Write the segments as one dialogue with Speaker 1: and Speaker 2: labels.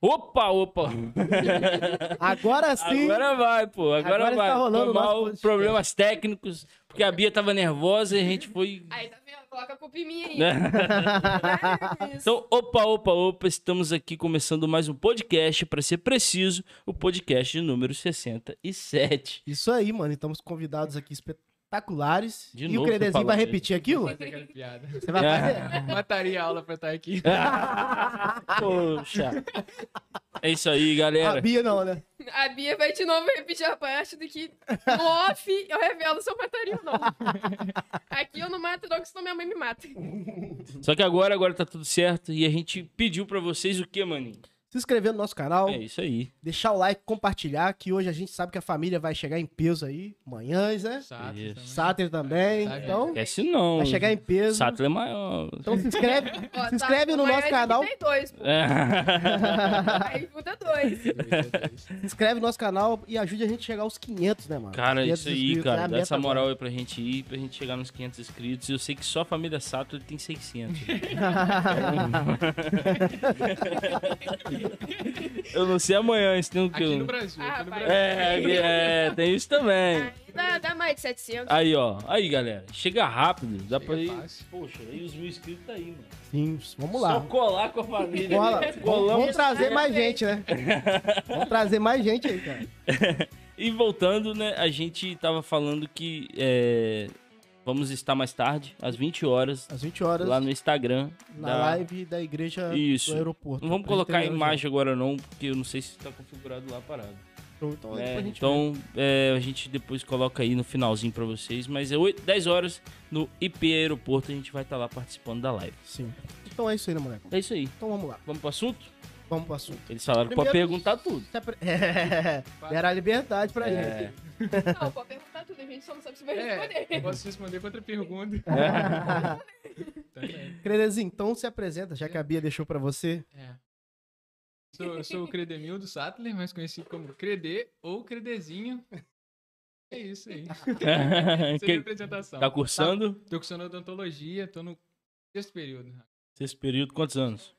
Speaker 1: Opa, opa!
Speaker 2: Agora sim.
Speaker 1: Agora vai, pô. Agora,
Speaker 2: Agora
Speaker 1: vai.
Speaker 2: está rolando o
Speaker 1: Foi
Speaker 2: nosso
Speaker 1: mal,
Speaker 2: podcast.
Speaker 1: problemas técnicos, porque a Bia tava nervosa e a gente foi.
Speaker 3: Aí, tá vendo? Coloca a culpa em mim
Speaker 1: Né?
Speaker 3: aí. É isso.
Speaker 1: Então, opa, opa, opa, estamos aqui começando mais um podcast, para ser preciso, o podcast de número 67.
Speaker 2: Isso aí, mano. E Estamos com convidados aqui espetaculares.
Speaker 1: De
Speaker 2: e
Speaker 1: novo
Speaker 2: o
Speaker 1: você
Speaker 2: Credezinho
Speaker 1: falou É.
Speaker 2: vai
Speaker 1: dele.
Speaker 2: repetir aquilo?
Speaker 4: Fazer aquela piada.
Speaker 2: Você vai fazer?
Speaker 4: Mataria a aula pra estar aqui.
Speaker 1: Poxa. É isso aí,
Speaker 2: A
Speaker 1: galera.
Speaker 2: Bia não, né?
Speaker 3: A Bia vai de novo repetir a parte do que no off eu revelo se eu mataria ou não. Aqui eu não mato, não, que senão minha mãe me mata.
Speaker 1: Só que agora, agora tá tudo certo e a gente pediu para vocês o que, maninho?
Speaker 2: Se inscrever no nosso canal,
Speaker 1: É isso aí.
Speaker 2: deixar o like, compartilhar, que hoje a gente sabe que a família vai chegar em peso aí. Manhãs, né?
Speaker 4: Chato
Speaker 1: Isso.
Speaker 4: também.
Speaker 2: Sáter também.
Speaker 4: Sáter.
Speaker 2: Então,
Speaker 1: Esquece não.
Speaker 2: vai chegar em peso.
Speaker 1: Sato é maior.
Speaker 2: Então se inscreve,
Speaker 3: Ó,
Speaker 2: se inscreve
Speaker 3: tá,
Speaker 2: no
Speaker 3: mas
Speaker 2: nosso
Speaker 3: aqui
Speaker 2: canal.
Speaker 3: Tem dois, pô.
Speaker 1: É.
Speaker 3: Aí muda dois.
Speaker 4: é
Speaker 2: Se inscreve no nosso canal e ajude a gente a chegar aos 500, né, mano?
Speaker 1: Cara,
Speaker 2: 500
Speaker 1: isso aí,
Speaker 2: inscritos, é
Speaker 1: cara.
Speaker 2: a
Speaker 1: Dá essa
Speaker 2: meta,
Speaker 1: moral aí pra gente ir, pra gente chegar nos 500 inscritos. Eu sei que só a família Sato tem 600. eu não sei amanhã, isso tem o que
Speaker 4: Aqui no
Speaker 1: eu...
Speaker 4: Brasil.
Speaker 3: Ah,
Speaker 4: Aqui no
Speaker 3: vai.
Speaker 4: Brasil.
Speaker 1: É, é, tem isso também.
Speaker 3: Aí dá, dá mais de 700.
Speaker 1: Aí, ó. Aí, galera. Chega rápido. Dá
Speaker 4: Chega
Speaker 1: pra ir...
Speaker 4: fácil.
Speaker 1: Poxa, aí os mil inscritos tá aí, mano.
Speaker 2: Sim, vamos lá.
Speaker 1: Só colar com a família.
Speaker 2: Cola. Vamos,
Speaker 1: Colamos.
Speaker 2: vamos trazer mais gente, né? Vamos trazer mais gente aí, cara.
Speaker 1: E voltando, né, a gente tava falando que é, vamos estar mais tarde, às 20 horas,
Speaker 2: Às 20 horas,
Speaker 1: lá no Instagram.
Speaker 2: na
Speaker 1: da-
Speaker 2: live da igreja
Speaker 1: Isso.
Speaker 2: do aeroporto.
Speaker 1: Não vamos colocar a
Speaker 2: Presbiteriano
Speaker 1: imagem agora não, porque eu não sei se tá configurado lá a parada.
Speaker 2: Geral. Então,
Speaker 1: né?
Speaker 2: depois a gente
Speaker 1: Então, é, a gente depois coloca aí no finalzinho pra vocês, mas é 8, 10 horas no IP Aeroporto, a gente vai estar lá participando da live.
Speaker 2: vê. Sim. Então é isso aí, né, moleque?
Speaker 1: É isso aí.
Speaker 2: Então vamos lá.
Speaker 1: Vamos pro assunto?
Speaker 2: Vamos pro assunto.
Speaker 1: Eles falaram pra
Speaker 2: Primeiro-
Speaker 1: perguntar tudo.
Speaker 2: Se apre- É, Deram a liberdade pra
Speaker 1: É.
Speaker 2: gente.
Speaker 3: Não, pode perguntar tudo, a gente só não sabe se vai responder.
Speaker 4: É, eu posso responder com outra pergunta.
Speaker 1: É.
Speaker 4: Também.
Speaker 2: Credezinho, então se apresenta, já que a Bia deixou pra você.
Speaker 4: É. Sou, sou o Credemildo Sattler, mais conhecido como Credê ou Credezinho. É isso aí. Essa é a minha
Speaker 1: Quem
Speaker 4: apresentação.
Speaker 1: tá cursando?
Speaker 4: Tô cursando odontologia, tô no sexto período. É
Speaker 1: Sexto período, quantos anos?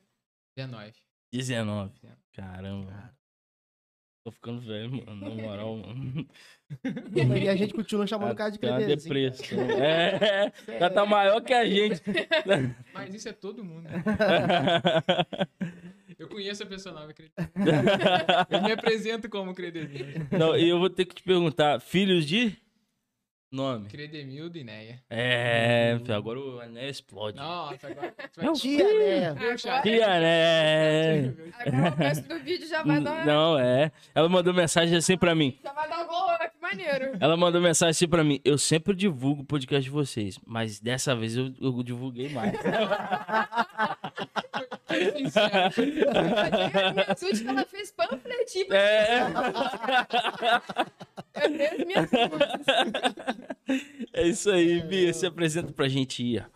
Speaker 4: 19.
Speaker 1: 19. Caramba. Tô ficando velho, mano. Na moral, mano.
Speaker 2: E a gente continua chamando o cara de
Speaker 1: Tá uma
Speaker 2: credezinho.
Speaker 1: depressão. É, já tá maior que a gente.
Speaker 4: Mas isso é todo mundo. Eu conheço a pessoa nova, Credezinho. Eu me apresento como Credezinho.
Speaker 1: Não, e eu vou ter que te perguntar, filhos de nome?
Speaker 4: Credemildo e Neia.
Speaker 1: É, agora o Ané explode.
Speaker 4: Nossa, agora. você vai
Speaker 1: Não,
Speaker 2: Tia, né?
Speaker 4: Meu chato.
Speaker 1: Tia Ané.
Speaker 3: Agora o resto do vídeo já vai dar,
Speaker 1: Não, é. Ela mandou mensagem assim pra mim.
Speaker 3: já vai dar um glow up maneiro.
Speaker 1: Ela mandou mensagem assim pra mim. Eu sempre divulgo o podcast de vocês, mas dessa vez eu, eu divulguei mais.
Speaker 4: Sincero.
Speaker 3: Minhas últimas ela fez panfletinho pra
Speaker 1: É.
Speaker 3: eu mesmo, minhas coisas.
Speaker 1: É isso aí, Bia. Se apresenta pra gente ir.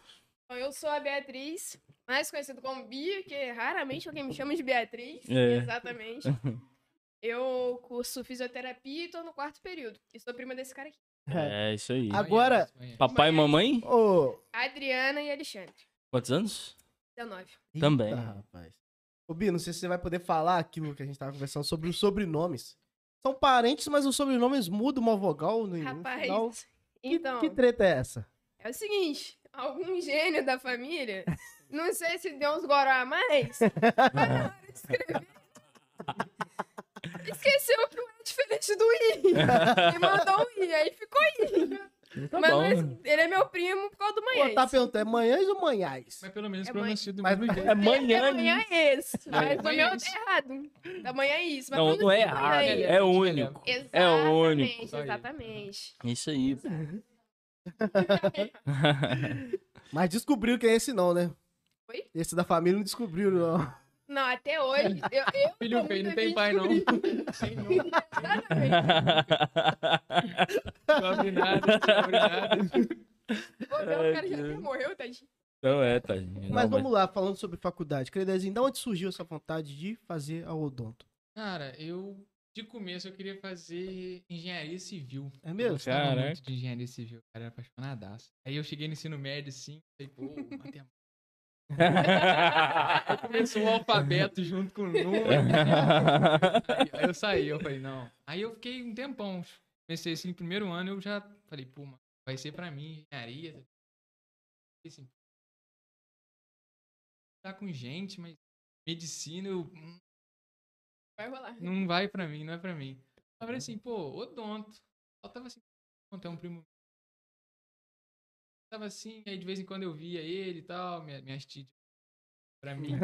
Speaker 3: Bom, eu sou a Beatriz, mais conhecida como Bia, que raramente alguém me chama de Beatriz.
Speaker 1: É.
Speaker 3: Exatamente. Eu curso fisioterapia e tô no quarto período. E sou prima desse cara aqui.
Speaker 1: É isso aí.
Speaker 2: Ah, Agora-
Speaker 4: Amanhã.
Speaker 1: Papai e mamãe?
Speaker 2: Ô,
Speaker 3: Adriana e Alexandre,
Speaker 1: Quantos anos?
Speaker 3: 19.
Speaker 2: Eita,
Speaker 1: Também.
Speaker 2: rapaz. Ô, Bia, não sei se você vai poder falar aquilo que a gente tava conversando sobre os sobrenomes. São parentes, mas os sobrenomes mudam uma vogal no no final.
Speaker 3: Rapaz,
Speaker 2: Que,
Speaker 3: então...
Speaker 2: que treta é essa?
Speaker 3: É o seguinte, algum gênio da família, não sei se deu uns goró a mais, mas na hora de escrever, esqueceu que o é diferente do I. E mandou um I, aí ficou I.
Speaker 1: Tá
Speaker 3: mas não é-
Speaker 1: bom.
Speaker 3: ele é meu primo por causa do
Speaker 2: Pô,
Speaker 3: manhães.
Speaker 2: tá perguntando, é manhães ou manhais?
Speaker 4: Mas pelo menos
Speaker 3: É
Speaker 4: pronuncia do
Speaker 2: mãe.
Speaker 4: mesmo
Speaker 1: É
Speaker 4: jeito.
Speaker 3: Ele é
Speaker 1: manhã.
Speaker 3: manhães. Mas foi meu
Speaker 4: Manhães.
Speaker 3: errado. Da manhã é isso. Mas
Speaker 1: Não,
Speaker 3: quando
Speaker 1: não é
Speaker 3: diz
Speaker 1: errado.
Speaker 3: manhães-
Speaker 1: É único. É único.
Speaker 3: Exatamente, exatamente.
Speaker 1: É Isso aí.
Speaker 2: Mas descobriu que é esse não, né?
Speaker 3: Oi?
Speaker 2: Esse da família não descobriu, não.
Speaker 3: Não, até hoje. Eu, eu
Speaker 4: Filho
Speaker 3: tô
Speaker 4: feio,
Speaker 3: muito
Speaker 4: não tem
Speaker 3: afim
Speaker 4: pai, não.
Speaker 3: de descobrir.
Speaker 4: Sem nome,
Speaker 3: Exatamente.
Speaker 4: sobre nada, sobre nada.
Speaker 3: Pô, meu,
Speaker 1: Ai,
Speaker 3: o cara já
Speaker 1: Deus.
Speaker 3: até morreu, tadinho.
Speaker 1: Então é, tadinho.
Speaker 2: Mas vamos lá, falando sobre faculdade. Credezinho, da onde surgiu essa vontade de fazer a odonto?
Speaker 4: Cara, eu de começo eu queria fazer engenharia civil.
Speaker 2: É
Speaker 4: Eu
Speaker 2: mesmo?
Speaker 4: gostava
Speaker 1: Caraca.
Speaker 4: muito de engenharia civil, cara, era apaixonadaço. Aí eu cheguei no ensino médio, sim, falei, pô, assim, matemática. Começou o alfabeto junto com o número. Aí, aí eu saí, eu falei, não. Aí eu fiquei um tempão. Pensei assim, primeiro ano eu já falei, pô, mano, vai ser pra mim, engenharia. Fiquei Assim, tá com gente, mas medicina eu, hum,
Speaker 3: Vai rolar.
Speaker 4: não vai pra mim, não é pra mim. Eu falei assim, pô, odonto. Eu tava assim, odonto é um primo. Tava assim, aí de vez em quando eu via ele e tal, minha, minhas tias pra mim.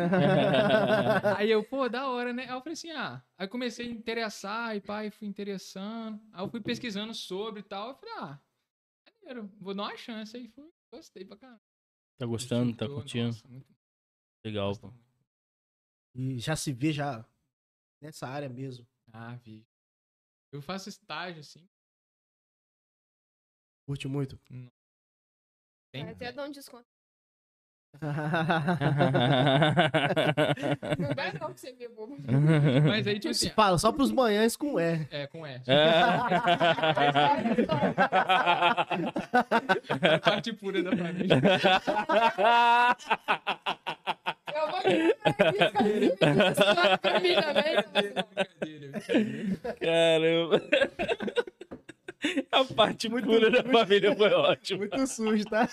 Speaker 4: Aí eu, pô, da hora, né? Aí eu falei assim, ah. Aí comecei a interessar, e pai, fui interessando. Aí eu fui pesquisando sobre e tal. Eu falei, ah, maneiro, vou dar uma chance. Aí fui, gostei pra caramba.
Speaker 1: tá gostando, tá
Speaker 4: Tô,
Speaker 1: curtindo?
Speaker 4: nossa, muito
Speaker 1: Legal.
Speaker 4: gosto muito.
Speaker 2: E já se vê já nessa área mesmo.
Speaker 4: Ah, vi. Eu faço estágio, assim.
Speaker 2: Curte muito.
Speaker 4: Tem,
Speaker 3: Vai até dar um desconto. Não vai não que você viu, bobo.
Speaker 4: Mas aí, tipo assim,
Speaker 2: Se fala só pros manhãs com E.
Speaker 4: é, com S. A parte pura da família.
Speaker 3: Eu vou isso pra mim também.
Speaker 4: Brincadeira, brincadeira.
Speaker 1: Caramba. A parte
Speaker 2: Muito-
Speaker 1: pura da família foi ótima.
Speaker 2: Muito sujo, tá?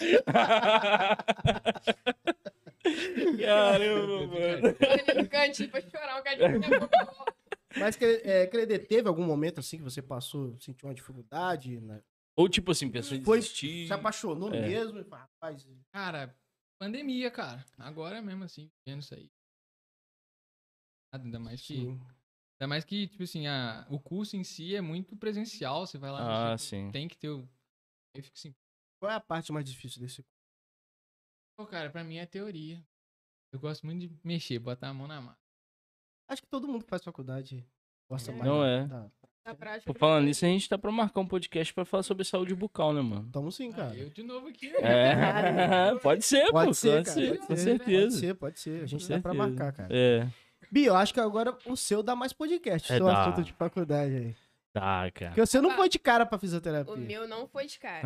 Speaker 1: Caramba, mano.
Speaker 4: Brincadeira.
Speaker 3: Ele no cantinho pra chorar, o gatinho
Speaker 2: Mas cre- é, Creder, teve algum momento assim que você passou, sentiu uma dificuldade? né?
Speaker 1: Ou tipo assim, pessoas
Speaker 2: Foi-
Speaker 1: desistir.
Speaker 2: Se apaixonou
Speaker 1: É.
Speaker 2: mesmo? E fala, Rapaz,
Speaker 4: Cara, pandemia, cara. Agora mesmo, assim, vendo isso aí. Ainda mais que.
Speaker 2: sim.
Speaker 4: Ainda mais que, tipo assim, a, o curso em si é muito presencial. Você vai lá,
Speaker 2: né?
Speaker 1: Ah,
Speaker 4: você
Speaker 1: sim.
Speaker 4: tem que ter o. Eu fico assim,
Speaker 2: Qual é a parte mais difícil desse
Speaker 4: pô, cara, pra mim é teoria. Eu gosto muito de mexer, botar a mão na massa.
Speaker 2: Acho que todo mundo que faz faculdade gosta
Speaker 3: É.
Speaker 2: mais. tá?
Speaker 1: Não
Speaker 2: da-
Speaker 1: é.
Speaker 2: da-
Speaker 3: na
Speaker 1: Pô,
Speaker 3: prática.
Speaker 1: falando nisso, a gente tá pra marcar um podcast pra falar sobre saúde bucal, né, mano?
Speaker 2: Tamo sim, cara.
Speaker 4: Ah, eu de novo aqui.
Speaker 1: É, pode ser, pô.
Speaker 2: É. Pode ser,
Speaker 1: pode ser,
Speaker 2: cara, pode
Speaker 1: com
Speaker 2: ser. Pode
Speaker 1: certeza.
Speaker 2: ser, pode ser. A gente
Speaker 1: Com
Speaker 2: dá pra
Speaker 1: certeza.
Speaker 2: marcar, cara.
Speaker 1: É,
Speaker 2: Bi, eu acho que agora o seu dá mais podcast,
Speaker 1: É,
Speaker 2: seu
Speaker 1: dá.
Speaker 2: assunto de faculdade aí.
Speaker 1: tá, cara.
Speaker 2: Porque você não
Speaker 3: Ah.
Speaker 2: foi de cara pra fisioterapia.
Speaker 3: O meu não foi de cara.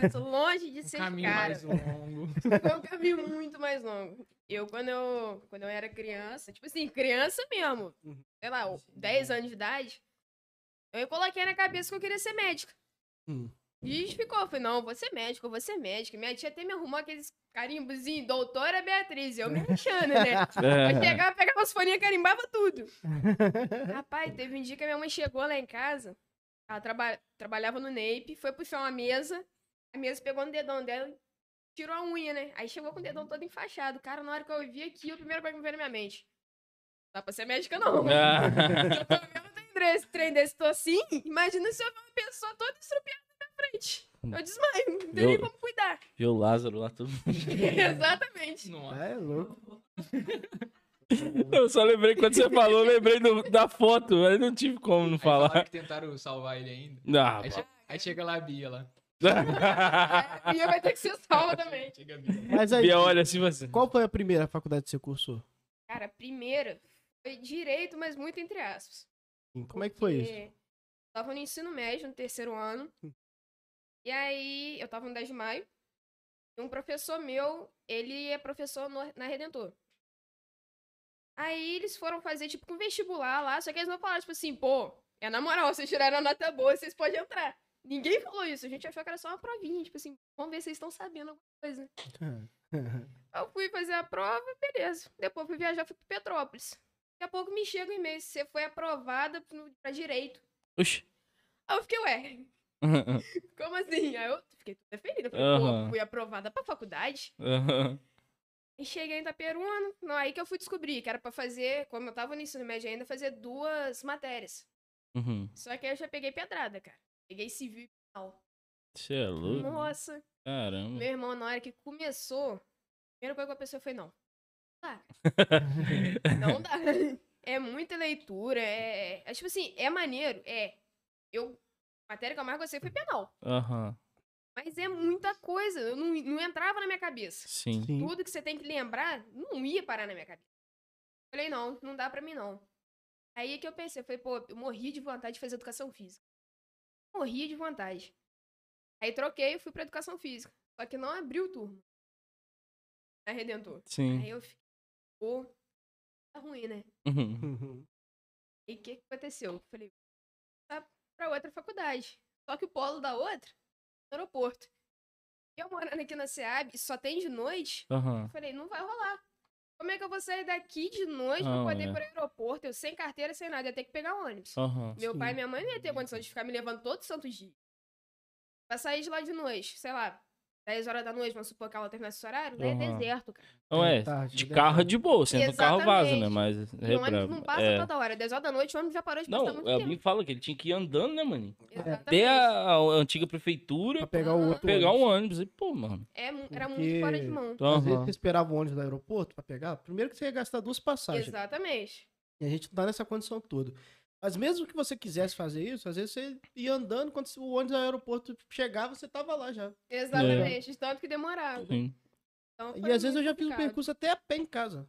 Speaker 3: Mas longe de
Speaker 4: Um
Speaker 3: ser de
Speaker 4: caminho
Speaker 3: cara.
Speaker 4: mais longo.
Speaker 3: Foi um caminho muito mais longo. Eu, quando eu, quando eu era criança, tipo assim, criança mesmo,
Speaker 2: Uhum.
Speaker 3: sei lá, 10 anos de idade, eu coloquei na cabeça que eu queria ser médica.
Speaker 2: Hum.
Speaker 3: E ficou, eu falei, não, eu vou ser médica, eu vou ser médica. Minha tia até me arrumou aqueles carimbozinhos, doutora Beatriz, eu me achando, né? Eu
Speaker 1: É.
Speaker 3: chegava, pegava as folhinhas, carimbava tudo. Rapaz, teve um dia que a minha mãe chegou lá em casa, ela traba- trabalhava no Nape, foi puxar uma mesa, a mesa pegou no dedão dela e tirou a unha, né? Aí chegou com o dedão todo enfaixado. Cara, na hora que eu vi aqui, a primeira coisa que me veio na minha mente. Não dá pra ser médica, não.
Speaker 1: Ah,
Speaker 3: Eu pelo menos tenho dre- esse trem desse, tô assim. Imagina se eu ver uma pessoa toda estrupiada na minha frente. Eu desmaio, não tem nem
Speaker 1: Eu-
Speaker 3: como cuidar.
Speaker 1: Viu o Lázaro lá todo.
Speaker 3: Exatamente.
Speaker 4: Nossa.
Speaker 2: É louco.
Speaker 1: Eu só lembrei quando você falou, eu lembrei do- da foto, mas não tive como não
Speaker 4: Aí falaram
Speaker 1: falar.
Speaker 4: que tentaram salvar ele ainda.
Speaker 1: Ah,
Speaker 4: Aí, che- aí chega lá a Bia lá.
Speaker 3: A minha vai ter que ser salva também.
Speaker 4: Chega a Bia.
Speaker 2: Mas aí,
Speaker 1: Bia olha assim você.
Speaker 2: qual foi a primeira faculdade que você cursou?
Speaker 3: Cara, a primeira foi direito, mas muito entre aspas.
Speaker 2: Como é que foi isso? Hum.
Speaker 3: Porque Eu tava no ensino médio, no terceiro ano. E aí, eu tava no 10 de maio. E um professor meu, ele é professor no- na Redentor. Aí eles foram fazer, tipo, com vestibular lá, só que eles não falaram, tipo assim, pô, é na moral, vocês tiraram a nota boa, vocês podem entrar. Ninguém falou isso, a gente achou que era só uma provinha, tipo assim, vamos ver se vocês estão sabendo alguma coisa. Eu fui fazer a prova, beleza. Depois fui viajar, fui pra Petrópolis. Daqui a pouco me chega um e-mail, você foi aprovada no- pra direito.
Speaker 1: Oxi.
Speaker 3: Aí eu fiquei, ué, como assim? Aí eu fiquei toda ferida. Eu Falei,
Speaker 1: Aham.
Speaker 3: pô, fui aprovada pra faculdade. E cheguei em Itaperuna. Não, aí que eu fui descobrir que era pra fazer, como eu tava no ensino médio ainda, fazer duas matérias.
Speaker 1: Uhum.
Speaker 3: Só que aí eu já peguei pedrada, cara. Peguei civil e penal.
Speaker 1: Você é louco?
Speaker 3: Nossa.
Speaker 1: Caramba.
Speaker 3: Meu irmão, na hora que começou, a primeira coisa que a pessoa foi, não. Não dá. não dá. É muita leitura, é... é... Tipo assim, é maneiro, é... Eu... A matéria que eu mais gostei foi penal.
Speaker 1: Aham.
Speaker 3: Mas é muita coisa, eu não, não entrava na minha cabeça.
Speaker 1: Sim.
Speaker 2: Sim.
Speaker 3: Tudo que você tem que lembrar, não ia parar na minha cabeça. Falei, não, não dá pra mim, não. Aí é que eu pensei, falei, pô, eu morri de vontade de fazer educação física. Morria de vontade. Aí troquei e fui pra educação física. Só que não abriu turma. na Redentor.
Speaker 1: Sim.
Speaker 3: Aí eu fiquei, pô, tá ruim, né?
Speaker 1: Uhum.
Speaker 3: E o que, que aconteceu? Eu falei, tá pra outra faculdade. Só que o polo da outra, no aeroporto. E eu morando aqui na SEAB, só tem de noite. Eu
Speaker 1: Aham.
Speaker 3: falei, não vai rolar. Como é que eu vou sair daqui de noite
Speaker 1: Não,
Speaker 3: pra poder
Speaker 1: é.
Speaker 3: ir pro aeroporto? Eu sem carteira, sem nada, ia ter que pegar ônibus.
Speaker 1: Aham.
Speaker 3: Meu
Speaker 2: Sim.
Speaker 3: pai e minha mãe não ia ter condição de ficar me levando todo santo dia. Pra sair de lá de noite, sei lá, 10 horas da noite, vamos supor que ela terminasse esse horário, lá é
Speaker 1: Aham.
Speaker 3: deserto, cara.
Speaker 1: Não é,
Speaker 2: Tarde,
Speaker 1: de
Speaker 2: né?
Speaker 1: carro é de boa, sendo no carro vaza, né?
Speaker 3: Exatamente.
Speaker 1: Mas
Speaker 3: E
Speaker 1: é
Speaker 3: o ônibus
Speaker 1: pra-
Speaker 3: não passa
Speaker 1: é.
Speaker 3: toda hora. 10 horas da noite o ônibus já parou de
Speaker 1: Não,
Speaker 3: passar muito
Speaker 1: alguém
Speaker 3: tempo. Então é
Speaker 1: fala que ele tinha que ir andando, né, maninho?
Speaker 3: Exatamente.
Speaker 1: Até a, a antiga prefeitura
Speaker 2: Pra pegar o outro.
Speaker 1: pegar um
Speaker 2: ônibus.
Speaker 1: ônibus. E, pô, mano.
Speaker 3: É mu- era
Speaker 2: Porque-
Speaker 3: muito fora de mão.
Speaker 1: Então,
Speaker 2: Às vezes
Speaker 1: aham.
Speaker 2: você esperava o ônibus do aeroporto pra pegar, primeiro que você ia gastar duas passagens.
Speaker 3: Exatamente.
Speaker 2: E a gente não tá nessa condição toda. Mas mesmo que você quisesse fazer isso, às vezes você ia andando, quando o ônibus do aeroporto chegava, você tava lá já.
Speaker 3: Exatamente. De Tanto que demorava.
Speaker 1: É. Sim.
Speaker 3: Então,
Speaker 2: E
Speaker 3: foi
Speaker 2: às vezes eu
Speaker 3: muito
Speaker 2: já fiz um
Speaker 3: complicado.
Speaker 2: percurso até a pé em casa.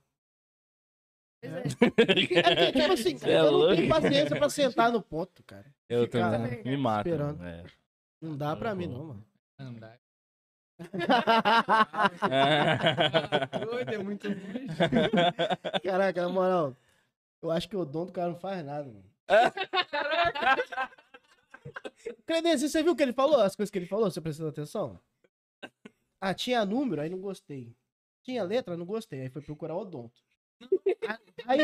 Speaker 3: Pois
Speaker 2: É. É porque, tipo assim,
Speaker 1: Cê é
Speaker 2: eu não
Speaker 1: louco.
Speaker 2: tenho paciência pra sentar no ponto, cara.
Speaker 1: Eu
Speaker 2: Ficar-
Speaker 1: também. Me mata.
Speaker 2: esperando.
Speaker 1: mano, é.
Speaker 2: Não dá pra mim, não, mano.
Speaker 4: Não dá.
Speaker 1: Ah.
Speaker 4: Doido, é muito longe.
Speaker 2: Caraca, na moral, eu acho que o dono do cara não faz nada, mano. Credenzi, você viu o que ele falou? As coisas que ele falou? Você prestou atenção? Ah, tinha número, aí não gostei. Tinha letra, não gostei. Aí foi procurar odonto. Aí,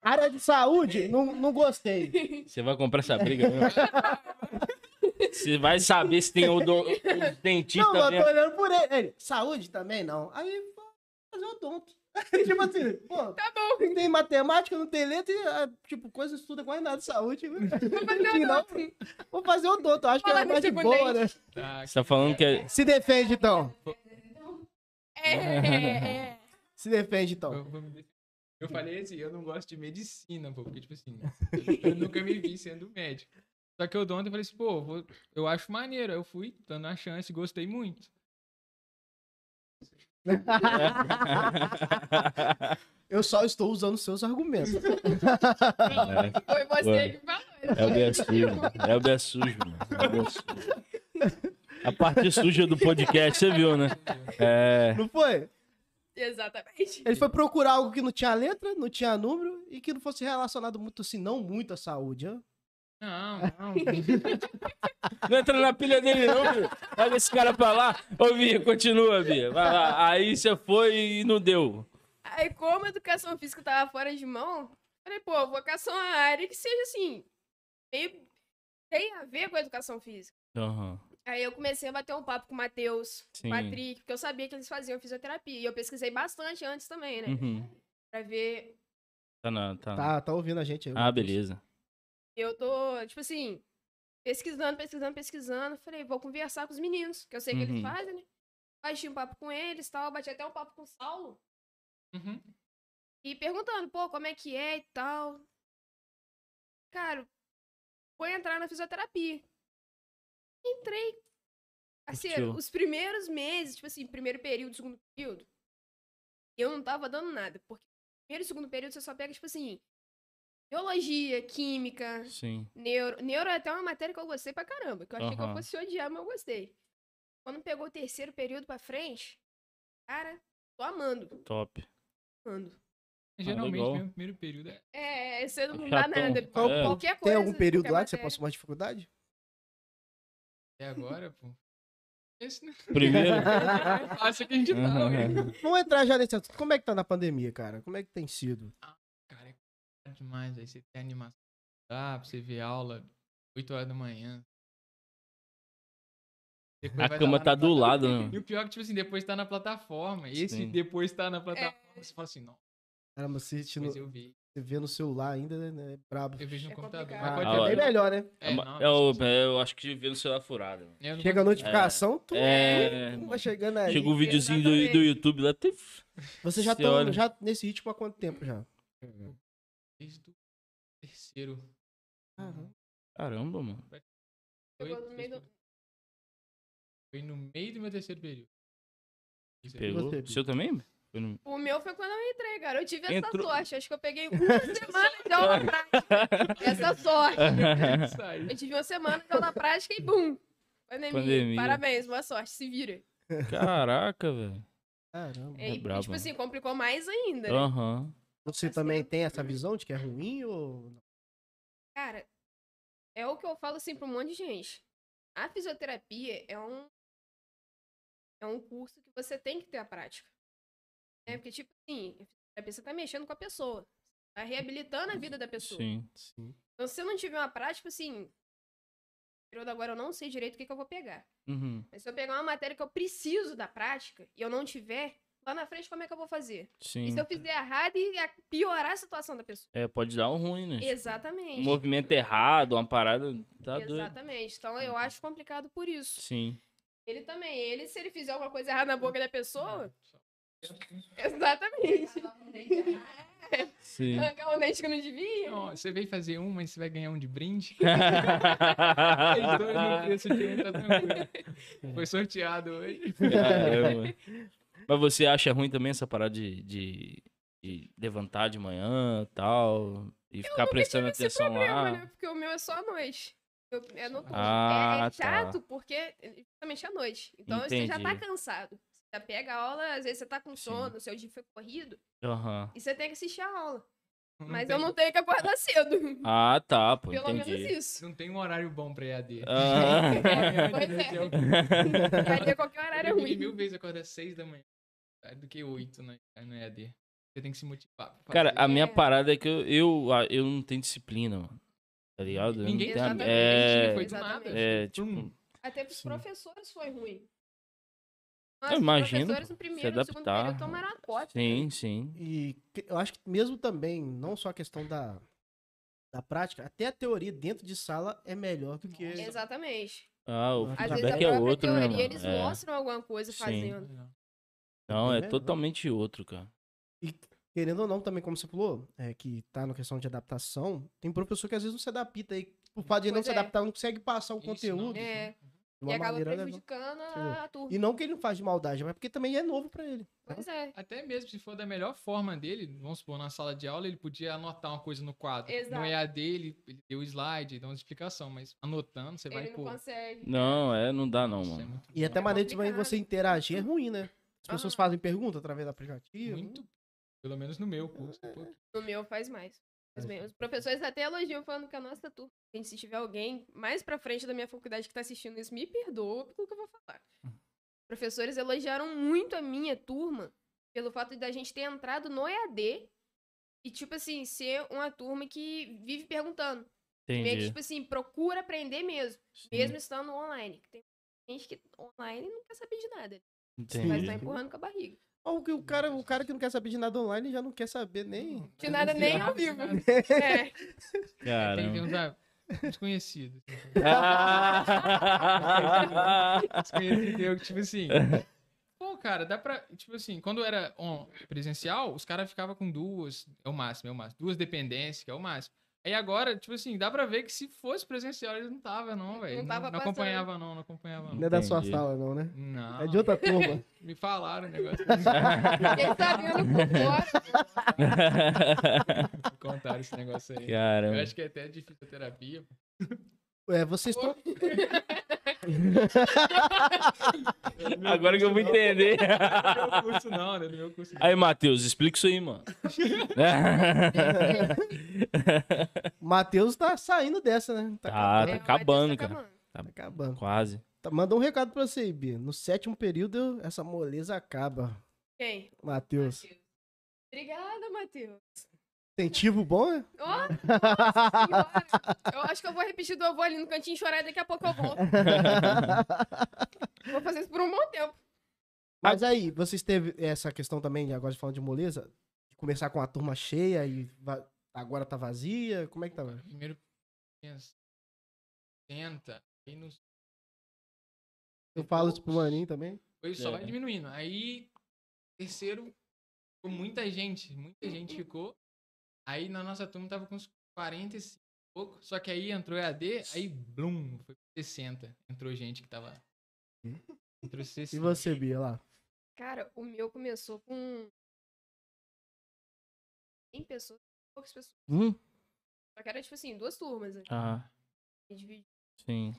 Speaker 2: área de saúde, não, não gostei.
Speaker 1: Você vai comprar essa briga mesmo? Você vai saber se tem o, do, o dentista
Speaker 2: Não, mas eu
Speaker 1: dentro.
Speaker 2: tô olhando por ele. Ele, Saúde também não. Aí, pô, fazer odonto. tipo assim, pô. Tá bom. Não tem matemática, não tem letra, e, ah, tipo, coisa estuda quase nada de saúde. Vou
Speaker 3: fazer odonto.
Speaker 2: Vou fazer odonto, acho que
Speaker 3: Fala
Speaker 2: é mais de
Speaker 3: nesse
Speaker 2: boa, né?
Speaker 4: Tá,
Speaker 1: Você tá falando que é.
Speaker 2: Se defende, então.
Speaker 3: É, é, é.
Speaker 2: Se defende, então.
Speaker 4: eu, vou me defender. eu falei assim, eu não gosto de medicina, pô, porque, tipo assim, eu nunca me vi sendo médico. Só que eu dou ontem e falei assim, pô, vou- eu acho maneiro. Aí Eu fui, dando a chance, gostei muito.
Speaker 1: é.
Speaker 2: Eu só estou usando seus argumentos.
Speaker 3: Foi
Speaker 1: Ué.
Speaker 3: você que falou.
Speaker 1: É o Bia Sujo. É o Bia Sujo, mano. É o Bia Sujo. A parte suja do podcast, você viu, né? É.
Speaker 2: Não foi?
Speaker 3: Exatamente.
Speaker 2: Ele foi procurar algo que não tinha letra, não tinha número e que não fosse relacionado muito, assim, não muito à saúde. hã?
Speaker 4: Não, não.
Speaker 1: Não entra na pilha dele, não, Bia. Olha esse cara pra lá. Ô, Bia, continua, Bia. Vai lá. Aí você foi e não deu.
Speaker 3: Aí, como a educação física tava fora de mão, falei, pô, eu vou caçar uma área que seja assim. meio- Tem a ver com a educação física.
Speaker 1: Aham.
Speaker 3: Aí eu comecei a bater um papo com o Matheus, com
Speaker 1: Sim.
Speaker 3: o Patrick, porque eu sabia que eles faziam fisioterapia. E eu pesquisei bastante antes também, né?
Speaker 1: Uhum.
Speaker 3: Pra ver
Speaker 1: Tá na. Tá.
Speaker 2: Tá, tá ouvindo a gente aí.
Speaker 1: Ah, beleza.
Speaker 3: Eu tô, tipo assim, pesquisando, pesquisando, pesquisando. Falei, vou conversar com os meninos, que eu sei que
Speaker 1: Uhum.
Speaker 3: eles fazem, né? Bati um papo com eles tal. Bati até um papo com o Saulo.
Speaker 4: Uhum.
Speaker 3: E perguntando, pô, como é que é e tal. Cara, foi entrar na fisioterapia. Entrei. Assim,
Speaker 1: Curtiu.
Speaker 3: os primeiros meses, tipo assim, primeiro período, segundo período, eu não tava dando nada. Porque primeiro e segundo período você só pega, tipo assim, biologia, química,
Speaker 1: Sim.
Speaker 3: Neuro. Neuro é até uma matéria que eu gostei pra caramba. Que eu achei que eu
Speaker 1: Aham.
Speaker 3: fosse odiar, mas eu gostei. Quando pegou o terceiro período pra frente, cara, tô amando.
Speaker 1: Top.
Speaker 3: Amando.
Speaker 4: Geralmente,
Speaker 1: legal.
Speaker 4: mesmo, primeiro período é...
Speaker 3: É, você não dá
Speaker 1: Chatão.
Speaker 3: nada.
Speaker 1: Então,
Speaker 2: É.
Speaker 3: Qualquer
Speaker 2: Tem
Speaker 3: coisa.
Speaker 2: algum período
Speaker 3: qualquer
Speaker 2: lá que você
Speaker 3: matéria.
Speaker 2: passou mais dificuldade?
Speaker 4: Até é agora, pô. Esse não
Speaker 1: Primeiro.
Speaker 4: é fácil que a gente tá,
Speaker 1: é.
Speaker 4: ué.
Speaker 2: Vamos entrar já nesse assunto. Como é que tá na pandemia, cara? Como é que tem sido?
Speaker 4: Cara, é complicado demais, velho. Você tem animação. Dá pra você ver aula 8 horas da manhã. Depois
Speaker 1: A
Speaker 4: vai
Speaker 1: cama
Speaker 4: dar lá
Speaker 1: tá
Speaker 4: na
Speaker 1: do
Speaker 4: plata-
Speaker 1: lado, né?
Speaker 4: E o pior é que, tipo assim, depois tá na plataforma. Esse
Speaker 1: Sim.
Speaker 4: depois tá na plataforma.
Speaker 3: É.
Speaker 4: Você fala assim, não,
Speaker 2: Caramba, se te no-
Speaker 4: mas
Speaker 2: você
Speaker 4: eu vi.
Speaker 2: vê no celular ainda, né? É brabo.
Speaker 4: Eu vejo no
Speaker 3: É
Speaker 4: computador.
Speaker 3: complicado.
Speaker 4: Mas
Speaker 2: Ah,
Speaker 4: pode
Speaker 1: Ah,
Speaker 2: é
Speaker 4: ver-
Speaker 2: bem
Speaker 1: olha.
Speaker 2: melhor, né?
Speaker 4: É,
Speaker 1: Ma-
Speaker 4: não,
Speaker 1: eu,
Speaker 4: isso-
Speaker 1: eu acho que vi no celular furado. mano.
Speaker 4: eu não
Speaker 2: Chega a
Speaker 4: gosto-
Speaker 2: notificação, tu
Speaker 1: É.
Speaker 2: vai chegando aí.
Speaker 1: Chegou o videozinho do,
Speaker 3: Exatamente.
Speaker 1: do YouTube lá. tuf.
Speaker 2: Você já
Speaker 1: Você
Speaker 2: tá
Speaker 1: olha.
Speaker 2: já nesse ritmo há quanto tempo já?
Speaker 4: É. Desde o terceiro.
Speaker 1: Caramba, mano.
Speaker 4: Foi,
Speaker 3: Chegou no meio do-
Speaker 4: foi no meio do meu terceiro período. Isso aí.
Speaker 1: Pegou.
Speaker 2: Você,
Speaker 1: O seu também? Foi no-
Speaker 3: O meu foi quando eu entrei, cara. Eu tive
Speaker 1: Entrou-
Speaker 3: essa sorte. Acho que eu peguei uma semana de aula prática. Essa sorte.
Speaker 4: Isso aí.
Speaker 3: Eu tive uma semana de aula prática e bum. Pandemia.
Speaker 1: Pandemia.
Speaker 3: Parabéns, boa sorte. Se vira.
Speaker 1: Caraca, velho.
Speaker 2: Caramba.
Speaker 3: É, e,
Speaker 1: brabo,
Speaker 3: tipo
Speaker 1: né?
Speaker 3: assim, complicou mais ainda. né?
Speaker 1: Aham.
Speaker 2: Você também tem essa visão de que é ruim ou.
Speaker 3: Cara, é o que eu falo assim pra um monte de gente. A fisioterapia é um é um curso que você tem que ter a prática. Né? Porque, tipo assim, a fisioterapia você tá mexendo com a pessoa. Você tá reabilitando a vida da pessoa.
Speaker 1: Sim.
Speaker 2: Sim.
Speaker 3: Então, se eu não tiver uma prática, assim. Período agora eu não sei direito o que, que eu vou pegar.
Speaker 1: Uhum.
Speaker 3: Mas se eu pegar uma matéria que eu preciso da prática e eu não tiver, lá na frente como é que eu vou fazer? E
Speaker 1: Sim.
Speaker 3: se eu fizer errado e a- piorar a situação da pessoa?
Speaker 1: É, pode dar um ruim, né? Um
Speaker 3: Exatamente.
Speaker 1: movimento errado, uma parada. Tá doido. Uhum.
Speaker 3: Exatamente. Então eu acho complicado por isso.
Speaker 1: Sim.
Speaker 3: Ele também. Ele, se ele fizer alguma coisa errada na boca da pessoa.
Speaker 4: Só-
Speaker 3: Exatamente.
Speaker 1: Sim.
Speaker 3: Arrancar um dente que não devia.
Speaker 4: Não, você veio fazer um, mas você vai ganhar um de brinde.
Speaker 1: Então,
Speaker 4: Os dois no
Speaker 1: Caramba.
Speaker 4: preço de um, tá tranquilo.
Speaker 1: É.
Speaker 4: Foi sorteado hoje.
Speaker 1: Mas você acha ruim também essa parada de, de, de levantar de manhã e tal? E ficar prestando
Speaker 3: tive esse
Speaker 1: atenção lá?
Speaker 3: Problema, né? Porque o meu é só à noite. Eu- é noturno.
Speaker 1: Ah,
Speaker 3: é,
Speaker 1: tá.
Speaker 3: é chato porque é justamente à noite. Então você já tá
Speaker 1: Entendi.
Speaker 3: cansado. Você já pega a aula, às vezes você tá com
Speaker 1: Sim.
Speaker 3: sono, seu dia foi corrido,
Speaker 1: Aham.
Speaker 3: e você tem que assistir a aula.
Speaker 4: Não
Speaker 3: Mas
Speaker 4: tem-
Speaker 3: eu não tenho que acordar cedo.
Speaker 1: Ah, tá, pô.
Speaker 3: Pelo
Speaker 1: entendi.
Speaker 3: menos isso.
Speaker 4: Não tem um horário bom pra EAD.
Speaker 1: É, Aham.
Speaker 3: Pois é.
Speaker 4: Eu
Speaker 3: Cadê qualquer horário é
Speaker 4: preferi
Speaker 3: ruim.
Speaker 4: mil vezes acordar às seis da manhã do que oito na- no EAD. Você tem que se motivar. pra
Speaker 1: Cara,
Speaker 4: fazer.
Speaker 1: a minha
Speaker 3: É.
Speaker 1: parada é que eu, eu, a- eu não tenho disciplina, mano. Tá ligado? Eu não
Speaker 4: Ninguém
Speaker 1: tenho a-
Speaker 3: sabe, né?
Speaker 1: é,
Speaker 4: ninguém foi do nada.
Speaker 3: Exatamente.
Speaker 1: é,
Speaker 4: Todo
Speaker 1: tipo,
Speaker 4: mundo.
Speaker 3: Até pros
Speaker 1: Sim.
Speaker 3: professores foi ruim.
Speaker 1: Eu imagino,
Speaker 3: Os professores
Speaker 1: pô,
Speaker 3: no
Speaker 1: se
Speaker 3: primeiro e no segundo
Speaker 1: adaptar.
Speaker 3: período tomaram a cota.
Speaker 1: sim, sim.
Speaker 2: E que- eu acho que mesmo também, não só a questão da, da prática, até a teoria dentro de sala é melhor do que.
Speaker 3: Exatamente.
Speaker 1: Ah, o
Speaker 2: Às
Speaker 3: Às
Speaker 2: Tá
Speaker 3: vezes a
Speaker 1: feedback é
Speaker 3: própria
Speaker 1: outro, né,
Speaker 3: teoria,
Speaker 1: mano?
Speaker 3: eles
Speaker 1: É.
Speaker 3: mostram alguma coisa
Speaker 1: Sim.
Speaker 3: fazendo.
Speaker 4: um-
Speaker 1: Não, é
Speaker 2: Tá vendo?
Speaker 1: totalmente outro, cara.
Speaker 2: Querendo ou não, também, como você falou, é, que tá na questão de adaptação, tem professor que às vezes não se adapta aí. Por fato de ele não
Speaker 3: Pois
Speaker 2: se
Speaker 3: é.
Speaker 2: adaptar, não consegue passar o
Speaker 4: Isso,
Speaker 2: conteúdo
Speaker 4: não.
Speaker 2: de
Speaker 3: É. E
Speaker 2: uma
Speaker 3: acaba
Speaker 2: maneira legal.
Speaker 3: prejudicando
Speaker 2: Entendeu?
Speaker 3: a turma.
Speaker 2: E não que ele não faz de maldade, mas porque também é novo pra ele.
Speaker 3: Pois é.
Speaker 4: Até mesmo se for da melhor forma dele, vamos supor, na sala de aula, ele podia anotar uma coisa no quadro.
Speaker 3: Exato.
Speaker 4: No EAD, ele, ele deu slide, deu uma explicação, mas anotando, você vai,
Speaker 3: Ele não
Speaker 4: pô.
Speaker 3: consegue.
Speaker 1: Não, é, não dá não,
Speaker 4: isso é
Speaker 1: mano.
Speaker 4: muito,
Speaker 2: E até
Speaker 3: É
Speaker 2: maneira de também
Speaker 3: complicado.
Speaker 2: você interagir é ruim, né? As pessoas
Speaker 3: Aham.
Speaker 2: fazem pergunta através do aplicativo.
Speaker 4: muito. Pelo menos no meu curso. pô.
Speaker 3: No meu faz mais. Faz
Speaker 2: Faz
Speaker 1: Uhum.
Speaker 3: bem. Os professores até elogiam falando que é a nossa turma. Gente, se tiver alguém mais pra frente da minha faculdade que tá assistindo isso, me perdoa pelo que eu vou falar.
Speaker 1: Uhum.
Speaker 3: Os professores elogiaram muito a minha turma pelo fato da gente ter entrado no EAD e, tipo assim, ser uma turma que vive perguntando. Meio que,
Speaker 1: Entendi.
Speaker 3: tipo assim, procura aprender mesmo, mesmo estando online. Tem gente que online não quer saber de nada, mas tá
Speaker 1: Entendi.
Speaker 3: empurrando com a barriga.
Speaker 2: Ou que o cara, o cara que não quer saber de nada online já não quer saber nem.
Speaker 3: De nada nem ao vivo. É.
Speaker 1: Cara.
Speaker 4: Tem que ter uns, ah, desconhecidos. assim, Desconhecido eu, que, tipo assim. Pô, cara, dá pra. Tipo assim, quando era on- presencial, os caras ficavam com duas, é o máximo, é o máximo. Duas dependências, que é o máximo. Aí agora, tipo assim, dá pra ver que se fosse presencial, eles não tava, não, velho.
Speaker 3: tava
Speaker 4: Não, não
Speaker 3: passando.
Speaker 4: acompanhava, não, não acompanhava,
Speaker 2: Não
Speaker 4: não.
Speaker 2: é da sua
Speaker 1: Entendi.
Speaker 2: sala, não, né?
Speaker 4: Não.
Speaker 3: Ah.
Speaker 2: É de outra turma.
Speaker 4: Me falaram o negócio.
Speaker 3: Ele tá vendo por fora.
Speaker 4: Me contaram esse negócio aí. Eu
Speaker 1: Caramba.
Speaker 4: acho que é até de fisioterapia.
Speaker 2: É, vocês estão.
Speaker 1: Agora que eu vou entender.
Speaker 4: No meu curso não, né? No meu curso não.
Speaker 1: Aí, Matheus, explica isso aí, mano. Né?
Speaker 2: Matheus tá saindo dessa, né?
Speaker 1: Tá,
Speaker 2: acabando.
Speaker 1: tá
Speaker 3: É,
Speaker 1: acabando,
Speaker 3: mas tá
Speaker 1: cara.
Speaker 3: acabando.
Speaker 2: Tá acabando.
Speaker 1: Quase.
Speaker 2: Tá- Manda um recado pra você aí, Bia. No sétimo período, essa moleza acaba.
Speaker 3: Quem?
Speaker 2: Matheus.
Speaker 3: Matheus. Obrigada, Matheus.
Speaker 2: Incentivo bom, né?
Speaker 3: Ó, nossa senhora. Eu acho que eu vou repetir do avô ali no cantinho chorar e daqui a pouco eu volto. Vou fazer isso por um bom tempo.
Speaker 2: Mas aí, vocês teve essa questão também, agora falando de moleza, de começar com a turma cheia e va- agora tá vazia? Como é que tá? velho?
Speaker 4: Primeiro tinha 70, aí nos
Speaker 2: Eu falo isso pro Maninho também.
Speaker 4: Foi só
Speaker 1: É.
Speaker 4: vai diminuindo. Aí, terceiro, ficou muita gente, muita gente ficou. Aí na nossa turma tava com uns 45 e pouco, só que aí entrou EAD, aí blum, foi pra 60. Entrou gente que tava. Entrou 60.
Speaker 2: E você, Bia, lá?
Speaker 3: Cara, o meu começou com 100 pessoas, poucas pessoas.
Speaker 1: Hum?
Speaker 3: Só que era tipo assim, duas turmas. né?
Speaker 1: Ah,
Speaker 3: A gente dividia.
Speaker 1: sim.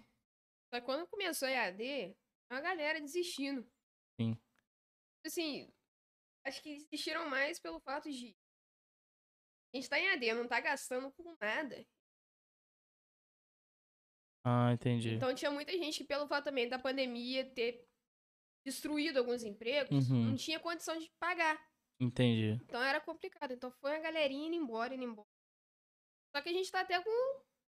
Speaker 3: Só que quando começou a EAD, a galera desistindo.
Speaker 1: Sim.
Speaker 3: Assim, acho que desistiram mais pelo fato de a gente tá em AD, não tá gastando com nada.
Speaker 1: Ah, entendi.
Speaker 3: Então tinha muita gente que, pelo fato também da pandemia ter destruído alguns empregos,
Speaker 1: Uhum.
Speaker 3: não tinha condição de pagar.
Speaker 1: Entendi.
Speaker 3: Então era complicado. Então foi a galerinha indo embora, indo embora. Só que a gente tá até com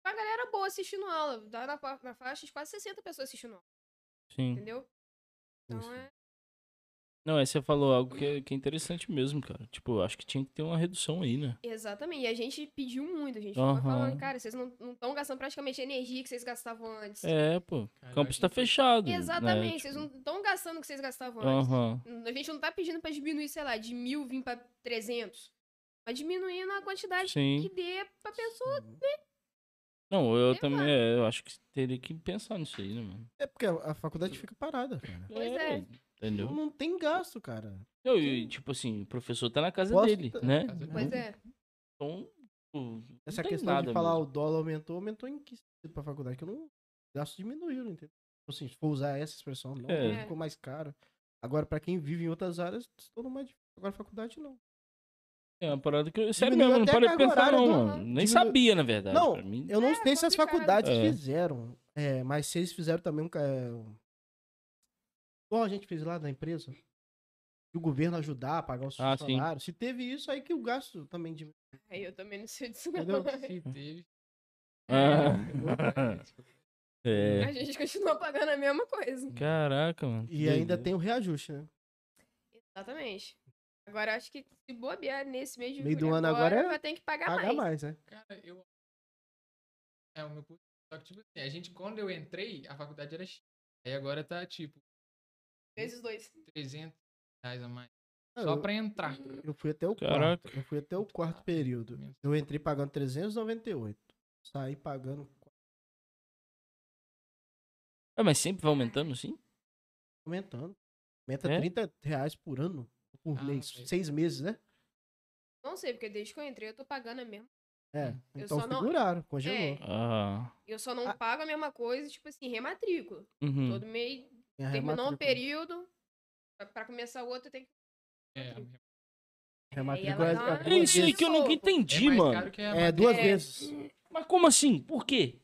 Speaker 3: uma galera boa assistindo aula. Dá na, fa- na faixa de quase 60 pessoas assistindo aula,
Speaker 1: Sim.
Speaker 3: entendeu? Então
Speaker 1: Isso.
Speaker 3: é.
Speaker 1: Não, aí você falou algo que é, que é interessante mesmo, cara. Tipo, acho que tinha que ter uma redução aí, né?
Speaker 3: Exatamente. E a gente pediu muito, a gente
Speaker 1: Aham.
Speaker 3: foi falando, cara, vocês não estão gastando praticamente a energia que vocês gastavam antes.
Speaker 1: É, pô. O
Speaker 4: Caralho,
Speaker 1: campus tá
Speaker 4: gente.
Speaker 1: fechado.
Speaker 3: Exatamente,
Speaker 1: né?
Speaker 3: vocês
Speaker 1: Tipo,
Speaker 3: não estão gastando o que vocês gastavam antes.
Speaker 1: Aham.
Speaker 3: A gente não tá pedindo pra diminuir, sei lá, de mil vir pra 300. Mas diminuindo a quantidade
Speaker 1: Sim.
Speaker 3: que dê pra pessoa.
Speaker 1: Não, eu
Speaker 3: Sei
Speaker 1: também,
Speaker 3: lá.
Speaker 1: é, eu acho que teria que pensar nisso aí, né, mano?
Speaker 2: É porque a a faculdade fica parada, cara.
Speaker 3: Pois é.
Speaker 2: Não,
Speaker 1: Entendeu?
Speaker 2: não tem gasto, cara.
Speaker 1: Não, e, tipo assim, o professor tá na casa
Speaker 2: Posso-
Speaker 1: dele, né?
Speaker 4: Casa dele.
Speaker 3: Pois é.
Speaker 1: Então, tipo,
Speaker 2: Essa
Speaker 1: tem
Speaker 2: questão de
Speaker 1: nada
Speaker 2: falar
Speaker 1: mesmo.
Speaker 2: o dólar aumentou, aumentou em que sentido pra faculdade? Que eu não. Gasto diminuiu, não entendeu? Tipo Assim, se for usar essa expressão, não,
Speaker 1: É.
Speaker 2: tudo ficou mais caro. Agora, pra quem vive em outras áreas, se tornou mais difícil. Agora, faculdade, não.
Speaker 1: é uma parada que eu. Sério
Speaker 2: Diminuiu
Speaker 1: mesmo, eu não
Speaker 2: até
Speaker 1: parei
Speaker 2: a
Speaker 1: de
Speaker 2: carga
Speaker 1: pensar,
Speaker 2: horária
Speaker 1: não,
Speaker 2: do-
Speaker 1: mano. Nem
Speaker 2: Diminuiu-
Speaker 1: sabia, na verdade.
Speaker 2: Não,
Speaker 1: pra mim.
Speaker 2: Eu não
Speaker 3: É,
Speaker 2: sei se as
Speaker 3: complicado.
Speaker 2: faculdades
Speaker 1: É.
Speaker 2: fizeram, é, mas se eles fizeram também um. ca- é, um- Igual a gente fez lá da empresa. E o governo ajudar a pagar os
Speaker 1: Ah, sim.
Speaker 2: funcionários. Se teve isso, aí que o gasto também diminuiu.
Speaker 3: Aí eu também não sei disso
Speaker 2: Entendeu?
Speaker 3: não.
Speaker 4: Se teve.
Speaker 1: Ah. É.
Speaker 3: A gente continua pagando a mesma coisa.
Speaker 1: Caraca, mano. que
Speaker 2: E ainda
Speaker 1: doideira.
Speaker 2: tem o reajuste, né?
Speaker 3: Exatamente. Agora acho que se bobear nesse mês de
Speaker 2: Meio do
Speaker 3: julho
Speaker 2: ano agora é
Speaker 3: vai ter que pagar
Speaker 2: Pagar
Speaker 3: mais.
Speaker 2: mais, né?
Speaker 4: Cara, eu. É o meu curso. Só que, tipo assim, a gente, quando eu entrei, a faculdade era X. Aí agora tá, tipo,
Speaker 3: Vezes dois.
Speaker 4: 300 reais a mais.
Speaker 2: Ah,
Speaker 4: Só
Speaker 2: eu-
Speaker 4: pra entrar.
Speaker 2: Eu fui até o
Speaker 1: Caraca.
Speaker 2: quarto. Eu fui até o quarto período.
Speaker 4: Mesmo.
Speaker 2: Eu entrei pagando 398. Saí pagando.
Speaker 1: Ah, mas sempre vai aumentando, assim? sim?
Speaker 2: Aumentando. Aumenta
Speaker 1: É?
Speaker 2: 30 reais por ano. Por
Speaker 4: Ah,
Speaker 2: mês.
Speaker 4: velho.
Speaker 2: Seis meses, né?
Speaker 3: Não sei, porque desde que eu entrei eu tô pagando a mesma.
Speaker 2: É.
Speaker 1: Hum.
Speaker 3: Eu
Speaker 2: Então
Speaker 3: só não-
Speaker 2: seguraram, congelou.
Speaker 3: É,
Speaker 1: Ah.
Speaker 3: eu só não
Speaker 2: Ah.
Speaker 3: pago a mesma coisa, tipo assim, rematrícula.
Speaker 1: Uhum.
Speaker 3: Todo mês
Speaker 2: Tem a
Speaker 3: terminou um
Speaker 2: rematrícula.
Speaker 3: período, pra, pra começar o outro tem que.
Speaker 4: É,
Speaker 2: Rematrícula
Speaker 3: Aí
Speaker 2: é,
Speaker 3: ela dá
Speaker 2: é
Speaker 1: É
Speaker 2: duas
Speaker 1: isso aí
Speaker 2: vezes.
Speaker 1: que eu nunca
Speaker 3: Pô,
Speaker 1: entendi,
Speaker 4: mais
Speaker 1: mano.
Speaker 4: caro que a
Speaker 2: É, duas
Speaker 3: É.
Speaker 2: vezes.
Speaker 1: Mas como assim? Por quê?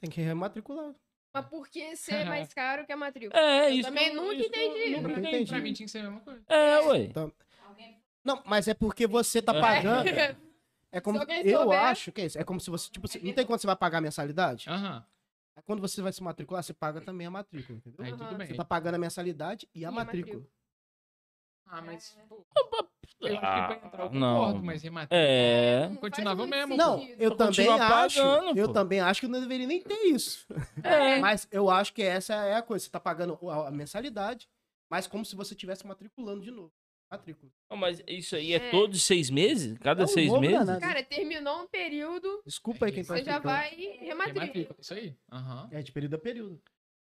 Speaker 2: Tem que rematricular.
Speaker 3: Mas por que ser mais caro que a matrícula?
Speaker 1: É,
Speaker 3: Eu
Speaker 1: isso.
Speaker 3: também
Speaker 1: que
Speaker 3: nunca
Speaker 1: isso que eu
Speaker 3: entendi.
Speaker 1: Nunca
Speaker 2: Nunca
Speaker 1: entendi.
Speaker 4: Pra mim tinha que ser a mesma coisa.
Speaker 1: É, ué.
Speaker 2: Não, mas é porque você
Speaker 1: É.
Speaker 2: tá pagando. É como.
Speaker 3: Se alguém
Speaker 2: Eu
Speaker 3: souber-
Speaker 2: acho que é isso. É como se você. Tipo, assim, não tem quando você vai pagar a mensalidade?
Speaker 1: Ah.
Speaker 4: Aham.
Speaker 2: Aí Quando você vai se matricular, você paga também a matrícula, entendeu?
Speaker 4: Aí
Speaker 3: Aham.
Speaker 4: tudo bem.
Speaker 2: Você tá pagando a mensalidade e a
Speaker 3: a
Speaker 2: matrícula.
Speaker 4: Ah, mas.
Speaker 3: É.
Speaker 4: Pô, eu acho que pra entrar eu
Speaker 1: Ah,
Speaker 4: concordo,
Speaker 1: não.
Speaker 4: mas rematei.
Speaker 1: É.
Speaker 3: Não faz
Speaker 4: Continuava
Speaker 3: muito
Speaker 4: mesmo.
Speaker 2: Não,
Speaker 3: sentido.
Speaker 2: eu
Speaker 1: Pra
Speaker 2: também
Speaker 1: continuar
Speaker 2: acho.
Speaker 1: pagando,
Speaker 2: eu
Speaker 1: pô.
Speaker 2: também acho que não deveria nem ter isso.
Speaker 3: É.
Speaker 2: Mas eu acho que essa é a coisa. Você tá pagando a a mensalidade, mas como se você estivesse matriculando de novo. Matrícula.
Speaker 1: Não, mas isso aí é,
Speaker 3: É.
Speaker 1: todos seis meses? Cada
Speaker 2: É um
Speaker 1: seis
Speaker 2: rolo
Speaker 1: meses?
Speaker 2: danado.
Speaker 3: Cara, terminou um período,
Speaker 2: Desculpa aí quem tá
Speaker 3: É você já
Speaker 2: explicando.
Speaker 3: vai rematrícula.
Speaker 4: Rematrícula, é Isso aí. Aham.
Speaker 2: É de período a período.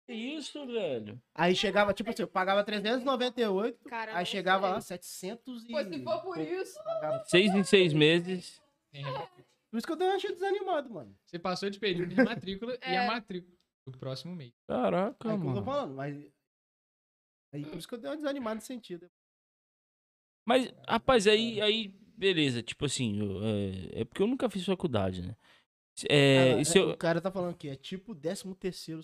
Speaker 1: Que é isso, velho?
Speaker 2: Aí chegava, tipo assim, eu pagava 398,
Speaker 3: Cara,
Speaker 2: aí
Speaker 3: não
Speaker 2: chegava
Speaker 3: sei.
Speaker 2: lá 700 e...
Speaker 3: Pô, se for por isso,
Speaker 2: pagava.
Speaker 1: Seis em seis meses.
Speaker 4: Tem rematrícula.
Speaker 2: Por isso que eu dei- achei desanimado, mano.
Speaker 4: Você passou de período de rematrícula e a
Speaker 3: É.
Speaker 4: matrícula do próximo mês.
Speaker 1: Caraca,
Speaker 2: Aí como eu tô
Speaker 1: mano.
Speaker 2: falando, mas... Aí por isso que eu dei uma desanimada nesse sentido.
Speaker 1: Mas, rapaz, aí, aí beleza. Tipo assim, eu, é, é porque eu nunca fiz faculdade, né? É,
Speaker 2: Cara,
Speaker 1: e se
Speaker 2: é,
Speaker 1: eu...
Speaker 2: O cara tá falando que é tipo 13 terceiro.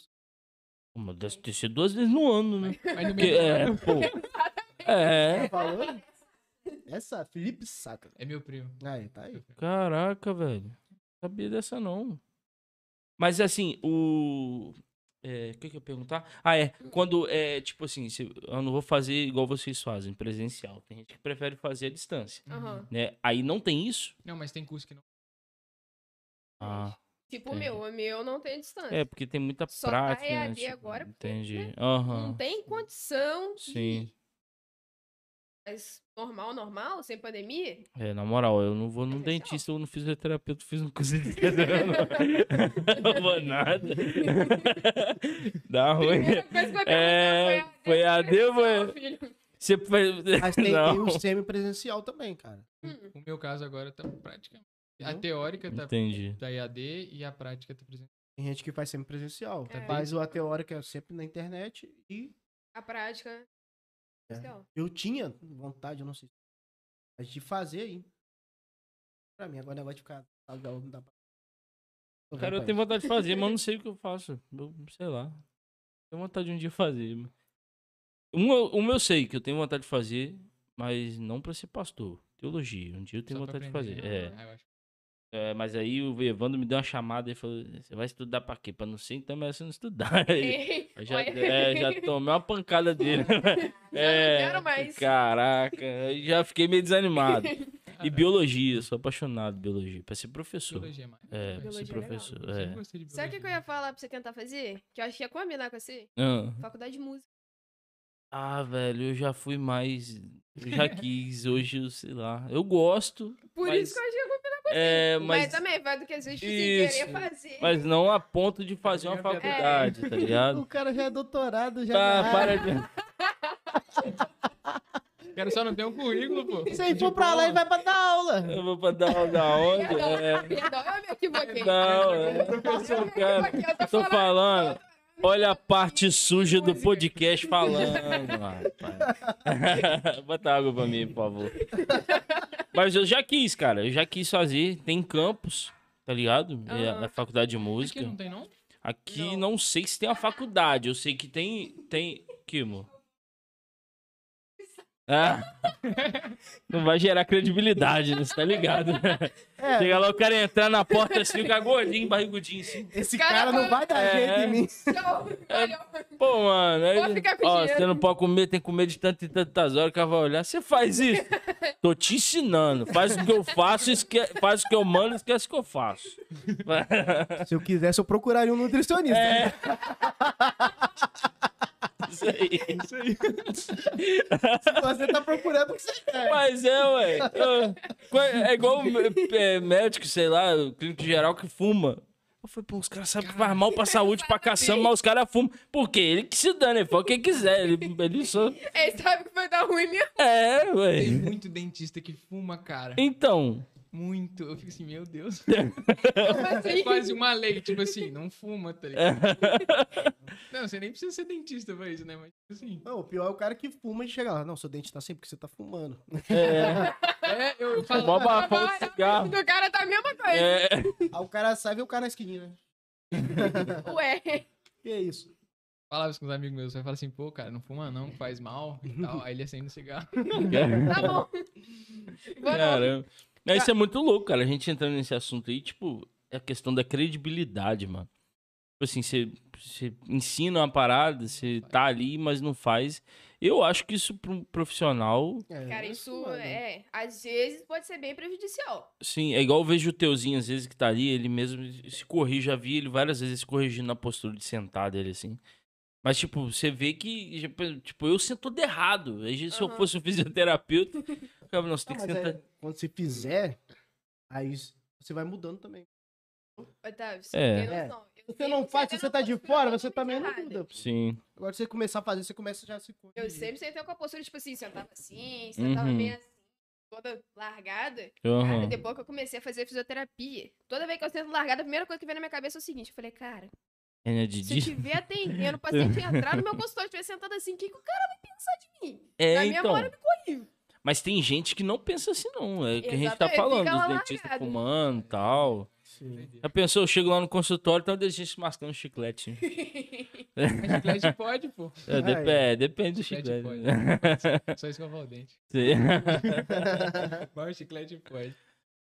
Speaker 1: Uma, deve ter sido duas vezes no ano, né?
Speaker 4: Mas no
Speaker 1: Porque,
Speaker 4: meio do ano-
Speaker 1: é, pô. É,
Speaker 2: Falou? Tá Essa, Felipe Saca.
Speaker 4: É meu primo.
Speaker 2: Aí, tá aí.
Speaker 1: caraca, velho. Não sabia dessa, não. Mas, assim, o... é, o que, que eu ia perguntar? Ah, é. Quando, é, tipo assim, se- eu não vou fazer igual vocês fazem, presencial. Tem gente que prefere fazer à distância,
Speaker 3: Aham.
Speaker 1: né? Aí não tem isso?
Speaker 4: Não, mas tem curso que não.
Speaker 1: Ah,
Speaker 3: tipo o
Speaker 1: Entendi.
Speaker 3: meu, o meu não tem distância.
Speaker 1: é, porque tem muita
Speaker 3: Só tá
Speaker 1: prática, né?
Speaker 3: EAD
Speaker 1: Tipo,
Speaker 3: agora porque,
Speaker 1: entendi.
Speaker 3: né,
Speaker 1: Aham.
Speaker 3: Não tem condição. de
Speaker 1: Sim.
Speaker 3: ir. Mas normal, normal, sem pandemia,
Speaker 1: É, na moral, eu não vou num
Speaker 3: Presencial.
Speaker 1: dentista ou no fisioterapeuta, fiz um curso de fisioterapia, não. não vou nada. Dá
Speaker 3: a
Speaker 1: ruim.
Speaker 3: primeira coisa que vai
Speaker 1: É,
Speaker 3: perguntar
Speaker 1: foi a Deus,
Speaker 3: foi
Speaker 1: foi. Você foi-
Speaker 2: Mas tem, tem
Speaker 1: não.
Speaker 2: o semi-presencial também, cara.
Speaker 3: Hum,
Speaker 4: O meu caso agora tá praticamente. A
Speaker 1: Uhum.
Speaker 2: Entendeu?
Speaker 4: teórica tá
Speaker 1: Entendi.
Speaker 4: da EAD e a prática tá presente.
Speaker 2: Tem gente que faz semi-presencial.
Speaker 3: É.
Speaker 2: Faz a teórica sempre na internet e
Speaker 3: A prática.
Speaker 2: É.
Speaker 3: Sei lá.
Speaker 2: eu tinha vontade, eu não sei se A gente fazer aí. Pra mim, agora o negócio de ficar legal não dá pra. Tô
Speaker 1: Cara, eu
Speaker 2: vendo
Speaker 1: tenho
Speaker 2: pra
Speaker 1: vontade de fazer, mas eu não sei o que eu faço. Eu, sei lá. Tenho vontade de um dia fazer. Um, eu- um eu sei que eu tenho vontade de fazer, mas não pra ser pastor. Teologia. Um dia eu tenho
Speaker 4: Só pra
Speaker 1: vontade de
Speaker 4: aprender.
Speaker 1: fazer. É.
Speaker 4: Ah, eu acho que
Speaker 1: É, mas aí o Evandro me deu uma chamada e falou: Você vai estudar pra quê? Pra não ser, então é melhor você não estudar. Eu já,
Speaker 3: Olha.
Speaker 1: é, já tomei uma pancada dele. É,
Speaker 3: quero mais.
Speaker 1: Caraca, eu já fiquei meio desanimado. E biologia, eu sou apaixonado por biologia. Pra ser professor.
Speaker 4: biologia é mais.
Speaker 1: É, pra
Speaker 3: Biologia
Speaker 1: ser
Speaker 3: é legal.
Speaker 1: professor.
Speaker 4: Eu sempre
Speaker 1: É.
Speaker 4: gostei de
Speaker 3: Sabe o que, que eu
Speaker 4: biologia.
Speaker 3: ia falar pra você tentar fazer? Que eu acho que ia combinar com você?
Speaker 1: Ah.
Speaker 3: Faculdade de música.
Speaker 1: Ah, velho, eu já fui mais. Eu já quis, hoje eu sei lá. Eu gosto,
Speaker 3: Por
Speaker 1: Mas-
Speaker 3: isso que eu acho que ia combinar.
Speaker 1: é,
Speaker 3: Mas,
Speaker 1: mas,
Speaker 3: também vai do que às vezes tipo,
Speaker 1: Isso.
Speaker 3: sem querer fazer.
Speaker 1: mas não a ponto de fazer uma
Speaker 4: Fazer uma
Speaker 1: faculdade, tá
Speaker 2: isso.
Speaker 1: ligado?
Speaker 2: O cara já é doutorado, já.
Speaker 1: Tá,
Speaker 2: na
Speaker 1: para
Speaker 2: área.
Speaker 1: de.
Speaker 4: Quero só não ter um currículo, pô.
Speaker 2: Se ele for pra lá, ele vai pra dar aula.
Speaker 1: Eu vou pra dar aula da onde?
Speaker 3: Perdão,
Speaker 1: É.
Speaker 3: perdão, eu me equivoquei.
Speaker 1: Não, é.
Speaker 3: Eu
Speaker 1: Professor,
Speaker 3: me
Speaker 1: cara.
Speaker 3: equivoquei, eu
Speaker 1: Eu tô falando. Olha a parte suja do
Speaker 3: Música.
Speaker 1: podcast falando, rapaz. Bota água pra mim, por favor. Mas eu já quis, cara. Eu já quis fazer. Tem campus, tá ligado? É a-
Speaker 3: Aham.
Speaker 1: a faculdade de
Speaker 4: Aqui
Speaker 1: música.
Speaker 4: não tem, não?
Speaker 1: Aqui não. sei se tem a faculdade. Eu sei que tem. Tem. Kimo. Ah, não vai gerar credibilidade, né? Você tá ligado?
Speaker 2: É.
Speaker 1: Chega lá, o cara entrar na porta assim, fica gordinho, barrigudinho assim.
Speaker 2: Esse cara
Speaker 3: Cara,
Speaker 2: não vai dar
Speaker 1: é.
Speaker 2: jeito em mim.
Speaker 3: Tchau, valeu.
Speaker 1: Pô, mano, aí,
Speaker 3: Pode ficar com
Speaker 1: ó,
Speaker 3: dinheiro.
Speaker 1: você não pode comer, tem que comer de tantas e tantas horas, o cara vai olhar, você faz isso? Tô te ensinando, faz o que eu faço, esque... faz o que eu mando, esquece o que eu faço.
Speaker 2: Se eu quisesse, eu procuraria um nutricionista.
Speaker 1: É. Isso aí.
Speaker 4: Isso aí.
Speaker 2: Se você tá procurando o que você quer.
Speaker 1: Mas é, ué. Eu- É igual é, médico, sei lá, clínico geral que fuma. Eu falei, pô, os caras sabem que faz mal pra saúde, pra caçamba, mas os caras fumam. Por quê? Ele que se dane, ele fala o que quiser. Ele, ele só.
Speaker 3: Ele sabe que vai dar ruim mesmo.
Speaker 1: É,
Speaker 4: Tem
Speaker 1: ué.
Speaker 4: muito dentista que fuma, cara.
Speaker 1: Então.
Speaker 4: Muito. Eu fico assim, meu Deus.
Speaker 3: Mas
Speaker 4: É
Speaker 3: aí,
Speaker 4: quase uma lei, tipo assim, não fuma, tá ligado?
Speaker 1: É.
Speaker 4: Não, você nem precisa ser dentista pra isso, né? Mas tipo assim.
Speaker 2: Não, o pior é o cara que fuma e chega lá. Não, seu dente tá assim porque você tá fumando.
Speaker 1: É.
Speaker 4: É, eu, eu
Speaker 1: Mó
Speaker 4: falo.
Speaker 1: bafão de cigarro.
Speaker 3: do cara tá a mesma coisa.
Speaker 1: É.
Speaker 2: Aí o cara sai e vê o cara na esquininha, né?
Speaker 1: É.
Speaker 3: Ué,
Speaker 2: Que é isso?
Speaker 4: Falava isso com os amigos meus, vai falar assim, pô, cara, não fuma não, que faz mal e tal. Aí ele acende o cigarro.
Speaker 3: tá bom. Vou não.
Speaker 1: Caramba. Mas isso é muito louco, cara. A gente entrando nesse assunto aí, tipo, é a questão da credibilidade, mano. Tipo assim, você, você ensina uma parada, você tá ali, mas não faz. Eu acho que isso pra um profissional,
Speaker 2: É,
Speaker 3: Cara, isso
Speaker 2: mano.
Speaker 3: é. Às vezes pode ser bem prejudicial.
Speaker 1: sim, é igual eu vejo o Teuzinho, às vezes, que tá ali, ele mesmo se corrige, já vi ele várias vezes se corrigindo na postura de sentar dele, assim. Mas, tipo, você vê que, tipo, eu sento todo errado. Aí, Se eu
Speaker 3: Aham.
Speaker 1: fosse um fisioterapeuta, eu ficava, não, você tá
Speaker 2: Não,
Speaker 1: tem que
Speaker 2: mas
Speaker 1: sentar
Speaker 2: é, quando você fizer, aí você vai mudando também.
Speaker 3: Otávio, você
Speaker 1: É.
Speaker 3: não tem noção. Eu
Speaker 2: Se
Speaker 3: sei-
Speaker 2: você não
Speaker 3: eu
Speaker 2: faz,
Speaker 3: sei
Speaker 2: se você
Speaker 3: na
Speaker 2: tá de
Speaker 3: postura
Speaker 2: fora, você também
Speaker 3: totalmente
Speaker 2: não
Speaker 3: errada.
Speaker 2: muda. pô.
Speaker 1: Sim.
Speaker 2: Agora se você começar a fazer, você começa já a se corrigir.
Speaker 3: Eu sempre sentei com a postura, tipo assim, sentava assim, sentava
Speaker 1: Uhum.
Speaker 3: bem assim, toda largada. Cara,
Speaker 2: É,
Speaker 1: Aham.
Speaker 3: depois que eu comecei a fazer fisioterapia, toda vez que eu sento largada, a primeira coisa que vem na minha cabeça é o seguinte: eu falei, cara,
Speaker 1: É, de-
Speaker 3: se
Speaker 1: de-
Speaker 3: eu estiver atendendo o paciente entrar no meu consultório, estiver sentado assim, o que, que o cara vai pensar de mim?
Speaker 1: É,
Speaker 3: Na minha
Speaker 1: então.
Speaker 3: hora eu me corrijo.
Speaker 1: Mas tem gente que não pensa assim, não. É o que a gente
Speaker 3: Exato,
Speaker 1: tá
Speaker 3: aí fica
Speaker 1: falando,
Speaker 3: lá
Speaker 1: dos dentistas
Speaker 3: largado.
Speaker 1: fumando e tal.
Speaker 2: Sim.
Speaker 1: Já pensou, eu chego lá no consultório, tá o dentista mascando um chiclete.
Speaker 4: Mas chiclete pode, pô.
Speaker 1: É, dep-
Speaker 2: Ai.
Speaker 1: é, depende do
Speaker 4: Chiclete
Speaker 1: chiclete.
Speaker 4: pode. né? Só escovar o dente.
Speaker 1: Sim.
Speaker 4: Mas chiclete pode.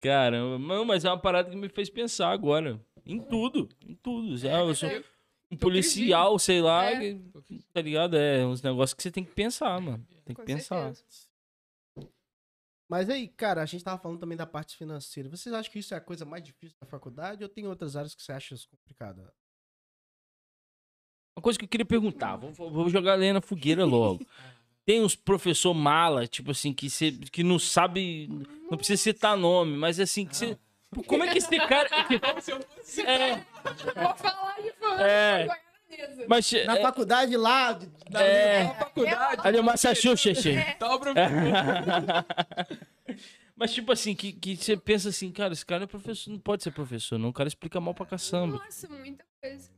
Speaker 1: Caramba, não, mas é uma parada que me fez pensar agora. Em tudo, em tudo. Já, eu sou
Speaker 3: é.
Speaker 1: um policial, sei lá,
Speaker 3: É.
Speaker 1: que- tá ligado? É uns negócios que você tem que pensar, mano. Tem que
Speaker 3: Com
Speaker 1: pensar.
Speaker 3: certeza.
Speaker 2: Mas aí, cara, a gente tava falando também da parte financeira. Vocês acham que isso é a coisa mais difícil da faculdade ou tem outras áreas que você acha complicada?
Speaker 1: Uma coisa que eu queria perguntar, vou, vou- vou jogar a lenha na fogueira logo. Tem uns professor mala, tipo assim, que, cê, que não sabe, não precisa citar nome, mas assim, que você... Como é que esse cara... que- é,
Speaker 3: Vou falar de fã.
Speaker 1: É.
Speaker 3: agora mesmo.
Speaker 1: mas... É,
Speaker 2: Na faculdade né? lá, de- da
Speaker 1: é,
Speaker 4: faculdade.
Speaker 1: ali é Massachusetts.
Speaker 3: É,
Speaker 4: Tal professor.
Speaker 1: Mas tipo assim, que que você pensa assim, cara, esse cara não é professor, não pode ser professor, não. O cara explica mal pra caçamba.
Speaker 3: Nossa, muita coisa.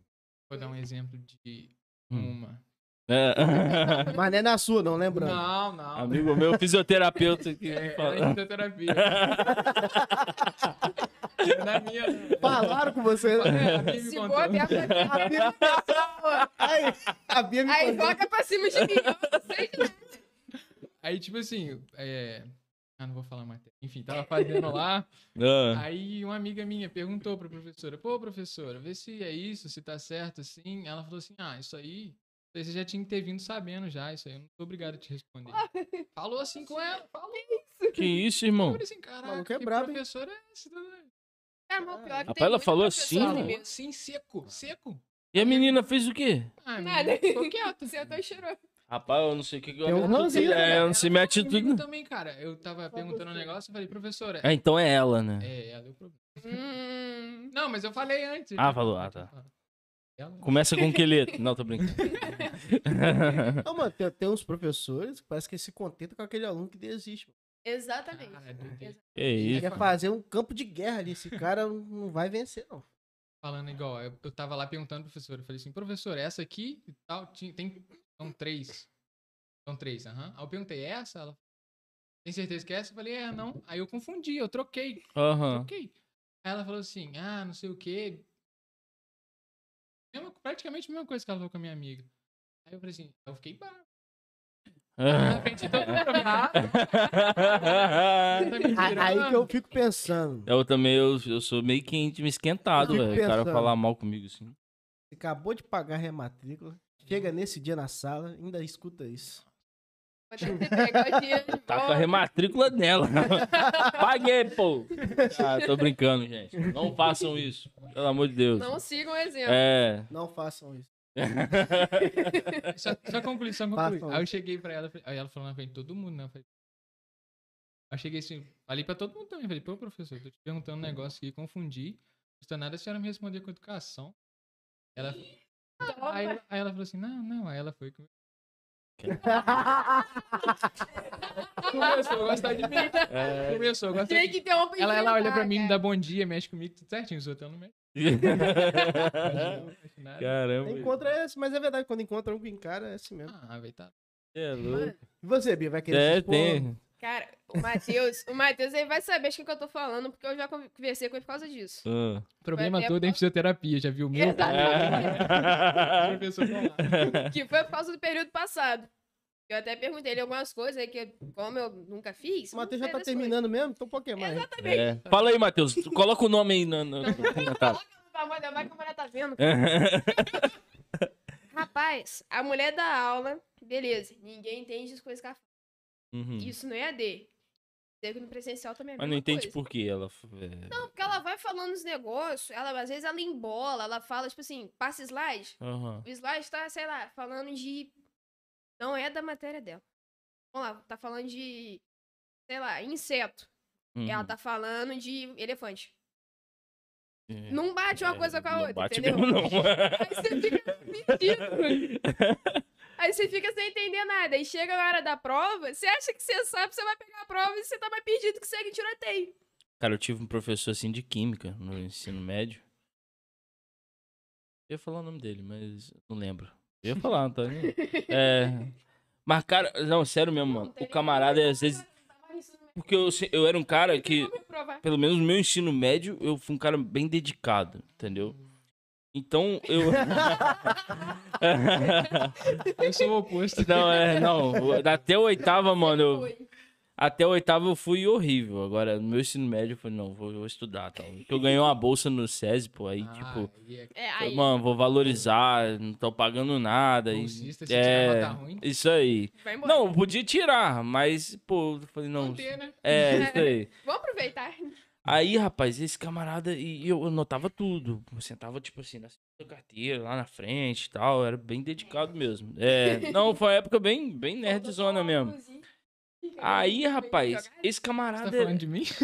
Speaker 4: Vou dar um exemplo de
Speaker 1: Hum.
Speaker 4: uma.
Speaker 1: É.
Speaker 2: Mas não é na sua, não, lembrando.
Speaker 4: Não, não.
Speaker 1: Amigo meu, fisioterapeuta que
Speaker 4: É,
Speaker 1: fala.
Speaker 4: era fisioterapia. Na minha.
Speaker 2: Falaram com você. né?
Speaker 4: É, a Bia me
Speaker 3: Se
Speaker 4: contou.
Speaker 3: boa, aberta.
Speaker 2: A Bia me passou. Aí, a Bia me
Speaker 3: Aí
Speaker 2: contou.
Speaker 3: joga pra cima de mim. Eu não sei de nada.
Speaker 4: Aí, tipo assim, é... Ah, não vou falar mais. Enfim, tava fazendo lá.
Speaker 1: Ah,
Speaker 4: Aí uma amiga minha perguntou pra professora, pô, professora, vê se é isso, se tá certo, assim. Ela falou assim, ah, isso aí, isso aí você já tinha que ter vindo sabendo já, isso aí, eu não tô obrigado a te responder. falou assim com ela, falou.
Speaker 1: que isso, irmão?
Speaker 4: Eu falei assim, caraca,
Speaker 2: maluco é
Speaker 4: que
Speaker 2: brabo, hein?"
Speaker 4: professor é esse? né?
Speaker 3: Cara, mas o pior é que
Speaker 1: Rapaz,
Speaker 3: tem
Speaker 1: ela
Speaker 3: muito
Speaker 1: falou
Speaker 3: professor
Speaker 1: assim,
Speaker 3: assim
Speaker 1: mano.
Speaker 4: Falou
Speaker 3: mesmo.
Speaker 4: assim, seco, seco.
Speaker 1: E a menina fez o quê?
Speaker 4: Ah,
Speaker 3: Nada.
Speaker 4: menina, ficou quieto.
Speaker 3: Sentou e cheirou.
Speaker 1: Rapaz, eu não sei o que, que eu
Speaker 2: Tem um
Speaker 1: atitude-
Speaker 2: ranzinho,
Speaker 1: É,
Speaker 2: né?
Speaker 1: eu não sei minha atitude.
Speaker 4: Comigo
Speaker 1: não.
Speaker 4: também, cara. Eu tava perguntando um negócio, eu falei, professora,
Speaker 1: Ah, então é ela, né?
Speaker 4: é, ela deu problema.
Speaker 3: Hum.
Speaker 4: Não, mas eu falei antes. né?
Speaker 1: Ah, falou, ah, tá.
Speaker 4: Ela-
Speaker 1: Começa com quelete. Não, tô brincando.
Speaker 2: Não, mano, tem, tem uns professores que parece que se contentam com aquele aluno que desiste. mano.
Speaker 3: Exatamente.
Speaker 4: Ah, doideira.
Speaker 3: Exa-
Speaker 1: É isso.
Speaker 2: Quer fazer um campo de guerra ali. Esse cara não vai vencer, não.
Speaker 4: Falando igual, eu, eu tava lá perguntando pro professor, eu falei assim, professor, essa aqui e tal, ti- tem, são três, são três, aham. Aí eu perguntei, "É essa? Ela, tem certeza que é essa? Eu falei, é, não. Aí eu confundi, eu troquei,
Speaker 1: Aham.
Speaker 4: troquei. Aí ela falou assim, ah, não sei o quê. Mesma- praticamente a mesma coisa que ela falou com a minha amiga. Aí eu falei assim, eu fiquei bravo. né? Na frente de todo mundo, eu falei, ah, tá me
Speaker 2: A- Aí que
Speaker 4: tirando.
Speaker 2: eu fico pensando.
Speaker 1: Eu também, eu, eu sou meio quente, me esquentado,
Speaker 2: Eu fico
Speaker 1: velho. O cara
Speaker 2: pensando.
Speaker 1: falar mal comigo, assim.
Speaker 2: Você acabou de pagar a rematrícula. Chega nesse dia na sala, ainda escuta isso.
Speaker 3: Vou ter que pegar o dinheiro de
Speaker 1: Tá com
Speaker 3: volta.
Speaker 1: a rematrícula nela. Paguei, pô. Ah, tô brincando, gente. Não façam isso. Pelo amor de Deus.
Speaker 3: Não sigam o exemplo.
Speaker 1: É.
Speaker 2: Não façam isso.
Speaker 4: Só, só concluir, só concluir.
Speaker 2: Passa,
Speaker 4: Aí eu cheguei pra ela, falei- aí ela falou na frente de todo mundo, né? Eu falei, aí eu cheguei assim, falei pra todo mundo também, falei, pô, professor, tô te perguntando um negócio aqui, confundi. Não custa nada a senhora me responder com educação. Ela, aí, aí ela falou assim, não, não, aí ela foi comigo. Começou a gostar de mim.
Speaker 1: É.
Speaker 4: Começou a gostar de
Speaker 3: Tem
Speaker 4: mim.
Speaker 3: que ter uma pra
Speaker 4: assim, Ela, ela olha pra
Speaker 3: enfrentar,
Speaker 4: mim, me dá
Speaker 3: cara.
Speaker 4: bom dia, mexe comigo, tudo certinho, os outros ela não mexem. mexe nada.
Speaker 1: Caramba.
Speaker 2: Encontra esse, mas é verdade, quando encontra um que encara, é assim mesmo.
Speaker 4: Ah, velho, tá.
Speaker 1: É louco.
Speaker 2: E você, Bia, vai querer se
Speaker 1: É,
Speaker 2: expor?
Speaker 1: tem.
Speaker 3: Cara, o Matheus, o Matheus ele vai saber acho que o que eu tô falando, porque eu já conversei com ele por causa disso.
Speaker 1: Ah.
Speaker 4: O problema
Speaker 3: ter a
Speaker 4: todo é em fisioterapia, já viu o meu?
Speaker 3: Exatamente.
Speaker 4: Professor, vamos lá.
Speaker 1: É.
Speaker 3: Que foi por causa do período passado. Eu até perguntei ele algumas coisas aí que, como eu nunca fiz.
Speaker 2: O Matheus já
Speaker 3: não sei
Speaker 2: tá
Speaker 3: das
Speaker 2: terminando mesmo, então por que mais?
Speaker 3: Exatamente.
Speaker 1: É. Fala aí, Matheus. Tu Coloca o nome aí no, no, no comentário.
Speaker 3: coisas. Vai, vai, vai que a mulher tá vendo.
Speaker 1: É.
Speaker 3: Rapaz, a mulher dá aula, beleza. Ninguém entende as coisas que ela fala.
Speaker 1: Uhum.
Speaker 3: Isso não é AD. Dizer que no presencial também é a
Speaker 1: Mas não
Speaker 3: mesma
Speaker 1: entende
Speaker 3: coisa.
Speaker 1: por que ela. é.
Speaker 3: Não, porque ela vai falando os negócios, ela, às vezes ela embola, ela fala, tipo assim, passa slide,
Speaker 1: Aham.
Speaker 3: O slide tá, sei lá, falando de. Não é da matéria dela. Vamos lá, tá falando de. Sei lá, inseto.
Speaker 1: Uhum.
Speaker 3: Ela tá falando de elefante.
Speaker 1: É.
Speaker 3: Não bate uma coisa com a
Speaker 1: não
Speaker 3: outra,
Speaker 1: bate
Speaker 3: entendeu?
Speaker 1: mesmo, não.
Speaker 3: Aí você fica mentindo. Aí você fica sem entender nada. Aí chega a hora da prova, você acha que você sabe, você vai pegar a prova e você tá mais perdido que segue tiroteio.
Speaker 1: Cara, eu tive um professor assim de química no ensino médio. Eu ia falar o nome dele, mas não lembro. Eu ia falar, não tá nem. É. Mas, cara, não, sério mesmo, mano. O camarada, às vezes. Porque eu, se- eu era um cara que,
Speaker 3: Vamos provar.
Speaker 1: pelo menos no meu ensino médio, eu fui um cara bem dedicado, entendeu? Então eu.
Speaker 4: "Ah, Eu sou o oposto.
Speaker 1: Não, é, não. Até a oitava, mano, eu,
Speaker 3: Foi.
Speaker 1: Até a oitava eu fui horrível. Agora, no meu ensino médio, eu falei, não, vou, vou estudar, tal. Porque eu ganhei uma bolsa no SESI, pô, aí, tipo...
Speaker 4: Ah, e é
Speaker 3: É,
Speaker 1: falei,
Speaker 3: aí.
Speaker 1: Mano, vou valorizar, não tô pagando nada. e-
Speaker 4: Bolsista, se tirar
Speaker 1: é,
Speaker 4: nota ruim.
Speaker 1: isso aí.
Speaker 3: Vai embora.
Speaker 1: Não, eu podia tirar, mas, pô, eu falei, não...
Speaker 4: manter, né?
Speaker 1: É, isso aí.
Speaker 3: Vamos aproveitar.
Speaker 1: Aí, rapaz, esse camarada, e eu anotava tudo. Eu sentava, tipo assim, na segunda carteira, lá na frente e tal. Era bem dedicado mesmo. É, não, foi uma época bem, bem nerdzona mesmo.
Speaker 3: assim,
Speaker 4: um
Speaker 1: Aí, rapaz, esse
Speaker 4: Você
Speaker 1: camarada... é,
Speaker 4: tá falando de mim?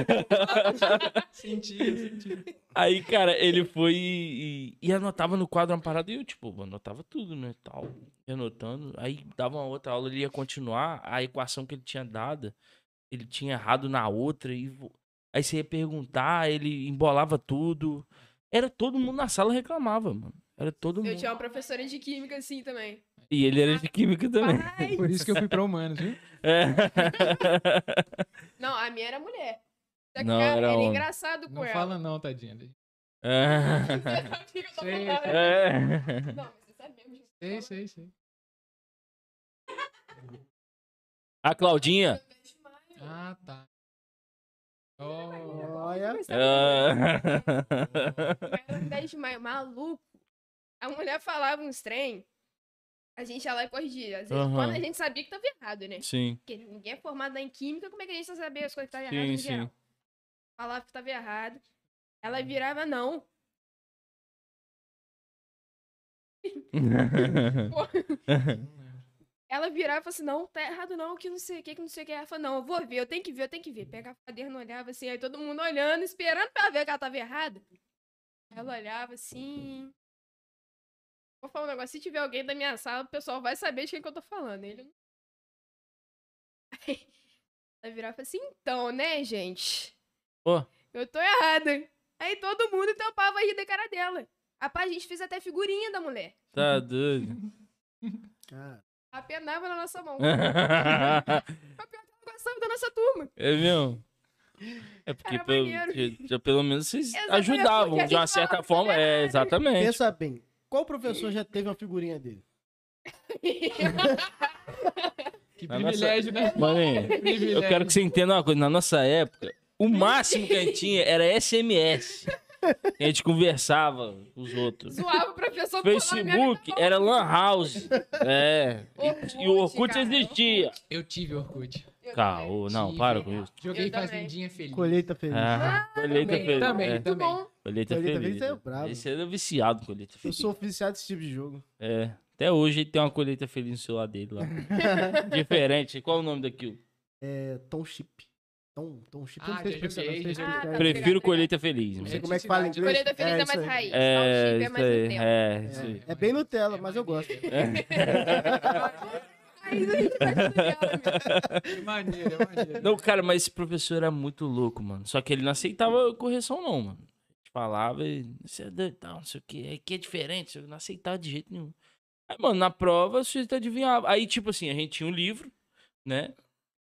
Speaker 4: senti, eu senti.
Speaker 1: Aí, cara, ele foi e, e- e anotava no quadro uma parada e eu, tipo, anotava tudo, né, tal. E Anotando. Aí dava uma outra aula, ele ia continuar a equação que ele tinha dada. Ele tinha errado na outra e... vo- Aí você ia perguntar, ele embolava tudo. Era todo mundo na sala reclamava, mano. Era todo
Speaker 3: Eu
Speaker 1: mundo.
Speaker 3: tinha uma professora de química assim também.
Speaker 1: E ele era de química também.
Speaker 3: Ai!
Speaker 4: Por isso que eu fui pra humanos, viu?
Speaker 3: Ah.
Speaker 1: É.
Speaker 3: Não, a minha era mulher. Só que,
Speaker 1: Não,
Speaker 3: cara,
Speaker 1: era
Speaker 3: era
Speaker 1: homem.
Speaker 3: engraçado com
Speaker 4: Não
Speaker 3: ela.
Speaker 4: fala não, tadinha. dele.
Speaker 1: É.
Speaker 3: O que eu tô
Speaker 4: Sei,
Speaker 3: falando? né?
Speaker 1: É.
Speaker 3: Não, mas você sabe mesmo disso.
Speaker 4: Sei, sei, sei.
Speaker 1: A Claudinha.
Speaker 4: Ah, tá. Oh,
Speaker 2: Olha.
Speaker 1: Ah.
Speaker 3: assim,
Speaker 1: É.
Speaker 3: Era um 10 de maio, maluco. A mulher falava uns trem, a gente ia lá e corrigia. Às vezes,
Speaker 1: Aham.
Speaker 3: quando a gente sabia que tava errado, né?
Speaker 1: Sim.
Speaker 3: Porque ninguém é formado em química, como é que a gente vai saber as coisas que estavam
Speaker 1: Sim,
Speaker 3: erradas no
Speaker 1: sim.
Speaker 3: geral? Falava que tava errado. Ela virava, não. Ela virava e falava assim, não, tá errado não, que não sei o que, que não sei o que. Ela falou, não, eu vou ver, eu tenho que ver, eu tenho que ver. Pegava o caderno, olhava assim, aí todo mundo olhando, esperando pra ver que ela tava errada. Ela olhava assim... Vou falar um negócio, se tiver alguém da minha sala, o pessoal vai saber de quem que eu tô falando. Ele não... Aí, ela virava e falou assim, então, né, gente?
Speaker 1: Ó.
Speaker 3: Eu tô errada. Aí todo mundo tampava a rir da cara dela. Rapaz, a gente fez até figurinha da mulher.
Speaker 1: Tá doido.
Speaker 2: Cara,
Speaker 3: Apenava na nossa mão.
Speaker 1: É
Speaker 3: Gostava da nossa turma.
Speaker 1: mesmo? É porque
Speaker 3: Era
Speaker 1: pelo,
Speaker 3: maneiro.
Speaker 1: que- já pelo menos vocês
Speaker 3: Exatamente,
Speaker 1: ajudavam
Speaker 3: porque a
Speaker 1: de uma
Speaker 3: gente
Speaker 1: certa
Speaker 3: falava
Speaker 1: forma.
Speaker 3: tudo
Speaker 1: É,
Speaker 3: errado.
Speaker 1: exatamente.
Speaker 2: pensa bem. Qual professor já teve uma figurinha dele?
Speaker 4: que
Speaker 1: Na nossa-
Speaker 4: privilégio, né?
Speaker 1: Maninho, eu
Speaker 4: Privilégio.
Speaker 1: quero que você entenda uma coisa. Na nossa época, o máximo que a gente tinha era SMS. A gente conversava com os outros.
Speaker 3: Zoava o professor por lá, minha amiga
Speaker 1: Facebook
Speaker 3: falou,
Speaker 1: era Lan House. É.
Speaker 3: Orkut,
Speaker 1: E o Orkut
Speaker 3: cara,
Speaker 1: existia.
Speaker 4: Eu tive Orkut.
Speaker 3: Eu também.
Speaker 1: Caô, não,
Speaker 4: Tive.
Speaker 1: para com isso.
Speaker 4: Joguei
Speaker 3: Eu também.
Speaker 4: fazendinha feliz.
Speaker 2: Colheita feliz.
Speaker 1: Ah, colheita
Speaker 4: também,
Speaker 2: né?
Speaker 1: feliz.
Speaker 4: também.
Speaker 1: é,
Speaker 3: Muito bom.
Speaker 1: colheita
Speaker 2: Colheita
Speaker 1: feliz.
Speaker 2: feliz é brabo.
Speaker 1: Esse era viciado em colheita
Speaker 2: Eu
Speaker 1: feliz.
Speaker 2: sou oficiado desse tipo de jogo.
Speaker 1: É. Até hoje ele tem uma colheita feliz no celular dele lá. Diferente. Qual o nome daquilo?
Speaker 2: É Tom Chip. Tom, Tom Chip. eu
Speaker 4: Ah,
Speaker 2: não sei
Speaker 4: já
Speaker 2: expressar,
Speaker 4: joguei,
Speaker 2: não sei
Speaker 4: já
Speaker 2: expressar.
Speaker 3: joguei. Tá
Speaker 1: Prefiro
Speaker 3: ligado,
Speaker 1: colheita feliz.
Speaker 2: Não
Speaker 1: mano.
Speaker 2: sei como é que fala em inglês.
Speaker 3: Colheida feliz é,
Speaker 2: isso
Speaker 3: mais
Speaker 2: aí. Tá
Speaker 3: raiz.
Speaker 1: É,
Speaker 3: Salchip é
Speaker 1: isso
Speaker 3: mais
Speaker 1: aí.
Speaker 3: Nutella.
Speaker 1: É, isso aí.
Speaker 2: É, é bem Nutella, mas eu gosto.
Speaker 4: É
Speaker 3: Raiz a gente tá né? faz Nutella mesmo.
Speaker 4: Que maneiro, é maneiro.
Speaker 1: Não, cara, mas esse professor era muito louco, mano. Só que ele não aceitava correção, não, mano. A gente falava e. Você é doido, tal, não sei o que. Aqui é diferente, eu não aceitava de jeito nenhum. Aí, mano, na prova, você adivinhava. Aí, tipo assim, a gente tinha um livro, né?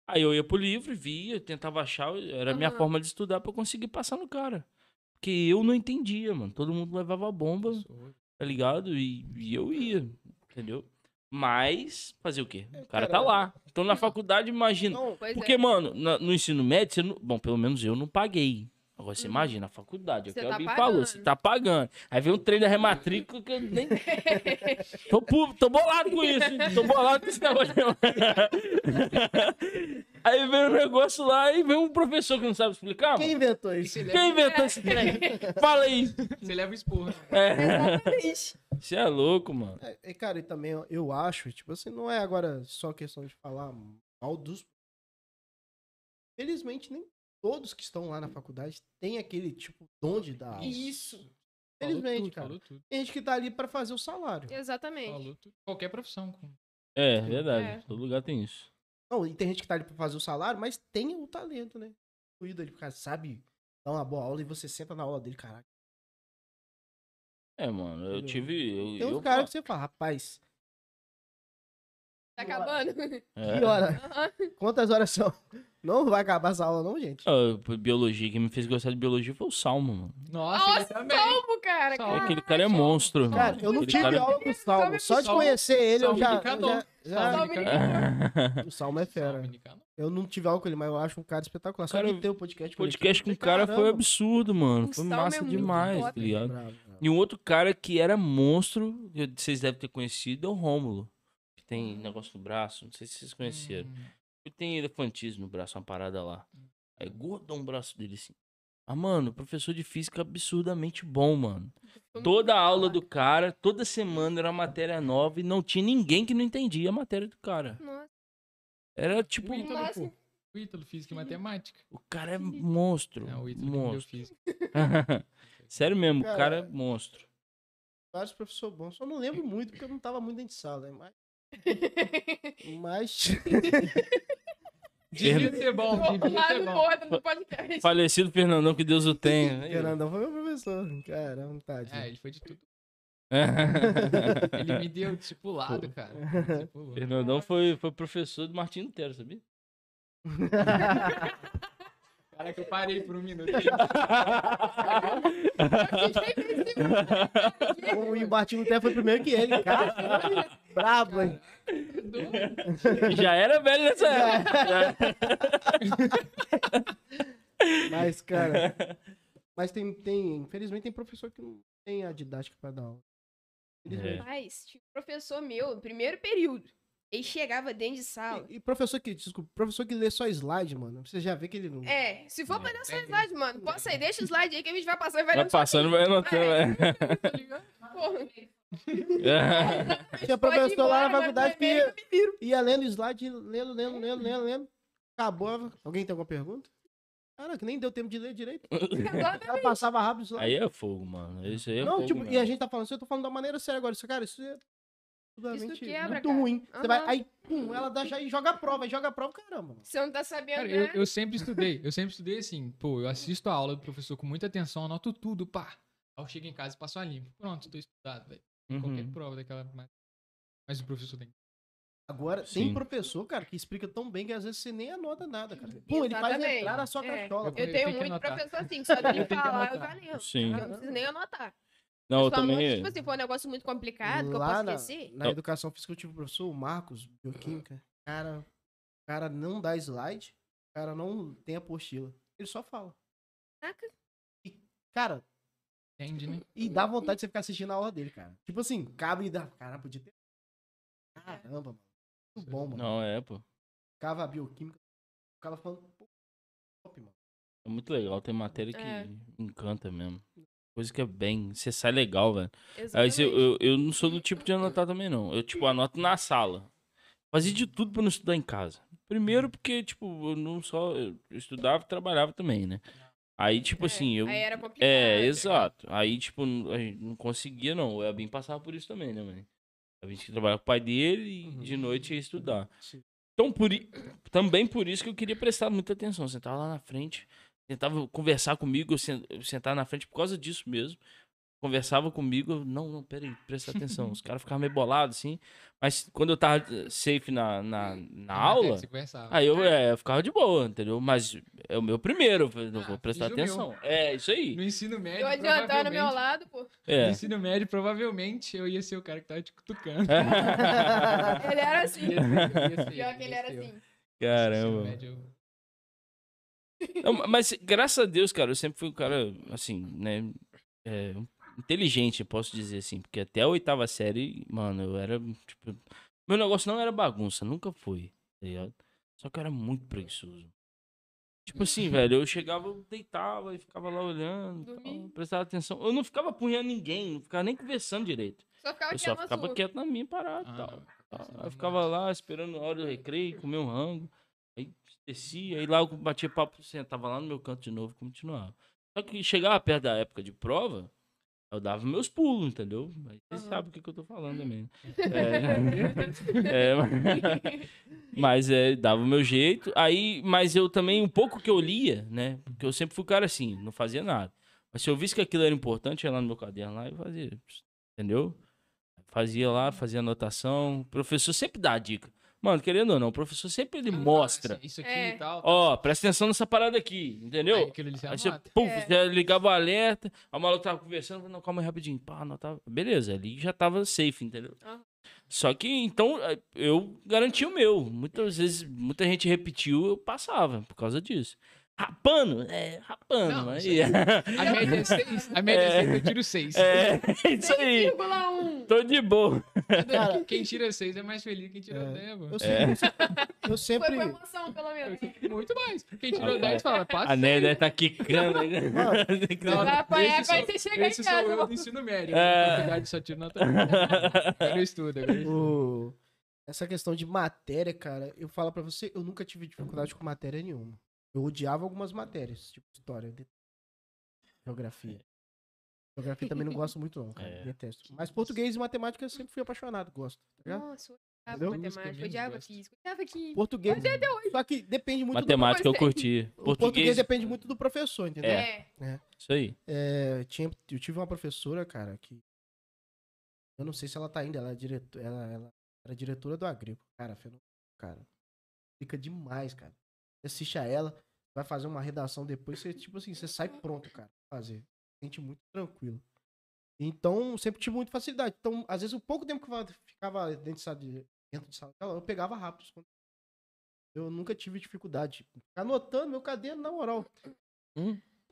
Speaker 1: Aí eu ia pro livro, via, tentava achar. Era a minha
Speaker 3: Aham.
Speaker 1: forma de estudar pra eu conseguir passar no cara. Porque eu não entendia, mano. Todo mundo levava bomba, tá ligado? E, e eu ia, entendeu? Mas, fazer o quê? O cara tá
Speaker 2: caralho.
Speaker 1: lá. Então, na faculdade, imagina.
Speaker 2: Então,
Speaker 3: Pois
Speaker 1: Porque,
Speaker 3: é.
Speaker 1: mano, na- no ensino médio, você não- bom, pelo menos eu não paguei. Agora você imagina, a faculdade, é o
Speaker 3: Uhum. Você
Speaker 1: que
Speaker 3: tá
Speaker 1: alguém
Speaker 3: pagando.
Speaker 1: falou, você tá pagando. Aí vem um trem da rematrícula que eu nem. tô, pu- tô bolado com isso, hein? tô bolado com esse negócio. Aí vem um negócio lá e vem um professor que não sabe explicar.
Speaker 2: Quem
Speaker 1: Quem,
Speaker 2: inventou isso?
Speaker 4: Você
Speaker 1: Quem
Speaker 4: leva,
Speaker 1: inventou esse trem? Fala aí.
Speaker 4: você leva o esporro.
Speaker 1: É.
Speaker 3: Exatamente.
Speaker 1: Você é louco, mano.
Speaker 2: É, é, cara, e também eu- eu acho, tipo assim, não é agora só questão de falar mal dos. Felizmente, nem todos que estão lá na faculdade têm aquele tipo dom de dar aula.
Speaker 4: Isso.
Speaker 2: Felizmente,
Speaker 4: tudo,
Speaker 2: cara.
Speaker 4: Falou tudo,
Speaker 2: Tem gente que tá ali pra fazer o salário.
Speaker 3: Exatamente.
Speaker 4: falou tudo. Qualquer profissão. com-
Speaker 1: É, verdade.
Speaker 3: É.
Speaker 1: Todo lugar tem isso.
Speaker 2: Não, e tem gente que tá ali pra fazer o salário, mas tem o talento, né? O ídolo ali, cara, sabe dar uma boa aula e você senta na aula dele, caraca.
Speaker 1: É, mano, eu
Speaker 2: Entendeu?
Speaker 1: tive. Eu,
Speaker 2: Tem
Speaker 1: eu-
Speaker 2: uns caras que você fala, rapaz,
Speaker 3: Tá acabando?
Speaker 1: É.
Speaker 2: que hora?
Speaker 3: Aham.
Speaker 2: Quantas horas são? Não vai acabar essa aula, não, gente.
Speaker 1: Ah, foi biologia, quem me fez gostar de biologia foi o Salmo, mano.
Speaker 4: Nossa, ele é
Speaker 3: Nossa,
Speaker 4: também.
Speaker 3: salvo,
Speaker 1: É,
Speaker 3: cara.
Speaker 4: Salvo.
Speaker 3: Caralho.
Speaker 1: aquele cara é monstro, mano.
Speaker 2: Cara, eu não
Speaker 1: Aquele
Speaker 2: tive
Speaker 1: cara-
Speaker 2: aula com o Salmo. Só de
Speaker 4: Salmo-
Speaker 2: conhecer ele, eu
Speaker 4: Salmo
Speaker 2: já.
Speaker 4: indicador.
Speaker 1: um.
Speaker 2: já- já-
Speaker 4: Salmo
Speaker 2: O Salmo é fera.
Speaker 4: Dominicano.
Speaker 2: Eu não tive álcool com ele, mas eu acho um cara espetacular. Só
Speaker 1: Cara,
Speaker 2: de ter o podcast.
Speaker 1: O
Speaker 2: com ele
Speaker 1: podcast
Speaker 2: aqui,
Speaker 1: com
Speaker 2: eu
Speaker 1: o
Speaker 2: falei,
Speaker 1: cara foi
Speaker 2: "Caramba,
Speaker 1: absurdo, mano. Foi
Speaker 3: O Salmo é
Speaker 1: massa
Speaker 3: muito
Speaker 1: demais,
Speaker 3: top,
Speaker 1: tá ligado?
Speaker 2: bravo, bravo."
Speaker 1: E um outro cara que era monstro, que vocês devem ter conhecido, é o Rômulo. Que tem negócio no braço, não sei se vocês
Speaker 2: É
Speaker 1: conheceram.
Speaker 4: Hum.
Speaker 1: Ele tem elefantismo no braço, uma parada lá.
Speaker 3: Hum.
Speaker 1: É gordão o braço dele, assim. Ah, mano, professor de física é absurdamente bom, mano. Toda a aula do cara, toda semana era uma matéria nova e não tinha ninguém que não entendia a matéria do cara.
Speaker 3: Nossa,
Speaker 1: Era tipo,
Speaker 4: O Ítalo,
Speaker 3: Máximo.
Speaker 4: pô. O Ítalo, física e matemática.
Speaker 1: o cara é monstro.
Speaker 4: É, o Ítalo que me deu
Speaker 1: monstro.
Speaker 4: física.
Speaker 1: Sério mesmo, o cara é
Speaker 2: Cara,
Speaker 1: monstro.
Speaker 2: Vários professores bons. Só não lembro muito, porque eu não tava muito dentro de sala, né? Mas. mas...
Speaker 4: Devia ser bom, devia
Speaker 3: Lá
Speaker 4: ser
Speaker 3: no
Speaker 4: bom.
Speaker 3: bordo do podcast.
Speaker 1: Falecido Fernandão, que Deus o tenha.
Speaker 2: Fernandão foi meu professor. Caramba, tadinho.
Speaker 4: É, ele foi de tudo. Ele me deu discipulado, cara. Discipulou.
Speaker 1: Fernandão foi, foi professor do Martin Lutero, sabia?
Speaker 4: Cara, que eu parei por um minuto.
Speaker 3: Eu fiquei
Speaker 1: É,
Speaker 3: pensando,
Speaker 2: O- E o Martin Lutero foi primeiro que ele, cara. Brabo, hein?
Speaker 1: Já era velho nessa época. Já-
Speaker 2: Mas, cara. Mas tem, tem. Infelizmente tem professor que não tem a didática pra dar aula. Infelizmente.
Speaker 3: Rapaz, tinha um professor meu, no primeiro período, ele chegava dentro de sala.
Speaker 2: E, e professor que, desculpa, professor que lê só slide, mano. Você já vê que ele não.
Speaker 3: É, se for pra dar só
Speaker 4: É.
Speaker 3: slide, mano, pode sair, deixa o slide aí que a gente vai passar e vai um
Speaker 1: Vai
Speaker 3: dando
Speaker 1: passando, vai
Speaker 3: soquinho.
Speaker 1: anotando.
Speaker 3: É, tá Porra,
Speaker 1: é.
Speaker 2: Tinha
Speaker 3: pode ir
Speaker 2: professor lá na
Speaker 3: embora, vai
Speaker 2: faculdade que
Speaker 3: comer,
Speaker 2: ia, ia lendo slide, lendo, lendo, lendo, lendo, lendo. Acabou. Alguém tem alguma pergunta? Caraca, nem deu tempo de ler direito.
Speaker 3: agora
Speaker 2: Ela passava rápido o slide.
Speaker 1: Aí é fogo, mano. Isso aí é
Speaker 2: não,
Speaker 1: fogo.
Speaker 2: tipo, e
Speaker 1: mesmo.
Speaker 2: a gente tá falando isso, eu tô falando da maneira séria agora. Isso, cara, isso é absolutamente
Speaker 3: quebra,
Speaker 2: muito
Speaker 3: cara.
Speaker 2: ruim. Você vai,
Speaker 3: Aham.
Speaker 2: aí, pum, ela dá já e joga a prova, aí joga a prova, caramba. mano.
Speaker 3: Você não tá sabendo,
Speaker 4: Cara, eu,
Speaker 3: né?
Speaker 4: eu sempre estudei, eu sempre estudei assim, pô, eu assisto a aula do professor com muita atenção, anoto tudo, pá. Aí eu chego em casa e passo a limpo. Pronto, tô estudado, velho. Qualquer
Speaker 1: Uhum.
Speaker 4: prova daquela. Mas, mas o professor tem que.
Speaker 2: Agora,
Speaker 1: Sim.
Speaker 2: tem professor, cara, que explica tão bem que às vezes você nem anota nada, cara. Pum, ele faz
Speaker 3: Exatamente.
Speaker 2: entrar na sua
Speaker 3: É.
Speaker 2: cachola.
Speaker 3: Eu
Speaker 4: Eu
Speaker 3: tenho
Speaker 4: tenho que
Speaker 3: muito
Speaker 4: anotar.
Speaker 3: professor assim, que só de
Speaker 4: Eu tenho que
Speaker 3: falar, eu já
Speaker 4: anotar.
Speaker 3: lembro.
Speaker 1: Sim.
Speaker 3: Eu não preciso nem anotar.
Speaker 1: Não, eu
Speaker 3: Só anoto,
Speaker 1: também.
Speaker 3: Tipo assim, foi um negócio muito complicado que eu
Speaker 2: Lá
Speaker 3: posso
Speaker 2: na,
Speaker 3: esquecer.
Speaker 2: na
Speaker 1: Não.
Speaker 2: educação física eu tive um professor, o Marcos, bioquímica. Cara, o cara não dá slide, o cara não tem apostila. Ele só fala.
Speaker 3: Caraca.
Speaker 2: Cara,
Speaker 4: Entende, né?
Speaker 2: e dá vontade de você ficar assistindo a aula dele, cara. Tipo assim, cabe e dá. Cara, podia ter. Caramba, mano. Muito bom, mano.
Speaker 3: assim,
Speaker 1: Não, é, pô.
Speaker 2: Ficava a bioquímica. Ficava falando. Pô, top, mano.
Speaker 1: É muito legal. Tem matéria que
Speaker 3: É.
Speaker 1: encanta mesmo. Coisa que é bem. Você sai legal, velho. Aí
Speaker 3: Exatamente.
Speaker 1: se Ah, eu, eu, eu não sou do tipo de anotar também, não. Eu, tipo, anoto na sala. Fazia de tudo pra não estudar em casa. Primeiro porque, tipo, eu não só... Eu estudava e trabalhava também, né? Aí, tipo
Speaker 3: É, né?
Speaker 1: assim, eu...
Speaker 3: Aí era complicado.
Speaker 1: É, exato. Aí, tipo, n- a gente não conseguia, não. O Elbin passava por isso também, né, mãe? A gente que trabalhava com o pai dele e de
Speaker 3: Uhum.
Speaker 1: noite ia estudar.
Speaker 2: Sim.
Speaker 1: Então, por, i- também por isso que eu queria prestar muita atenção. Sentar lá na frente, tentava conversar comigo, eu sen- eu sentar na frente por causa disso mesmo. Conversava comigo, eu, não, não, peraí, presta atenção. Os caras ficavam meio bolados, assim. Mas quando eu tava eh, safe na, na, na aula,
Speaker 4: Você conversava.
Speaker 1: aí eu, eh, eu ficava de boa, entendeu? Mas é o meu primeiro, eu falei, não
Speaker 4: Ah,
Speaker 1: vou prestar
Speaker 4: fiz o meu.
Speaker 1: atenção. É, isso aí.
Speaker 4: No ensino médio.
Speaker 3: Eu adiantando ao meu
Speaker 4: provavelmente-
Speaker 3: lado, pô.
Speaker 1: É.
Speaker 4: No ensino médio, provavelmente, eu ia ser o cara que tava te cutucando.
Speaker 1: É.
Speaker 3: Ele era assim.
Speaker 4: Ia ser, ia ser,
Speaker 3: Pior que ele
Speaker 4: ia
Speaker 3: era
Speaker 4: ser eu.
Speaker 3: assim.
Speaker 4: No ensino
Speaker 1: Caramba.
Speaker 4: médio, eu-
Speaker 1: Não, mas graças a Deus, cara, eu sempre fui um cara, assim, né? é, inteligente, eu posso dizer assim. Porque até a oitava série, mano, eu era, tipo. Meu negócio não era bagunça, nunca foi, tá ligado? Só que eu era muito preguiçoso. Tipo assim, velho, eu chegava, eu deitava e ficava lá olhando, tal,
Speaker 3: Dormia.
Speaker 1: prestava atenção. Eu não ficava apunhando ninguém, não ficava nem conversando direito.
Speaker 3: Só ficava
Speaker 1: Eu só
Speaker 3: quieto na
Speaker 1: ficava
Speaker 3: sua.
Speaker 1: quieto na minha parada e
Speaker 4: Ah,
Speaker 1: tal.
Speaker 4: não.
Speaker 1: Ah,
Speaker 4: Isso é
Speaker 1: Eu
Speaker 4: normal.
Speaker 1: ficava lá esperando a hora do recreio, comer um rango. Aí descia, aí lá eu batia papo, sentava lá no meu canto de novo e continuava. Só que chegava perto da época de prova, eu dava meus pulos, entendeu? Mas você
Speaker 3: Aham.
Speaker 1: sabe o que, que eu tô falando também. né? É, é, mas- mas é, dava o meu jeito. Aí, mas eu também, um pouco que eu lia, né? Porque eu sempre fui o cara assim, não fazia nada. Mas se eu visse que aquilo era importante, ia lá no meu caderno lá e fazia. Entendeu? Fazia lá, fazia anotação. O professor sempre dá a dica. Mano, querendo ou não, o professor sempre ele
Speaker 4: Ah,
Speaker 1: mostra.
Speaker 4: assim, Isso aqui
Speaker 3: É.
Speaker 4: e tal.
Speaker 1: Ó, presta atenção nessa parada aqui, entendeu?
Speaker 4: Aí aquilo ali você
Speaker 1: Aí você,
Speaker 4: anota.
Speaker 1: pum,
Speaker 3: É.
Speaker 1: já ligava o alerta, a maluca tava conversando, não, calma aí rapidinho, pá, anotava. Beleza, ali já tava safe, entendeu?
Speaker 3: Aham.
Speaker 1: Só que, então, eu garanti o meu. Muitas vezes, muita gente repetiu, eu passava por causa disso. Rapando? É, rapando.
Speaker 4: Não,
Speaker 1: aí.
Speaker 4: isso A média é seis. A média é seis, eu tiro seis.
Speaker 1: é, isso aí.
Speaker 3: 6,1.
Speaker 1: Tô de boa.
Speaker 2: Cara,
Speaker 4: Quem tira seis é mais feliz que quem tira
Speaker 2: É.
Speaker 4: dez, mano.
Speaker 2: eu sempre. Eu sempre
Speaker 3: Foi com emoção, pelo menos.
Speaker 4: Muito mais. Quem
Speaker 1: Ah,
Speaker 4: tirou
Speaker 1: cara.
Speaker 4: 10 fala, passa.
Speaker 1: A Nélia tá quicando. Tá ainda.
Speaker 4: Não,
Speaker 3: Vai apanhar
Speaker 4: esse
Speaker 3: quando
Speaker 4: sou-
Speaker 3: você chegar em
Speaker 4: esse
Speaker 3: casa,
Speaker 4: sou eu
Speaker 3: mano.
Speaker 4: do ensino médio. né?
Speaker 1: É.
Speaker 4: Na faculdade só tiro nota. boa. Agora eu estudo. Agora eu estudo.
Speaker 2: o- Essa questão de matéria, cara, eu falo pra você, eu nunca tive dificuldade com matéria nenhuma. Eu odiava algumas matérias, tipo história, de- geografia. Geografia também não gosto muito, não, cara.
Speaker 1: É.
Speaker 2: Detesto. Mas português e matemática eu sempre fui apaixonado, gosto. Tá ligado?
Speaker 3: Nossa,
Speaker 2: Entendeu?
Speaker 3: matemática, eu
Speaker 4: Música
Speaker 3: odiava
Speaker 4: é menos
Speaker 3: física, eu odiava química.
Speaker 2: Português. Só que depende muito
Speaker 1: Matemática eu
Speaker 3: você.
Speaker 1: curti.
Speaker 2: do. O português
Speaker 1: é Português,
Speaker 4: é
Speaker 2: depende muito do professor, entendeu?
Speaker 1: É. isso aí.
Speaker 2: É, tinha, eu tive uma professora, cara, que. Eu não sei se ela tá ainda, ela, é direto, ela, ela era diretora do Agrícola. Cara, fenômeno, cara. Fica demais, cara. Você assiste a ela, vai fazer uma redação depois, você, tipo assim, você sai pronto, cara, pra fazer. Sente muito tranquilo. Então, sempre tive muita facilidade. Então, às vezes, o pouco tempo que eu ficava dentro de sala de, dentro de sala dela, eu pegava rápido. os conteúdos. Eu nunca tive dificuldade. Ficar anotando meu caderno, na moral.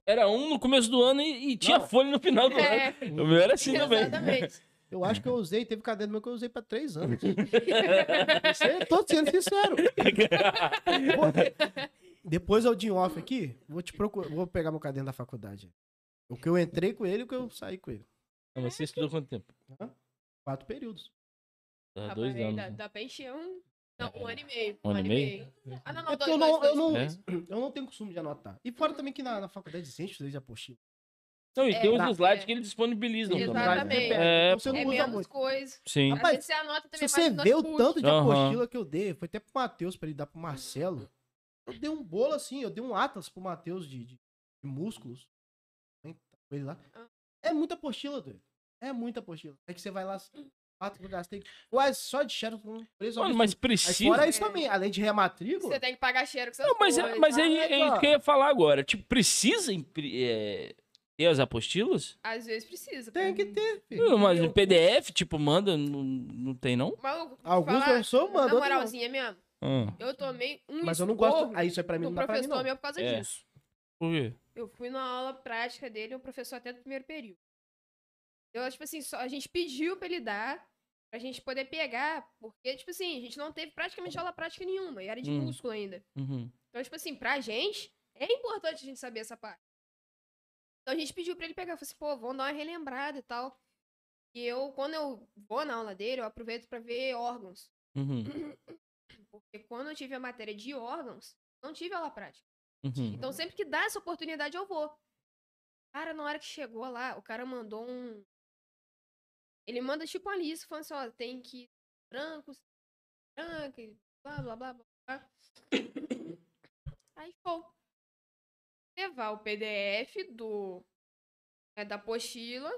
Speaker 1: Era um no começo do ano e, e tinha
Speaker 2: Não.
Speaker 1: folha no final do ano.
Speaker 3: É,
Speaker 1: O meu era assim também.
Speaker 3: exatamente.
Speaker 2: Eu acho que eu usei, teve caderno meu que eu usei pra três anos. Isso aí, eu tô sendo sincero. Porra, Depois eu de off aqui, vou te procurar, vou pegar meu caderno da faculdade. O que eu entrei com ele e o que eu saí com ele.
Speaker 1: Não, mas Você estudou quanto tempo?
Speaker 2: Quatro períodos.
Speaker 1: Dá
Speaker 3: Ah,
Speaker 1: dois
Speaker 3: mas aí
Speaker 1: anos.
Speaker 3: Dá,
Speaker 1: né?
Speaker 3: dá pra encher um. Não, um ano e meio.
Speaker 1: Um ano e
Speaker 3: Ah, não,
Speaker 2: É
Speaker 3: não,
Speaker 2: porque
Speaker 3: dois,
Speaker 2: eu
Speaker 3: dois,
Speaker 2: não, eu
Speaker 3: dois.
Speaker 2: não,
Speaker 1: É.
Speaker 2: eu não tenho costume de anotar. E fora também que na, na faculdade de ciências, vocês já apostila.
Speaker 1: Não, e
Speaker 3: É,
Speaker 1: tem uns
Speaker 2: dá-
Speaker 1: slides
Speaker 3: é.
Speaker 1: que eles disponibilizam
Speaker 3: Exatamente.
Speaker 1: também. né?
Speaker 2: É,
Speaker 1: É,
Speaker 2: você não
Speaker 3: É
Speaker 1: pô.
Speaker 2: usa
Speaker 3: menos
Speaker 2: muito.
Speaker 3: coisa.
Speaker 1: Sim.
Speaker 3: Às
Speaker 2: Rapaz,
Speaker 3: vezes você anota também um
Speaker 2: Se você
Speaker 3: mais
Speaker 2: vê o
Speaker 3: notebook.
Speaker 2: tanto de
Speaker 1: Aham.
Speaker 2: apostila que eu dei, foi até pro Matheus pra ele dar pro Marcelo. Eu dei um bolo assim, eu dei um Atlas pro Matheus de, de, de músculos. Tem coisa lá.
Speaker 3: Ah.
Speaker 2: É muita apostila, doido. É muita apostila. É que você vai lá, assim, quatro que eu gastei quase só de Shadow com três
Speaker 1: Mano,
Speaker 2: horas.
Speaker 1: mas
Speaker 2: Mas
Speaker 1: precisa.
Speaker 2: fora é isso também, além de rematrícula,
Speaker 3: É. Você tem que pagar cheiro com essas
Speaker 1: Não, mas, é-
Speaker 3: coisas. tá?
Speaker 1: mas é,
Speaker 2: Ah,
Speaker 1: é isso
Speaker 2: legal.
Speaker 1: que eu ia falar agora. Tipo, precisa impri- é, ter as apostilas?
Speaker 3: Às vezes precisa.
Speaker 2: tem que ter, filho.
Speaker 1: Não, mas o PDF, tipo, manda, não, não tem não?
Speaker 3: Maluco, vou te
Speaker 2: Alguns
Speaker 3: falar,
Speaker 2: professores
Speaker 3: Na
Speaker 2: mandam. outros
Speaker 3: moralzinha mesmo,
Speaker 1: Ah,
Speaker 3: eu tomei um
Speaker 2: não. Mas eu não
Speaker 3: esporro
Speaker 2: gosto. Ah, isso é pra mim,
Speaker 3: do
Speaker 2: não dá pra mim,
Speaker 3: professor
Speaker 2: não.
Speaker 3: meu por causa
Speaker 1: É.
Speaker 3: disso.
Speaker 1: por quê?
Speaker 3: Eu fui na aula prática dele, um professor até do primeiro período. Eu, tipo assim, só, a gente pediu pra ele dar, pra gente poder pegar, porque, tipo assim, a gente não teve praticamente aula prática nenhuma, e era de
Speaker 1: Hum.
Speaker 3: músculo ainda.
Speaker 1: Uhum.
Speaker 3: Então, tipo assim, pra gente, é importante a gente saber essa parte. Então a gente pediu pra ele pegar, falou assim, pô, vamos dar uma relembrada e tal. E eu, quando eu vou na aula dele, eu aproveito pra ver órgãos.
Speaker 1: Uhum.
Speaker 3: Porque quando eu tive a matéria de órgãos, não tive aula prática.
Speaker 1: Uhum.
Speaker 3: Então, sempre que dá essa oportunidade, eu vou. Cara, na hora que chegou lá, o cara mandou um. Ele manda tipo uma lista falando assim: ó, tem que. Brancos, branca, e blá blá blá blá. blá. Aí vou levar o PDF do. é, da apostila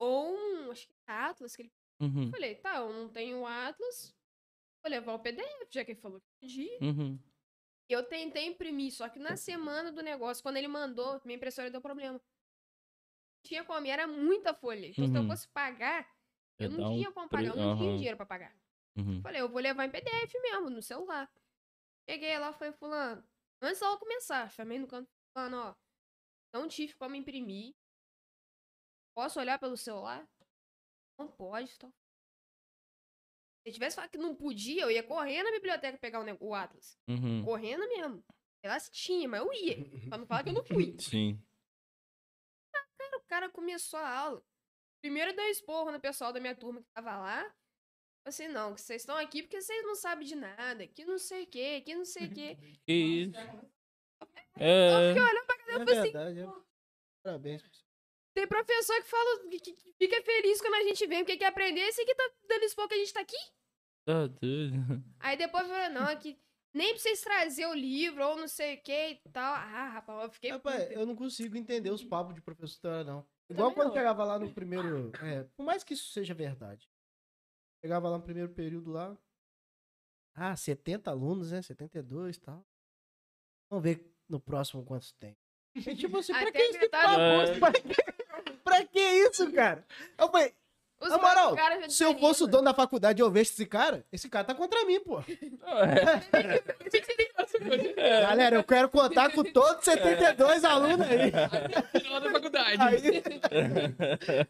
Speaker 3: ou um. Acho que é Atlas, que ele
Speaker 1: Uhum.
Speaker 3: falei, tá, eu não tenho o Atlas, vou levar o PDF, já que ele falou que podia.
Speaker 1: Uhum.
Speaker 3: Eu tentei imprimir, só que na semana do negócio, quando ele mandou, minha impressora deu problema. Não tinha como, e era muita folha. Então, se eu
Speaker 1: Uhum.
Speaker 3: fosse pagar, eu
Speaker 1: Ia dar
Speaker 3: não
Speaker 1: um
Speaker 3: tinha como
Speaker 1: pre-
Speaker 3: pagar, eu não tinha
Speaker 1: Aham.
Speaker 3: dinheiro pra pagar.
Speaker 1: Uhum.
Speaker 3: Falei, eu vou levar em PDF mesmo, no celular. Cheguei lá, falei, fulano, antes da aula começar, chamei no canto, fulano, ó, não tive como imprimir. Posso olhar pelo celular? Não pode, tal. Se eu tivesse falado que não podia, eu ia correndo na biblioteca pegar o, ne- o Atlas.
Speaker 1: Uhum.
Speaker 3: Correndo mesmo. Sei lá se tinha, mas eu ia. Pra não falar que eu não fui.
Speaker 1: Sim.
Speaker 3: Cara, o cara começou a aula. Primeiro deu esporro no pessoal da minha turma que tava lá. Falei assim, não, que vocês estão aqui porque vocês não sabem de nada. Que não sei o quê, que não sei o quê.
Speaker 1: Que isso.
Speaker 3: Eu
Speaker 1: É.
Speaker 3: fiquei olhando pra
Speaker 2: É
Speaker 3: falei assim,
Speaker 2: verdade, é. Parabéns.
Speaker 3: Tem professor que fala que, que- que fica feliz quando a gente vem, porque quer aprender, esse aqui tá dando esporro que a gente tá aqui.
Speaker 1: Tá doido.
Speaker 3: Aí depois fala, não, é que nem pra vocês trazer o livro ou não sei o que e tal. Ah, rapaz, eu fiquei.
Speaker 2: Rapaz,
Speaker 3: puta.
Speaker 2: eu não consigo entender os papos de professora, não. Igual
Speaker 3: também
Speaker 2: quando
Speaker 3: não.
Speaker 2: chegava lá no primeiro. é, por mais que isso seja verdade. Chegava lá no primeiro período lá. Ah, 70 alunos, né? 72 e tal. Vamos ver no próximo quantos tem. E tipo assim, pra
Speaker 3: Até
Speaker 2: que isso? que
Speaker 3: metade-
Speaker 2: papo? É. Pra que- Pra que isso, cara? Eu falei,
Speaker 3: Os
Speaker 2: na moral,
Speaker 3: outros caras já
Speaker 2: se eu fosse o
Speaker 3: desanimam.
Speaker 2: dono da faculdade e eu vejo esse cara, esse cara tá contra mim, pô.
Speaker 1: É.
Speaker 2: Galera, eu quero contar com todos os 72 alunos aí.
Speaker 4: Até o final da faculdade.
Speaker 2: Aí-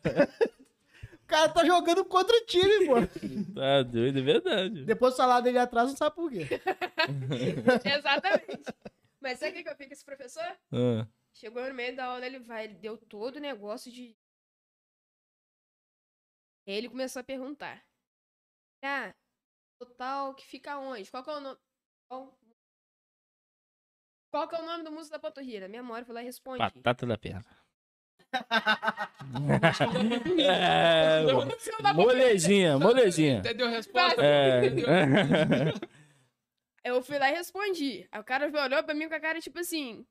Speaker 2: O cara tá jogando contra o time, pô.
Speaker 1: Tá doido, é verdade.
Speaker 2: Depois o salário dele atrás, não sabe por quê.
Speaker 3: Exatamente. Mas sabe o que que eu fico esse professor?
Speaker 1: Ah.
Speaker 3: Chegou no meio da aula, ele vai, ele deu todo o negócio de. Ele começou a perguntar. Ah, o tal que fica onde? Qual que é o nome? Qual, qual que é o nome do músico da panturrilha? Minha memória foi lá e responde.
Speaker 1: Batata da perna. É,
Speaker 4: Eu não sei dar pra-
Speaker 1: molezinha, molezinha.
Speaker 4: Até deu resposta.
Speaker 1: É.
Speaker 4: entendeu?
Speaker 3: Eu fui lá e respondi. Aí o cara olhou pra mim com a cara tipo assim.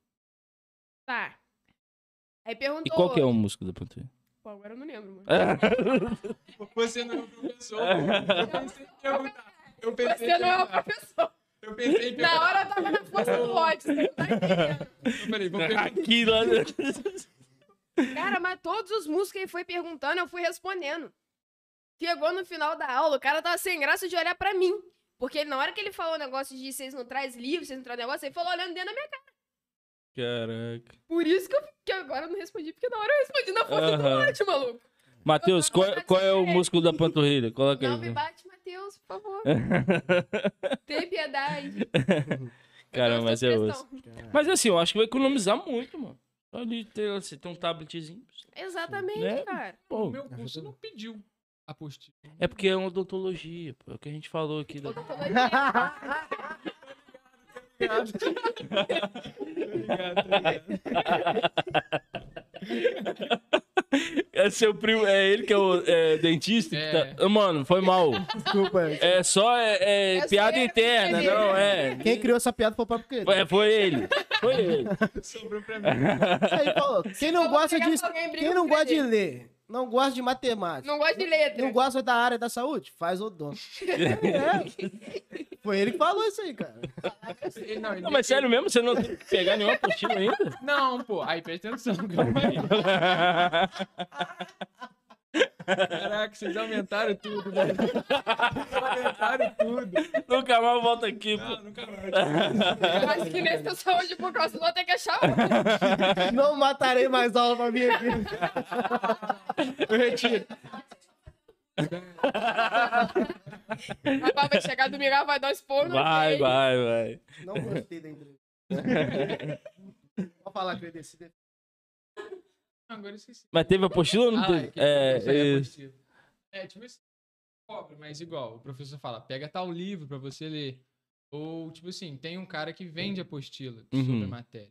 Speaker 3: Tá. Aí perguntou.
Speaker 1: E qual que é o É. músico da Panteia?
Speaker 3: Pô, agora eu não lembro, mano.
Speaker 4: Você não é o professor. Eu pensei em perguntar. Eu pensei
Speaker 3: Você
Speaker 4: em
Speaker 3: não é o
Speaker 4: perguntar.
Speaker 3: professor.
Speaker 4: Eu pensei em
Speaker 3: Na
Speaker 4: perguntar.
Speaker 3: hora eu tava na força do ódio. Você não tá entendendo.
Speaker 4: Eu falei, vou perguntar.
Speaker 1: Aqui lá.
Speaker 3: Cara, mas todos os músicos que ele foi perguntando, eu fui respondendo. Chegou no final da aula, o cara tava sem graça de olhar pra mim. Porque na hora que ele falou o negócio de vocês não traz livro, vocês não traz negócio, ele falou olhando dentro da minha cara.
Speaker 1: Caraca.
Speaker 3: Por isso que, eu, que agora eu não respondi, porque na hora eu respondi na força do
Speaker 1: Aham.
Speaker 3: ódio, maluco.
Speaker 1: Matheus, qual, qual é o músico da panturrilha? Coloca
Speaker 3: Não me
Speaker 1: aí.
Speaker 3: bate, Matheus, por favor. Tem piedade.
Speaker 1: Cara,
Speaker 3: Matheus,
Speaker 1: mas
Speaker 3: tô
Speaker 1: é
Speaker 3: com
Speaker 1: osso.
Speaker 3: pressão.
Speaker 1: Mas assim, eu acho que vai economizar muito, mano. Só ali ter, assim, tem um tabletzinho.
Speaker 3: Exatamente,
Speaker 1: Né?
Speaker 3: cara.
Speaker 1: Pô,
Speaker 4: Meu curso não pediu apostila.
Speaker 1: é porque é uma odontologia, pô. É o que a gente falou aqui. Da...
Speaker 3: Odontologia.
Speaker 1: É seu primo, é ele que é o é, dentista? que tá-
Speaker 4: É.
Speaker 1: Ah, Mano, foi mal.
Speaker 2: Desculpa.
Speaker 1: É só é, é
Speaker 3: É
Speaker 1: piada
Speaker 3: só eu que
Speaker 1: interna,
Speaker 3: escrevi.
Speaker 1: não é.
Speaker 2: Quem criou essa piada foi o próprio Cleiton.
Speaker 1: É, Foi ele. Foi ele.
Speaker 4: Sobrou pra mim.
Speaker 2: Aí falou, quem não
Speaker 3: Eu vou
Speaker 2: gosta
Speaker 3: pegar
Speaker 2: de
Speaker 3: pra alguém briga
Speaker 2: quem não
Speaker 3: com
Speaker 2: gosta de
Speaker 3: ele.
Speaker 2: ler, não gosta de matemática,
Speaker 3: Não é. gosto de letra.
Speaker 2: não gosta da área da saúde, faz odonto. é. Foi ele que falou isso aí, cara.
Speaker 4: Ele- Não, ele-
Speaker 1: Não, mas sério mesmo, você não tem que pegar nenhuma apostila ainda?
Speaker 4: Não, pô. Aí, presta atenção, calma aí. Caraca, vocês aumentaram tudo, velho. aumentaram tudo.
Speaker 1: Nunca mais volta aqui, pô.
Speaker 4: Não, nunca mais.
Speaker 3: Eu acho que nesse eu saúde por causa do outro tem que achar outro.
Speaker 2: Não matarei mais aula pra mim aqui.
Speaker 4: Eu retiro.
Speaker 3: A Bá vai chegar domingo, ela vai dar um esporro. no
Speaker 1: Vai,
Speaker 3: peito.
Speaker 1: vai, vai.
Speaker 2: Não gostei da entrevista. Vou falar, Cleiton. se der-
Speaker 4: Agora eu esqueci.
Speaker 1: Mas teve apostila ou não
Speaker 4: Ah,
Speaker 1: teve?
Speaker 4: que
Speaker 1: É,
Speaker 4: professor é
Speaker 1: é,
Speaker 4: apostila. É, tipo assim, cobra, mas igual, o professor fala, pega tal livro pra você ler. Ou, tipo assim, tem um cara que vende apostila sobre
Speaker 1: Uhum.
Speaker 4: a matéria.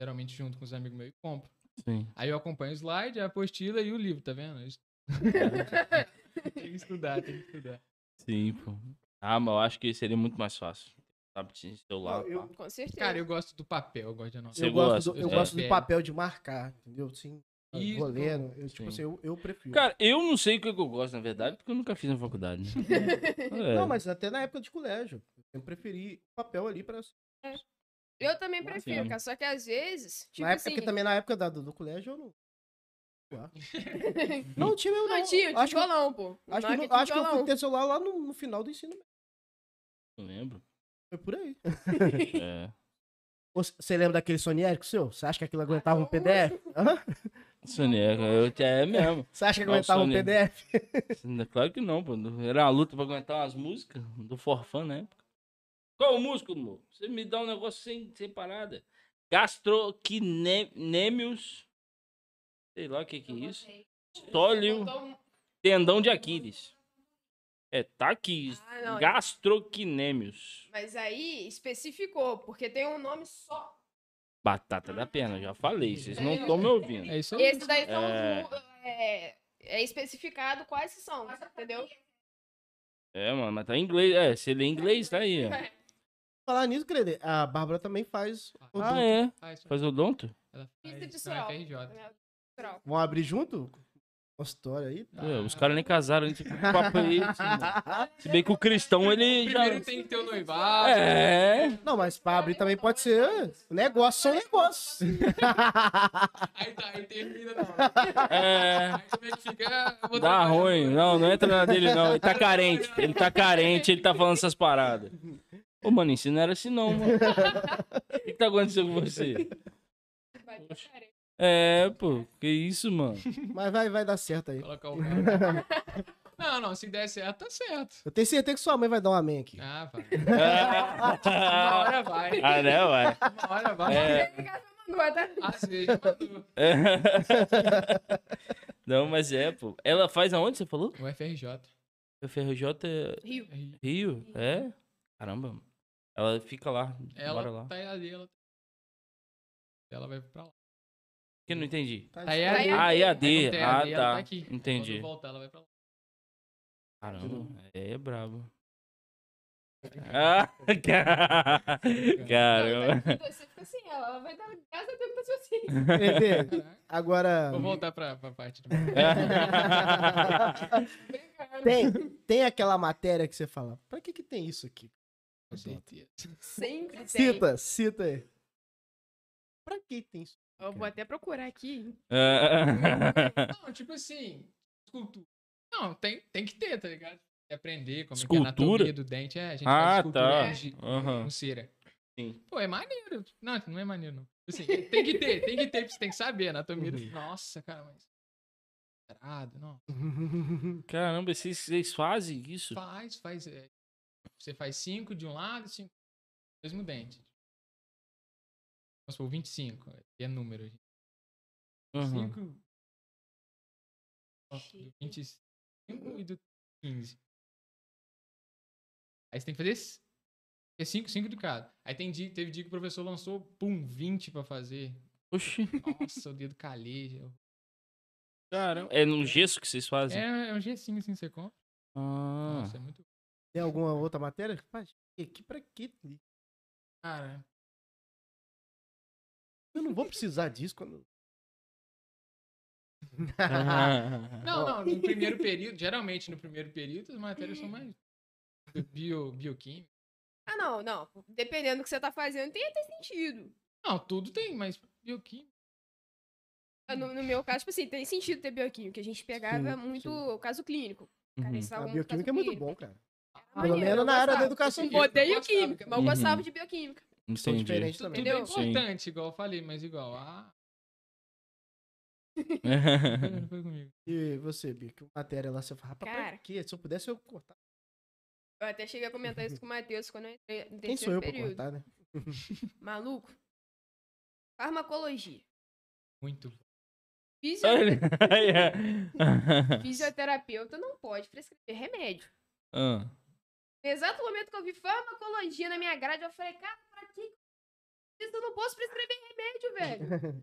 Speaker 4: Geralmente junto com os amigos meus e compro.
Speaker 1: sim.
Speaker 4: Aí eu acompanho o slide, a apostila e o livro, tá vendo? Isso- tem que estudar, tem que estudar.
Speaker 1: Sim, pô. Ah, mas eu acho que seria muito mais fácil. Sabe, tinha celular.
Speaker 2: Não, eu-
Speaker 1: pá.
Speaker 3: Com certeza.
Speaker 4: Cara, eu gosto do papel, eu gosto de anotar.
Speaker 1: Você
Speaker 2: Eu gosto,
Speaker 1: gosta,
Speaker 2: do, eu
Speaker 1: é.
Speaker 2: gosto do
Speaker 4: Pega.
Speaker 2: papel de marcar, entendeu? Sim.
Speaker 4: Isso.
Speaker 2: Goleiro. Eu, tipo
Speaker 1: Sim.
Speaker 2: assim, eu, eu prefiro.
Speaker 1: Cara, eu não sei o que que eu gosto, na verdade, porque eu nunca fiz na faculdade. né? É.
Speaker 2: Não, mas até na época de colégio. Eu preferi o papel ali pra.
Speaker 3: Eu também
Speaker 1: Mas
Speaker 3: prefiro,
Speaker 1: sim.
Speaker 3: cara. Só que às vezes, tipo
Speaker 2: na época
Speaker 3: assim...
Speaker 2: que também na época da, do, do colégio eu não. Ué. não tinha eu não.
Speaker 3: Não, tio, de
Speaker 2: acho que,
Speaker 3: violão, pô. é O
Speaker 2: acho que, eu
Speaker 3: Nokia tinha
Speaker 2: não- acho que eu fui
Speaker 3: violão.
Speaker 2: ter celular lá no, no final do ensino. médio.
Speaker 1: Não lembro.
Speaker 2: Foi por aí.
Speaker 1: É.
Speaker 2: Você- Você lembra daquele Sony Ericsson seu? Você acha que aquilo aguentava um
Speaker 3: não.
Speaker 2: PDF? Hã?
Speaker 1: Soneca, eu é mesmo.
Speaker 2: Você acha que
Speaker 1: Não,
Speaker 2: aguentava um
Speaker 1: Sony.
Speaker 2: PDF?
Speaker 1: Claro que não, pô. Era uma luta pra aguentar umas músicas do Forfã na época. Qual o músico, amor? Você me dá um negócio sem, sem parada. Gastroquinêmios. Sei lá o que, que é isso. Tólio,
Speaker 3: Botou um-
Speaker 1: tendão de Aquiles. É, tá aqui.
Speaker 3: Ah, não.
Speaker 1: Gastroquinêmios.
Speaker 3: Mas aí especificou, porque tem um nome só.
Speaker 1: Batata da pena, já falei. Vocês não estão me ouvindo.
Speaker 4: É isso
Speaker 2: Então,
Speaker 4: aí.
Speaker 3: Esse daí são
Speaker 1: É.
Speaker 3: os... É... é especificado quais que são, entendeu?
Speaker 1: É, mano, mas tá em inglês. É, se lê em inglês, tá
Speaker 3: É,
Speaker 1: aí, ó.
Speaker 2: Falar nisso, Crede, a Bárbara também faz. odonto.
Speaker 1: Ah, é.
Speaker 4: Ah, isso aí.
Speaker 1: Faz odonto?
Speaker 4: Ela faz-
Speaker 3: Pista de
Speaker 4: não, é
Speaker 3: Sorol.
Speaker 4: FRJ.
Speaker 3: Sorol.
Speaker 2: Vão abrir junto? Consultório aí.
Speaker 1: É, os caras nem casaram, nem esse papo aí. assim, mano. Se bem que o cristão, ele já.
Speaker 4: Primeiro tem que né? ter o noivado.
Speaker 1: É.
Speaker 2: Não, mas pra abrir também pode ser. né? Negócio são negócios.
Speaker 4: Aí tá, aí termina na hora.
Speaker 1: É.
Speaker 4: Aí também fica. eu vou
Speaker 1: Dá
Speaker 4: trabalhar
Speaker 1: ruim.
Speaker 4: agora.
Speaker 1: Não, não entra na dele, não. Ele tá carente. Ele tá carente, ele tá falando essas paradas. Ô, mano, isso não era assim, não, mano. O que, que tá acontecendo com você?
Speaker 3: Vai, cara.
Speaker 1: É, pô. Que isso, mano?
Speaker 2: Mas vai, vai dar certo aí.
Speaker 4: Colocar o cara. Não, não, se der certo, tá certo.
Speaker 2: Eu tenho certeza que sua mãe vai dar um amém aqui.
Speaker 4: Ah, vai. Uma
Speaker 1: Ah,
Speaker 4: hora vai.
Speaker 1: né, ué?
Speaker 4: Uma hora vai.
Speaker 1: É.
Speaker 3: Mandou, tá?
Speaker 4: Às vezes, mandou.
Speaker 1: É. Não, mas é, pô. Ela faz aonde, você falou?
Speaker 4: O FRJ.
Speaker 1: O FRJ
Speaker 3: Rio.
Speaker 1: Rio? É? Caramba. mano. Ela fica lá.
Speaker 4: Ela
Speaker 1: Bora lá.
Speaker 4: tá ali, ela. Ela vai pra lá.
Speaker 1: Que eu não entendi.
Speaker 2: Tá
Speaker 4: Aí
Speaker 2: estranho.
Speaker 4: é-
Speaker 1: Ah, EAD.
Speaker 4: Não tem
Speaker 1: Ah,
Speaker 4: AD, ela
Speaker 1: tá.
Speaker 4: tá aqui.
Speaker 1: Entendi.
Speaker 4: Quando voltar, ela vai pra lá.
Speaker 1: Caramba, é, é brabo. Ah, cara- caramba.
Speaker 3: Não, tá- Você fica assim, ela ela vai dar graças a Deus que tá assim.
Speaker 2: Entende?
Speaker 4: Caraca.
Speaker 2: Agora.
Speaker 4: Vou voltar pra, pra parte do...
Speaker 1: É.
Speaker 2: Tem, tem aquela matéria que você fala, pra que que tem isso aqui?
Speaker 4: Com certeza.
Speaker 3: Sempre tem.
Speaker 2: Cita, cita aí. Pra que tem isso?
Speaker 3: Eu vou até procurar aqui.
Speaker 1: Ah,
Speaker 4: Não, tipo assim, escultura. Não, tem, tem que ter, tá ligado? Tem que Aprender como é que é a
Speaker 1: Escultura?
Speaker 4: anatomia do dente. É, a gente
Speaker 1: Ah,
Speaker 4: faz escultura
Speaker 1: tá.
Speaker 4: de-
Speaker 1: Aham.
Speaker 4: com cera.
Speaker 1: Sim.
Speaker 4: Pô, é maneiro. Não, não é maneiro, não. Assim, tem que ter, tem que ter, porque você tem que saber a anatomia. do- Nossa, cara, mas... Errado, não.
Speaker 1: Caramba, vocês, vocês fazem isso?
Speaker 4: Faz, faz... é, você faz cinco de um lado, cinco... Mesmo dente. Vamos supor, 25. É número, gente.
Speaker 1: Aham.
Speaker 4: 5. Do 25 e do 15. Aí você tem que fazer. s- É 5, 5 de cada. Aí tem dia, teve dia que o professor lançou, pum, 20 pra fazer.
Speaker 1: Oxi,
Speaker 4: Nossa, o dedo caleja.
Speaker 1: caramba. É num gesso que vocês fazem?
Speaker 4: É, é um gessinho assim que você compra.
Speaker 1: Ah.
Speaker 4: Nossa, é muito.
Speaker 2: Tem alguma outra matéria? que faz? E Aqui pra que?
Speaker 4: Cara, né?
Speaker 2: Eu não vou precisar disso quando.
Speaker 4: Ah.
Speaker 1: É
Speaker 4: Não,
Speaker 2: Bom.
Speaker 4: não, no primeiro período, geralmente no primeiro período as matérias são mais bio, bioquímica.
Speaker 3: Ah, não, não. Dependendo do que você tá fazendo, tem até sentido.
Speaker 4: Não, tudo tem, mas bioquímica.
Speaker 3: Ah, No, no meu caso, tipo assim, tem sentido ter bioquímica. que A gente pegava
Speaker 2: Sim, sim.
Speaker 3: muito o caso clínico.
Speaker 1: Uhum.
Speaker 3: Careçava
Speaker 2: a
Speaker 3: muito
Speaker 2: bioquímica é
Speaker 3: caso
Speaker 2: muito
Speaker 3: clínico.
Speaker 2: bom, cara.
Speaker 3: Era
Speaker 2: Pelo
Speaker 3: maneiro,
Speaker 2: menos
Speaker 3: eu
Speaker 2: na área da
Speaker 3: gostava.
Speaker 2: educação
Speaker 4: Eu
Speaker 2: física.
Speaker 4: eu
Speaker 3: Odeio
Speaker 4: gostava.
Speaker 3: química, mas eu
Speaker 1: Uhum.
Speaker 3: gostava de bioquímica.
Speaker 4: um
Speaker 2: São
Speaker 1: Entendi.
Speaker 2: diferentes
Speaker 4: Tudo
Speaker 2: também.
Speaker 4: é
Speaker 3: Entendeu?
Speaker 4: importante, igual eu falei, mas igual. Ah, não foi comigo.
Speaker 2: E você, Bia, que matéria lá você fala, rapaz, pra
Speaker 3: Cara.
Speaker 2: quê? Se eu pudesse, eu cortar.
Speaker 3: Eu até cheguei a comentar isso com o Matheus quando eu entrei no
Speaker 2: Quem sou eu
Speaker 3: terceiro
Speaker 2: pra
Speaker 3: período.
Speaker 2: cortar, né?
Speaker 3: Maluco. Farmacologia.
Speaker 4: Muito. bom.
Speaker 3: Fisio-
Speaker 1: Olha.
Speaker 3: Fisioterapeuta não pode prescrever remédio.
Speaker 1: Ah.
Speaker 3: No exato momento que eu vi farmacologia na minha grade, eu falei, cara, pra que isso? Eu não posso prescrever remédio, velho.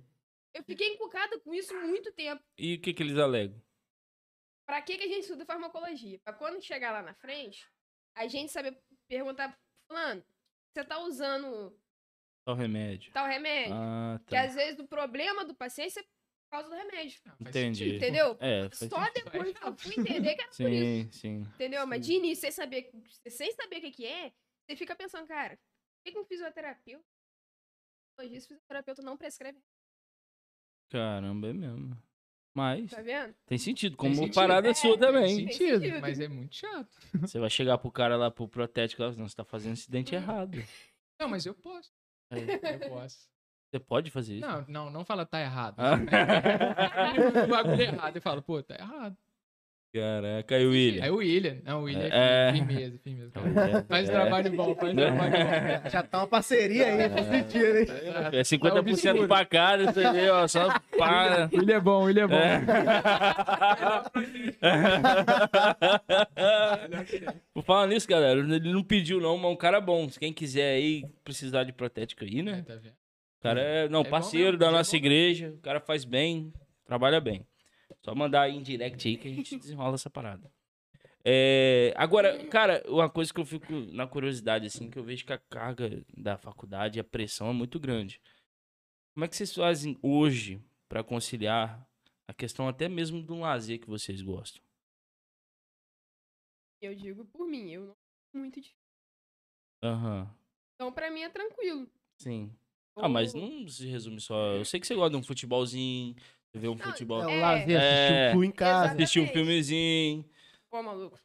Speaker 3: Eu fiquei encucada com isso muito tempo.
Speaker 1: E o que, que eles alegam?
Speaker 3: Pra que, que a gente estuda farmacologia? Pra quando chegar lá na frente, a gente saber perguntar, fulano, você tá usando
Speaker 1: Só o remédio.
Speaker 3: tal remédio?
Speaker 1: Ah,
Speaker 3: É, Que
Speaker 1: tá.
Speaker 3: às vezes o problema do paciente é por causa do remédio.
Speaker 4: Ah, faz
Speaker 1: Entendi.
Speaker 4: sentido.
Speaker 3: Entendeu?
Speaker 1: É, faz
Speaker 3: Só depois que eu fui entender que era por
Speaker 1: Sim,
Speaker 3: isso.
Speaker 1: sim.
Speaker 3: Entendeu? Mas de início, sem saber, sem saber o que, que é, você fica pensando, cara, por que, que um fisioterapeuta? Hoje, esse fisioterapeuta não prescreve,
Speaker 1: Caramba, é mesmo. Mas
Speaker 3: tá vendo?
Speaker 1: tem sentido, como
Speaker 4: sentido.
Speaker 1: parada
Speaker 3: É,
Speaker 1: sua
Speaker 4: Tem
Speaker 1: também.
Speaker 3: Tem
Speaker 4: sentido,
Speaker 3: sentido.
Speaker 4: mas é muito chato.
Speaker 1: Você vai chegar pro cara lá pro protético e não, você tá fazendo esse dente errado.
Speaker 4: Não, mas eu posso.
Speaker 1: É.
Speaker 4: Eu posso.
Speaker 1: Você pode fazer isso.
Speaker 4: Não, não, não fala tá errado.
Speaker 1: Ah.
Speaker 4: o bagulho é errado. Eu falo, pô, tá errado.
Speaker 1: Caraca, e o William?
Speaker 4: Aí o William. Não, o William
Speaker 1: É.
Speaker 4: é, firmeza, firmeza.
Speaker 1: É,
Speaker 4: Faz
Speaker 1: é.
Speaker 4: trabalho bom, faz trabalho bom.
Speaker 2: Já tá uma parceria aí, pra esse dia, né?
Speaker 1: É 50% pra cada, você vê, ó, só para.
Speaker 4: O William é bom, o William é bom.
Speaker 1: É. Por falar nisso, galera, ele não pediu não, mas é um cara bom. Se quem quiser aí precisar de protético aí,
Speaker 4: É,
Speaker 1: né?
Speaker 4: tá vendo?
Speaker 1: O cara é, não,
Speaker 4: É bom
Speaker 1: parceiro
Speaker 4: mesmo,
Speaker 1: da
Speaker 4: é
Speaker 1: nossa
Speaker 4: bom.
Speaker 1: igreja, o cara faz bem, trabalha bem. Só mandar aí em direct aí que a gente desenrola essa parada. É, agora, cara, uma coisa que eu fico na curiosidade, assim, que eu vejo que a carga da faculdade, a pressão é muito grande. Como é que vocês fazem hoje pra conciliar a questão até mesmo de um lazer que vocês gostam?
Speaker 3: Eu digo por mim, eu não muito difícil.
Speaker 1: Aham,
Speaker 3: Então, pra mim é tranquilo.
Speaker 1: sim.
Speaker 3: Eu-
Speaker 1: Ah, mas não se resume só. Eu sei que você gosta de um futebolzinho, você vê um
Speaker 3: Não,
Speaker 1: futebol.
Speaker 2: É
Speaker 3: É.
Speaker 2: o lazer,
Speaker 1: É.
Speaker 2: assistir o cu em casa.
Speaker 3: Exato.
Speaker 1: Assistir um
Speaker 3: exatamente.
Speaker 1: filmezinho.
Speaker 3: Pô, maluco.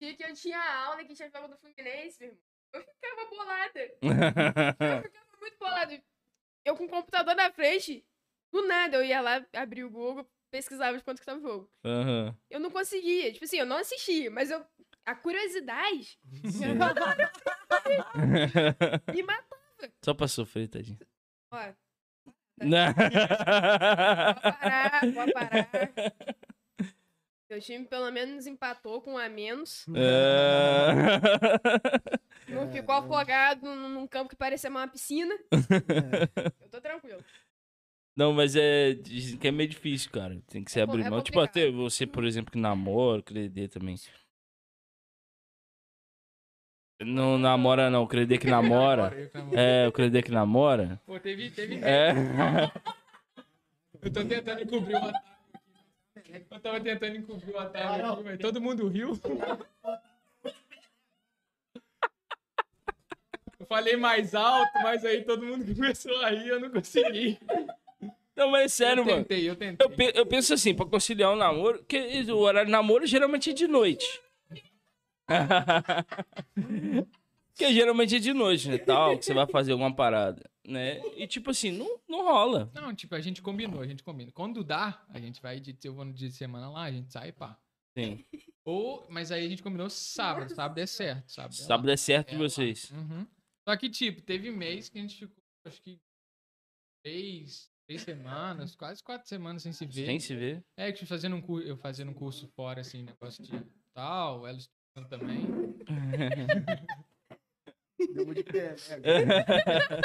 Speaker 3: Dia que eu tinha aula que tinha jogo do Fluminense, meu irmão, eu ficava bolada. Eu ficava muito bolada. Eu com o computador na frente, do nada eu ia lá, abria o Google, pesquisava de quanto que tava o jogo.
Speaker 1: Aham.
Speaker 3: Eu não conseguia. Tipo assim, eu não assistia, mas eu. A curiosidade
Speaker 1: Sim.
Speaker 3: me matou.
Speaker 1: Só pra sofrer, tadinho.
Speaker 3: Ó,
Speaker 1: Não.
Speaker 3: pode parar, pode parar. Meu time pelo menos empatou com um a menos.
Speaker 1: É.
Speaker 3: Não ficou afogado num num campo que parecia mais uma piscina. Eu tô tranquilo.
Speaker 1: Não, mas é. Dizem que é meio difícil, cara. Tem que se
Speaker 3: É co-
Speaker 1: abrir
Speaker 3: é
Speaker 1: mão. tipo, até
Speaker 3: complicado.
Speaker 1: você, por exemplo, que namora, credê também. Não namora, não. Credê que namora.
Speaker 4: Agora eu que namoro.
Speaker 1: É, o credê que namora.
Speaker 4: Pô, teve, teve.
Speaker 1: É.
Speaker 4: Eu tô tentando encobrir o ataque aqui. Eu tava tentando encobrir o ataque aqui, mas todo mundo riu. Eu falei mais alto, mas aí todo mundo começou a rir, eu não consegui.
Speaker 1: Não, mas é sério,
Speaker 4: eu
Speaker 1: mano.
Speaker 4: tentei, eu tentei.
Speaker 1: Eu, pe- eu penso assim, pra conciliar o namoro, que o horário de namoro geralmente é de noite. que geralmente é de noite, né? Tal, que você vai fazer alguma parada, né? E tipo assim, não, não rola.
Speaker 4: Não, tipo, a gente combinou, a gente combina. Quando dá, a gente vai de eu vou no dia de semana lá, a gente sai e pá.
Speaker 1: Sim.
Speaker 4: Ou, mas aí a gente combinou sábado, sábado é certo, sábado. é lá.
Speaker 1: Sábado é certo de
Speaker 4: É lá.
Speaker 1: vocês.
Speaker 4: Uhum. Só que, tipo, teve mês que a gente ficou, acho que três, três semanas, quase quatro semanas sem se ver.
Speaker 1: Tem que se ver.
Speaker 4: É, que fazendo um curso, eu fazendo um curso fora, assim, negócio de tal, ela estudando também.
Speaker 5: Deu de pé, né?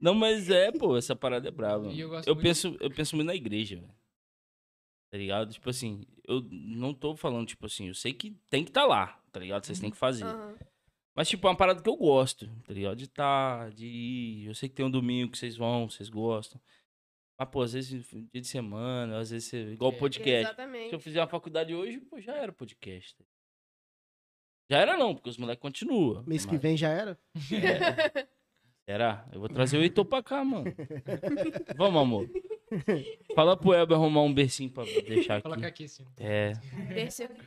Speaker 1: Não, mas é, pô, essa parada é brava.
Speaker 4: E eu gosto
Speaker 1: Eu
Speaker 4: muito-
Speaker 1: penso, eu penso muito na igreja, velho. Tá ligado? Tipo assim, eu não tô falando, tipo assim, eu sei que tem que estar tá lá, tá ligado? Vocês têm que fazer.
Speaker 3: Aham.
Speaker 1: Mas, tipo, é uma parada que eu gosto, tá ligado? De tá, de ir. Eu sei que tem um domingo que vocês vão, vocês gostam. Mas, pô, às vezes dia de semana, às vezes, você- igual
Speaker 4: É.
Speaker 1: podcast. Se eu
Speaker 3: Exatamente.
Speaker 1: fizer uma faculdade hoje, pô, já era podcast. tá Já era não, porque os moleques continuam.
Speaker 2: Mês que
Speaker 1: mas-
Speaker 2: vem já era?
Speaker 1: É. Será? Eu vou trazer o Heitor pra cá, mano. Vamos, amor. Fala pro Elber arrumar um bercinho pra deixar
Speaker 4: Coloca
Speaker 1: aqui.
Speaker 4: aqui, assim.
Speaker 1: É.
Speaker 3: Terceiro. é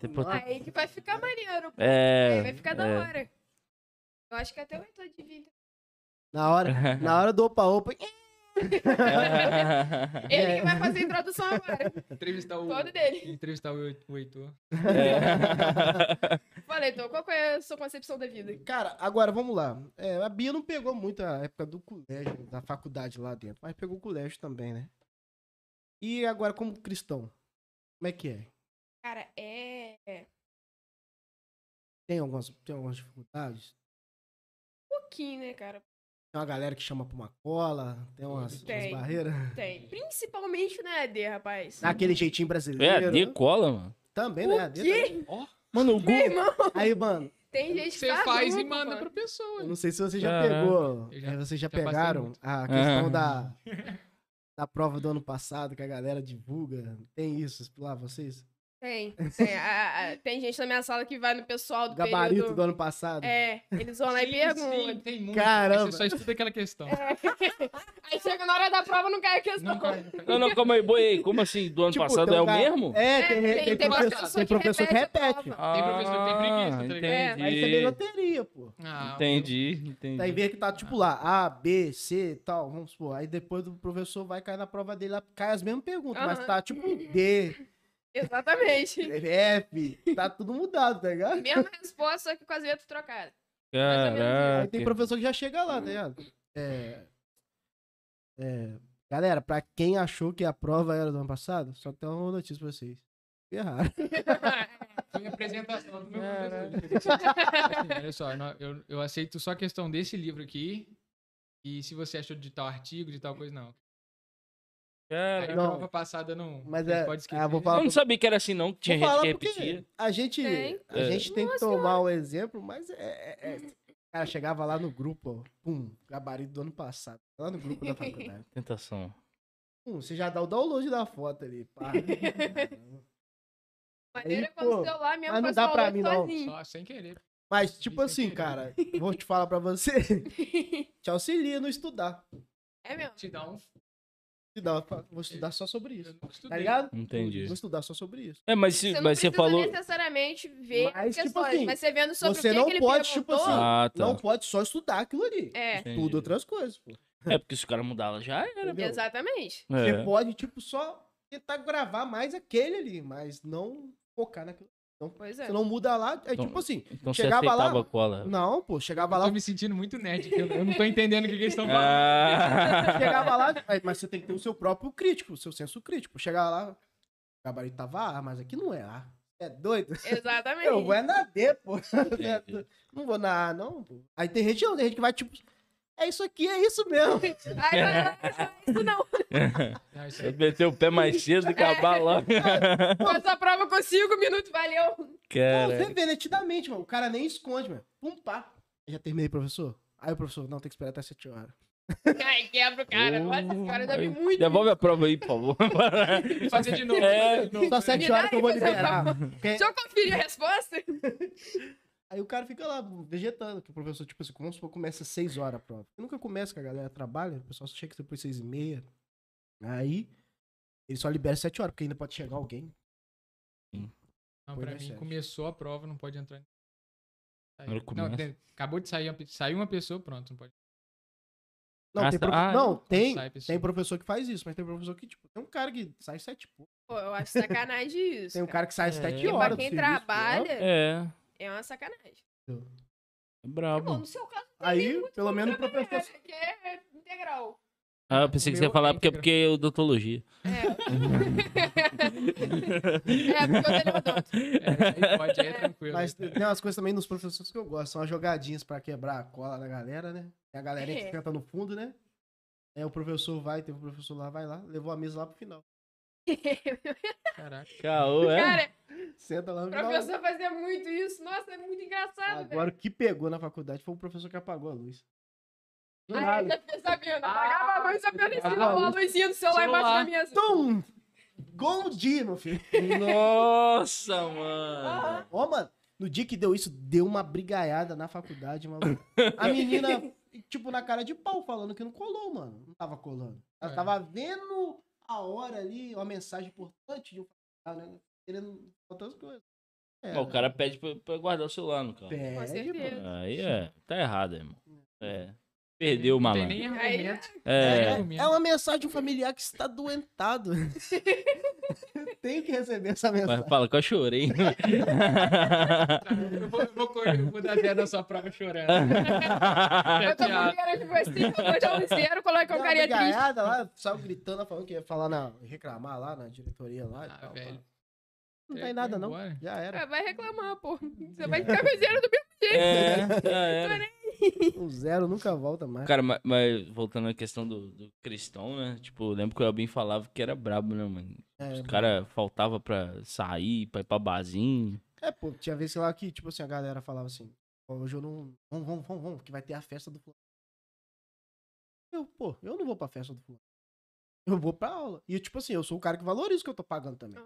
Speaker 1: Depois tem-
Speaker 3: Aí que vai ficar maneiro. pô. Aí vai
Speaker 1: É.
Speaker 3: ficar da
Speaker 1: é.
Speaker 3: hora. Eu acho que até o Heitor de vida.
Speaker 2: Na hora, na hora do opa-opa.
Speaker 1: É.
Speaker 3: Ele que vai fazer a introdução agora.
Speaker 4: Entrevistar o...
Speaker 3: Todo dele.
Speaker 4: Entrevistar o Hei- o Heitor.
Speaker 1: É.
Speaker 3: Falei, Heitor, qual que é a sua concepção da vida?
Speaker 2: Cara, agora vamos lá. É, a Bia não pegou muito a época do colégio, da faculdade lá dentro, mas pegou o colégio também, né? E agora, como cristão, como é que é?
Speaker 3: Cara, é. é
Speaker 2: Tem algumas, tem algumas dificuldades?
Speaker 3: Um pouquinho, né, cara?
Speaker 2: Tem uma galera que chama pra uma cola, tem umas, umas
Speaker 3: Tem.
Speaker 2: barreiras.
Speaker 3: Tem. Principalmente na AD, rapaz.
Speaker 2: Dá aquele jeitinho
Speaker 1: É,
Speaker 2: brasileiro.
Speaker 1: a D cola, mano.
Speaker 2: Também, né?
Speaker 3: O
Speaker 2: AD também.
Speaker 3: quê?
Speaker 4: Ó,
Speaker 1: Mano, o Gu...
Speaker 3: Meu irmão,
Speaker 2: Aí, mano,
Speaker 3: tem gente que
Speaker 4: você
Speaker 3: tá
Speaker 4: faz e
Speaker 3: maluco,
Speaker 4: manda
Speaker 3: mano.
Speaker 4: pra pessoa.
Speaker 2: eu não sei se você já
Speaker 1: Caraca.
Speaker 2: pegou.
Speaker 4: Eu já-
Speaker 2: é, vocês já,
Speaker 4: já passei
Speaker 2: pegaram
Speaker 4: muito.
Speaker 2: a questão
Speaker 1: Ah.
Speaker 2: da, da prova do ano passado que a galera divulga. Tem isso lá, vocês?
Speaker 3: Tem. Tem, a- a- tem gente na minha sala que vai no pessoal do
Speaker 2: gabarito
Speaker 3: período.
Speaker 2: do ano passado.
Speaker 3: É, É, eles vão lá e perguntam.
Speaker 4: Sim, tem muito.
Speaker 2: Caramba.
Speaker 4: Aí Você só estuda aquela questão.
Speaker 3: Aí chega na hora da prova, não cai a questão.
Speaker 4: Não cai, não cai.
Speaker 1: Não, não, calma aí, boi aí. Como assim? Do ano
Speaker 2: Tipo,
Speaker 1: passado
Speaker 2: tem
Speaker 1: é
Speaker 2: um
Speaker 1: o
Speaker 2: cara-
Speaker 1: mesmo?
Speaker 2: É, tem,
Speaker 3: É,
Speaker 2: tem, tem professor, tem professor que
Speaker 3: a
Speaker 2: repete.
Speaker 3: prova.
Speaker 1: Ah,
Speaker 4: professor que tem preguiça, tá ligado?
Speaker 3: É.
Speaker 2: É. Aí você vê
Speaker 1: Entendi.
Speaker 2: loteria, pô.
Speaker 4: Ah,
Speaker 1: Entendi, entendi.
Speaker 2: Aí vê que tá tipo lá, A, B, C e tal, vamos supor. Aí depois o professor vai cair na prova dele, lá, cai as mesmas perguntas, mas
Speaker 3: Aham.
Speaker 2: tá tipo D,
Speaker 3: Exatamente.
Speaker 2: F, tá tudo mudado, tá ligado?
Speaker 3: Mesma resposta, só que com as letras trocadas.
Speaker 2: Aí
Speaker 1: Caraca.
Speaker 2: tem professor que já chega lá, tá ligado? É, é, galera, pra quem achou que a prova era do ano passado, só tem uma notícia pra vocês. Erraram.
Speaker 4: Foi a apresentação do meu
Speaker 1: Caralho.
Speaker 4: professor. Assim, olha só, nó- eu, eu aceito só a questão desse livro aqui. E se você achou de tal artigo, de tal coisa, não. Aí
Speaker 1: Caraca.
Speaker 4: a
Speaker 2: Não.
Speaker 4: prova passada não.
Speaker 2: Mas
Speaker 4: você
Speaker 2: é-
Speaker 4: Pode esquecer.
Speaker 2: ah, vou falar-
Speaker 1: Eu não sabia que era assim, não. Que tinha
Speaker 2: Vou
Speaker 1: gente que
Speaker 2: falar porque
Speaker 1: repetia.
Speaker 2: A gente,
Speaker 3: Tem.
Speaker 2: a
Speaker 1: É.
Speaker 2: gente tem que
Speaker 3: Nossa
Speaker 2: tomar o exemplo, mas é, é- é- Cara, chegava lá no grupo, ó. Pum, gabarito do ano passado. Lá no grupo da faculdade.
Speaker 1: Tentação.
Speaker 2: Pum, você já dá o download da foto ali. Pá.
Speaker 3: Maneira
Speaker 2: Aí,
Speaker 3: quando
Speaker 2: pô,
Speaker 3: o celular mesmo
Speaker 2: mas não
Speaker 3: faz
Speaker 2: dá
Speaker 3: o
Speaker 2: pra
Speaker 3: download
Speaker 2: mim, não.
Speaker 3: sozinho.
Speaker 4: Só sem querer.
Speaker 2: Mas, tipo assim, cara, vou te falar pra você. Te auxilia no estudar.
Speaker 3: É mesmo.
Speaker 4: Te dá um. f-
Speaker 2: Te dá- Vou estudar só sobre
Speaker 4: Eu
Speaker 2: isso.
Speaker 4: nunca estudei.
Speaker 2: Tá ligado?
Speaker 1: Entendi.
Speaker 2: Vou estudar só sobre isso.
Speaker 1: É, mas, se,
Speaker 3: Você não
Speaker 1: mas você
Speaker 3: precisa
Speaker 1: falou.
Speaker 3: necessariamente ver
Speaker 2: Mas,
Speaker 3: as
Speaker 2: tipo
Speaker 3: questões,
Speaker 2: assim,
Speaker 3: mas você vendo sobre
Speaker 2: você
Speaker 3: o que,
Speaker 2: não
Speaker 3: que ele
Speaker 2: pode, tipo
Speaker 3: perguntou,
Speaker 2: assim,
Speaker 1: Ah, tá.
Speaker 2: Não pode só estudar aquilo ali.
Speaker 3: É,
Speaker 1: Entendi.
Speaker 2: Tudo outras coisas, pô.
Speaker 1: É, porque se o cara mudar, ela já era.
Speaker 2: Entendeu?
Speaker 3: exatamente.
Speaker 2: Você
Speaker 1: É.
Speaker 2: pode, tipo, só tentar gravar mais aquele ali, mas não focar naquilo.
Speaker 3: Pois é.
Speaker 2: Você não muda lá. É
Speaker 1: Então- é.
Speaker 2: tipo assim,
Speaker 1: Então você
Speaker 2: Chegava lá-
Speaker 1: aceitava a cola.
Speaker 2: não, pô, chegava
Speaker 4: Eu
Speaker 2: lá.
Speaker 4: tô me sentindo muito nerd. que Eu, eu não tô entendendo o que, que eles
Speaker 1: É.
Speaker 4: estão falando.
Speaker 1: Ah.
Speaker 2: Chegava lá, aí, mas você tem que ter o seu próprio crítico, o seu senso crítico. Chegava lá, o gabarito tava A, mas aqui não é A. É doido?
Speaker 3: Exatamente.
Speaker 2: Eu vou é na D, pô.
Speaker 1: Entendi.
Speaker 2: Não vou na A, não, pô. Aí tem gente, não, tem gente que vai, tipo, É isso aqui, é isso mesmo.
Speaker 3: Aí eu, eu- isso não.
Speaker 4: Não, isso aí-
Speaker 1: Meteu o pé mais cedo e acabar lá.
Speaker 3: Essa prova com cinco minutos, valeu.
Speaker 2: Não,
Speaker 1: Cara.
Speaker 2: você vê nitidamente, mano. O cara nem esconde, mano. Pum, pá. Já terminei, professor? Aí o professor, não, tem que esperar até 7 horas.
Speaker 3: Ai, quebra o cara.
Speaker 2: Hum,
Speaker 3: Nossa, esse cara deve muito.
Speaker 1: Devolve a prova aí, por favor.
Speaker 4: Fazer de novo.
Speaker 1: É.
Speaker 4: de novo.
Speaker 2: Só 7 horas que eu vou
Speaker 3: Me dá aí,
Speaker 2: liberar. Porque-
Speaker 3: Deixa eu conferir a resposta.
Speaker 2: Aí o cara fica lá hum, vegetando, que o professor, tipo assim, vamos supor, começa às 6 horas a prova. Eu nunca começa que a galera trabalha, o pessoal só chega depois 6 e meia. Aí, ele só libera 7 horas, porque ainda pode chegar alguém.
Speaker 4: Não,
Speaker 2: Foi na
Speaker 4: pra mim,
Speaker 2: sete.
Speaker 4: começou a prova, não pode entrar. Aí-
Speaker 1: Agora começa.
Speaker 4: tem- acabou de sair, uma pe- saiu uma pessoa, pronto, não pode.
Speaker 2: Não,
Speaker 1: Ah,
Speaker 2: tem,
Speaker 1: tá.
Speaker 2: profe-
Speaker 1: Ah,
Speaker 2: não,
Speaker 1: não.
Speaker 2: tem,
Speaker 4: sai pessoa.
Speaker 2: tem professor que faz isso, mas tem professor que, tipo, tem um cara que sai 7 pouco.
Speaker 3: Pô, eu acho sacanagem isso.
Speaker 2: Tem um cara que sai às
Speaker 1: É.
Speaker 2: 7
Speaker 1: Porque
Speaker 3: Porque
Speaker 2: horas.
Speaker 3: pra
Speaker 2: do
Speaker 3: quem
Speaker 2: serviço,
Speaker 3: trabalha, é.
Speaker 1: É,
Speaker 3: uma sacanagem.
Speaker 1: é
Speaker 3: Tá bom,
Speaker 1: brabo.
Speaker 3: no seu caso,
Speaker 2: entendeu? Aí, pelo menos o
Speaker 3: é,
Speaker 2: professor.
Speaker 3: que é integral.
Speaker 1: Ah, eu pensei que você ia
Speaker 4: Meu
Speaker 1: falar porque é
Speaker 4: íntegro.
Speaker 1: porque é odontologia.
Speaker 3: É. é, porque eu tenho odonto.
Speaker 4: É, aí pode, aí é tranquilo.
Speaker 2: Mas
Speaker 4: aí
Speaker 2: tem tem umas coisas também nos professores que eu gosto. São as jogadinhas pra quebrar a cola da galera, né? Tem a galerinha que
Speaker 3: É.
Speaker 2: senta no fundo, né? Aí o professor vai, teve um professor lá, vai lá, levou a mesa lá pro final.
Speaker 4: tá- Caraca.
Speaker 1: Caô, é?
Speaker 3: Cara,
Speaker 2: Senta lá
Speaker 3: o
Speaker 2: no final.
Speaker 3: professor fazia muito isso. Nossa, é muito engraçado,
Speaker 2: Agora o que pegou na faculdade foi o professor que apagou a luz. Do
Speaker 3: velho. Aí eu
Speaker 2: nada.
Speaker 3: já fiquei sabendo. Apagava a luz, sabendo esse
Speaker 4: Ah,
Speaker 3: a luzinha Ah, do celular embaixo
Speaker 4: celular.
Speaker 3: da mesa.
Speaker 2: Tum! Gol dia, meu filho.
Speaker 1: Nossa,
Speaker 3: Ah.
Speaker 1: mano.
Speaker 2: Ó, mano, no dia que deu isso, deu uma brigaiada na faculdade, maluco. A menina, tipo, na cara de pau, falando que não colou, mano. Não tava colando. Ela
Speaker 4: É.
Speaker 2: tava vendo a hora ali, uma mensagem importante de um ah, né? querendo outras coisas. É,
Speaker 1: Ó, o cara pede pra, pra guardar o celular no carro.
Speaker 2: pede,
Speaker 3: Com certeza.
Speaker 2: mano.
Speaker 1: Aí é. Tá errado, irmão. É. Perdeu o
Speaker 4: Não tem
Speaker 1: malandro.
Speaker 4: nem
Speaker 3: Aí-
Speaker 4: argumento.
Speaker 1: É.
Speaker 3: Tá
Speaker 4: argumento.
Speaker 2: É uma mensagem familiar que está doentado. Tem que receber essa mensagem.
Speaker 1: Mas fala que eu chorei.
Speaker 4: tá. Eu vou, eu vou correr, eu vou dar zero na sua prova chorando.
Speaker 3: Eu tô com
Speaker 4: Chateado.
Speaker 3: cara de você, eu vou dar um zero, coloca
Speaker 2: Deu
Speaker 3: uma
Speaker 2: uma
Speaker 3: carinha triste.
Speaker 2: brigaiada lá, saiu gritando, falando que ia falar na. reclamar lá na diretoria lá. e
Speaker 4: Ah,
Speaker 2: tal,
Speaker 4: velho.
Speaker 2: tal. tá
Speaker 3: É,
Speaker 2: Não tem nada, não.
Speaker 4: Agora.
Speaker 2: Já era.
Speaker 3: Ah, Vai reclamar, pô. Você
Speaker 2: É.
Speaker 3: vai ficar com zero do mesmo
Speaker 1: é,
Speaker 3: jeito.
Speaker 1: já era.
Speaker 2: O zero nunca volta mais.
Speaker 1: Cara, ma- mas, voltando à questão do, do cristão, né? Tipo, eu lembro que o Elbin falava que era brabo, né, mano?
Speaker 2: É,
Speaker 1: Os caras faltava pra sair, pra ir pra barzinho.
Speaker 2: É, pô, tinha vez lá que, tipo assim, a galera falava assim, "Ó, hoje eu não. Vamos, vamos, vamos, vamos, que vai ter a festa do fulano. Eu, pô, eu não vou pra festa do fulano. Eu vou pra aula. E, tipo assim, eu sou o cara que valoriza o que eu tô pagando também.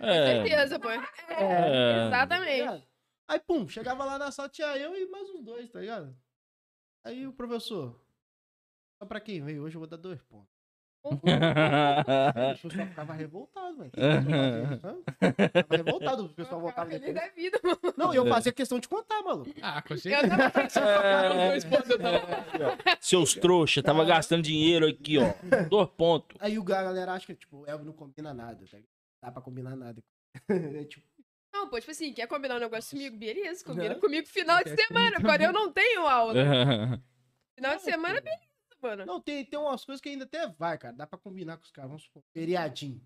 Speaker 1: É.
Speaker 3: Certeza, pô.
Speaker 1: É.
Speaker 2: Tá
Speaker 3: Exatamente.
Speaker 2: ligado? Aí, pum, chegava lá na sala, tinha eu e mais uns dois, tá ligado? Aí o professor. Só pra quem veio hoje eu vou dar dois pontos.
Speaker 3: Um
Speaker 1: É.
Speaker 2: Aí, O pessoal ficava revoltado, velho. Tava revoltado, o pessoal voltava
Speaker 3: Feliz
Speaker 2: depois.
Speaker 3: da vida, mano.
Speaker 2: Não, e eu fazia questão de contar, maluco.
Speaker 4: Ah, com
Speaker 3: Eu
Speaker 4: certeza.
Speaker 3: tava
Speaker 4: Eu dois pontos, eu tava-
Speaker 2: É.
Speaker 1: Seus trouxa, tava gastando dinheiro aqui, ó. Dois pontos.
Speaker 2: Aí o ga- a galera acha que, tipo, o Elvio não combina nada, tá ligado? Não Dá pra combinar nada. É tipo,
Speaker 3: Não, pô, tipo assim, quer combinar um negócio comigo? Beleza,
Speaker 2: Né?
Speaker 3: combina comigo final de
Speaker 4: Acontece
Speaker 3: semana. Quando eu não tenho
Speaker 1: É.
Speaker 3: aula. Final de semana, beleza, mano.
Speaker 2: não, tem, tem umas coisas que ainda até vai, cara. Dá pra combinar com os caras. Vamos supor, feriadinho.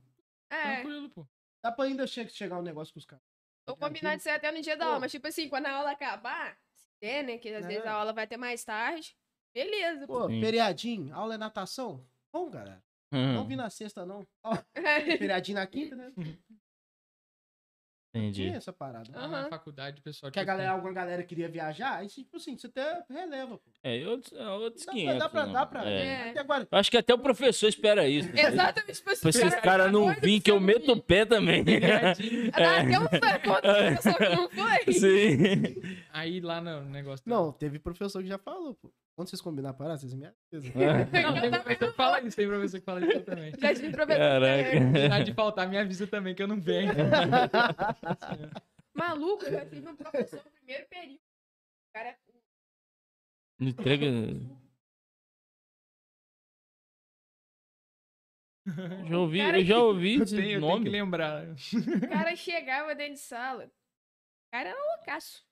Speaker 3: É,
Speaker 4: Tranquilo, pô.
Speaker 2: Dá pra ainda che- chegar um negócio com os caras.
Speaker 3: ou combinar de ser até no dia da aula. Mas, tipo assim, quando a aula acabar, se der, né? Que às
Speaker 2: É.
Speaker 3: vezes a aula vai até mais tarde. Beleza, pô.
Speaker 2: Pô,
Speaker 1: Sim.
Speaker 2: feriadinho, aula é natação? Bom, galera.
Speaker 1: Hum.
Speaker 2: Não vi na sexta, não. Ó, feriadinho na quinta, né? Tinha
Speaker 1: Entendi.
Speaker 2: essa parada.
Speaker 4: Ah, na
Speaker 3: Aham.
Speaker 4: faculdade, o pessoal.
Speaker 2: Que a
Speaker 4: tipo,
Speaker 2: galera, alguma galera queria viajar, aí tipo assim, você até releva. Pô.
Speaker 1: É, eu, eu
Speaker 2: Dá pra, dá pra, dá pra.
Speaker 1: É.
Speaker 3: É.
Speaker 2: Até agora.
Speaker 1: Eu Acho que até o professor espera isso.
Speaker 3: Exatamente, tipo assim.
Speaker 1: Pra esses caras não virem que eu meto É. o pé também.
Speaker 4: É
Speaker 3: Ah, até um pergunta pessoal que não foi.
Speaker 1: Sim.
Speaker 4: tem- Aí lá no negócio.
Speaker 2: Não, teve professor que já falou, pô. Quando vocês combinar a parada, vocês me avisam.
Speaker 1: É.
Speaker 4: Não, tem um professor que fala isso, tem professor que fala isso também.
Speaker 3: Já tive professor.
Speaker 1: Caraca.
Speaker 4: Se é de faltar, me avisa também que eu não venho.
Speaker 3: Maluco, eu já tive um professor no primeiro período. O cara
Speaker 1: Não entrega. Já ouvi,
Speaker 3: Cara,
Speaker 1: eu já ouvi
Speaker 4: Eu
Speaker 1: esse
Speaker 4: tenho, eu tenho que
Speaker 1: nome.
Speaker 4: lembrar.
Speaker 3: O cara chegava dentro de sala. O cara era loucaço.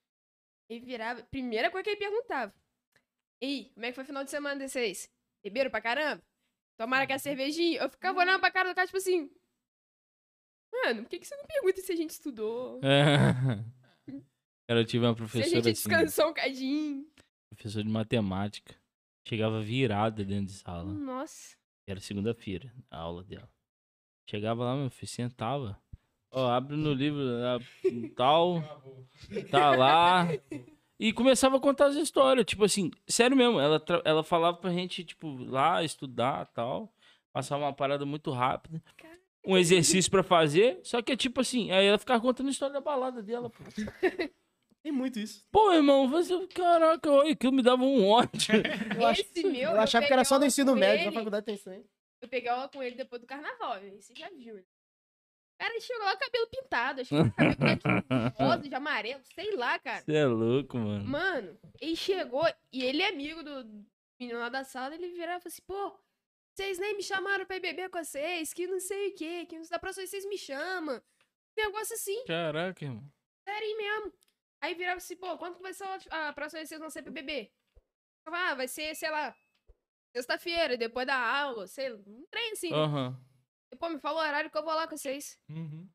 Speaker 3: Ele virava. Primeira coisa que ele perguntava. Ei, como é que foi o final de semana de vocês? Beberam pra caramba? Tomaram aquela cervejinha? Eu ficava olhando pra cara do cara, tipo assim. Mano, por que, que você não pergunta se a gente estudou?
Speaker 1: É. Cara, eu tive uma
Speaker 3: Se a
Speaker 1: professora
Speaker 3: gente
Speaker 1: assim,
Speaker 3: descansou um cadinho?
Speaker 1: professora de matemática. Chegava virada dentro de sala.
Speaker 3: Nossa.
Speaker 1: Era segunda-feira, a aula dela. Chegava lá, meu filho, sentava. Ó, abre no livro lá, tal, tá lá. E começava a contar as histórias. Tipo assim, sério mesmo, ela, tra- ela falava pra gente, tipo, lá estudar tal. Passava uma parada muito rápida.
Speaker 3: Caraca.
Speaker 1: Um exercício pra fazer. Só que é tipo assim, aí ela ficava contando a história da balada dela, pô.
Speaker 2: Tem muito isso.
Speaker 1: Pô, irmão, você, caraca, olha, aquilo me dava um ódio.
Speaker 2: Eu acho-
Speaker 3: Esse meu.
Speaker 2: Eu achava que era só do
Speaker 3: peguei um
Speaker 2: ensino
Speaker 3: aula com
Speaker 2: médio, na
Speaker 3: ele-
Speaker 2: faculdade tem isso aí.
Speaker 3: Eu peguei aula com ele depois do carnaval, velho. Você já viu, né? Cara, ele chegou lá com o cabelo pintado. Acho que o cabelo era de rosa, de amarelo, sei lá, cara.
Speaker 1: Você é louco, mano.
Speaker 3: Mano, ele chegou e ele é amigo do do menino lá da sala, ele virava e falou assim, pô, vocês nem me chamaram pra ir beber com vocês, que não sei o quê, que da próxima vez vocês me chamam. Negócio assim,
Speaker 1: Caraca, irmão.
Speaker 3: sério mesmo. Aí virava assim, pô, quando que vai ser a a próxima vez que vocês vão ser pra beber? Eu falava, Ah, vai ser, sei lá, sexta-feira, depois da aula, sei lá, um trem assim. né?
Speaker 1: Aham.
Speaker 3: Pô, me fala o horário que eu vou lá com vocês.
Speaker 4: Uhum.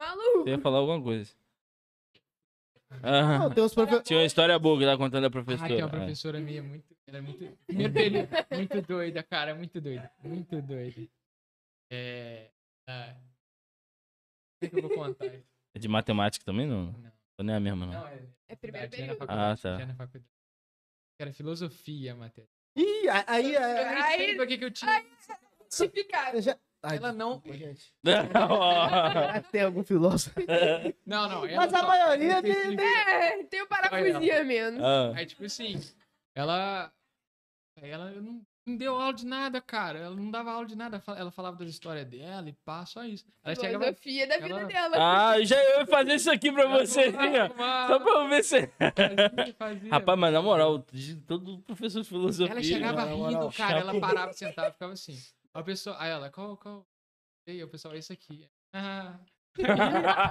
Speaker 3: Maluco!
Speaker 1: Você ia falar alguma coisa. Aham. Ah.
Speaker 2: Não, tem uns profe-
Speaker 1: Tinha uma história boa que tá contando a
Speaker 4: Ah,
Speaker 1: professora.
Speaker 4: tem uma professora minha muito. Ela é muito. Primeiro período, muito doida, cara. Muito doida. Muito doida. É. ah, Como é que eu vou contar isso?
Speaker 1: É de matemática também, não?
Speaker 4: Não.
Speaker 1: Não é a mesma, não.
Speaker 4: Não, é.
Speaker 3: É primeiro
Speaker 4: já é na
Speaker 3: período.
Speaker 4: faculdade,
Speaker 1: Ah, tá.
Speaker 4: já é na faculdade. Era filosofia a matéria.
Speaker 2: Ih, a- aí.
Speaker 4: Eu
Speaker 2: é-
Speaker 4: nem
Speaker 3: Aí-
Speaker 4: sei pra que que eu tinha.
Speaker 3: Justificado.
Speaker 2: já- Ai,
Speaker 4: Ela não.
Speaker 2: desculpa, gente.
Speaker 1: Ó.
Speaker 2: Será que tem algum filósofo?
Speaker 4: Não, não. ela
Speaker 2: Mas a
Speaker 4: só-
Speaker 2: maioria
Speaker 4: ela
Speaker 2: de-
Speaker 4: específica.
Speaker 3: É, tem o parafusinho a menos.
Speaker 1: Ah,
Speaker 4: Aí, tipo assim, ela. Ela não, não deu aula de nada, cara. Ela não dava aula de nada. Fa- Ela falava das histórias dela e pá, só isso. Ela chegava.
Speaker 3: Filosofia da vida
Speaker 4: ela-
Speaker 3: dela.
Speaker 1: ah, já eu ia fazer isso aqui pra
Speaker 4: Ela
Speaker 1: você,
Speaker 4: fumava,
Speaker 1: né? Só
Speaker 4: fumava,
Speaker 1: pra eu ver se.
Speaker 4: fazia, fazia.
Speaker 1: Rapaz, mas né, na moral, de todo professor de filosofia.
Speaker 4: Ela chegava
Speaker 2: na
Speaker 4: rindo,
Speaker 2: moral,
Speaker 4: cara. Ela
Speaker 1: chapou.
Speaker 4: parava, sentava, ficava assim. Aí o pessoal, aí ela, qual, qual? E aí, o pessoal, isso aqui. Ah. Ficava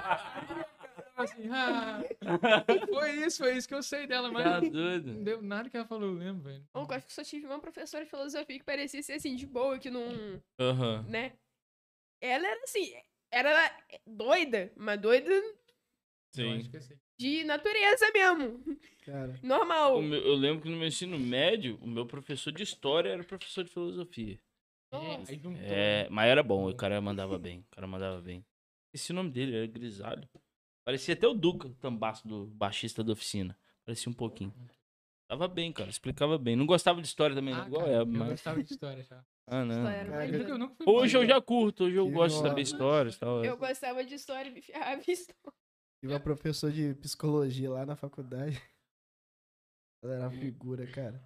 Speaker 4: assim, ah. Foi isso, foi isso que eu sei dela, mas
Speaker 1: Tá
Speaker 4: não
Speaker 1: doido.
Speaker 4: deu nada que ela falou, eu lembro, velho.
Speaker 3: Bom, eu acho que só tive uma professora de filosofia que parecia ser assim, de boa, que não.
Speaker 1: Aham.
Speaker 3: né? Ela era assim, era doida, mas doida
Speaker 4: Eu
Speaker 1: Sim.
Speaker 4: acho que eu sei.
Speaker 3: de natureza mesmo.
Speaker 2: Cara.
Speaker 3: Normal.
Speaker 1: O meu- eu lembro que no meu ensino médio, o meu professor de história era professor de filosofia.
Speaker 4: É, aí juntou.
Speaker 1: É, mas era bom, o cara mandava bem. O cara mandava bem. Esse nome dele era Grisalho. Parecia até o Duca, o tambaço do baixista da oficina. Parecia um pouquinho. Tava bem, cara, explicava bem. Não gostava de história também, não,
Speaker 4: Ah,
Speaker 1: igual
Speaker 4: cara,
Speaker 1: é,
Speaker 4: eu
Speaker 1: mas.
Speaker 4: gostava de né? história já.
Speaker 1: Ah, não.
Speaker 3: História era
Speaker 2: Cara,
Speaker 3: mais
Speaker 2: eu-
Speaker 3: doida.
Speaker 4: Eu nunca fui
Speaker 1: Hoje eu
Speaker 4: bom,
Speaker 1: já curto, hoje eu
Speaker 2: Que
Speaker 1: gosto de
Speaker 2: legal.
Speaker 1: saber histórias e tal. É
Speaker 3: Eu gostava de história, me ferrava em história.
Speaker 2: Tive uma professora de psicologia lá na faculdade. Ela era uma figura, cara.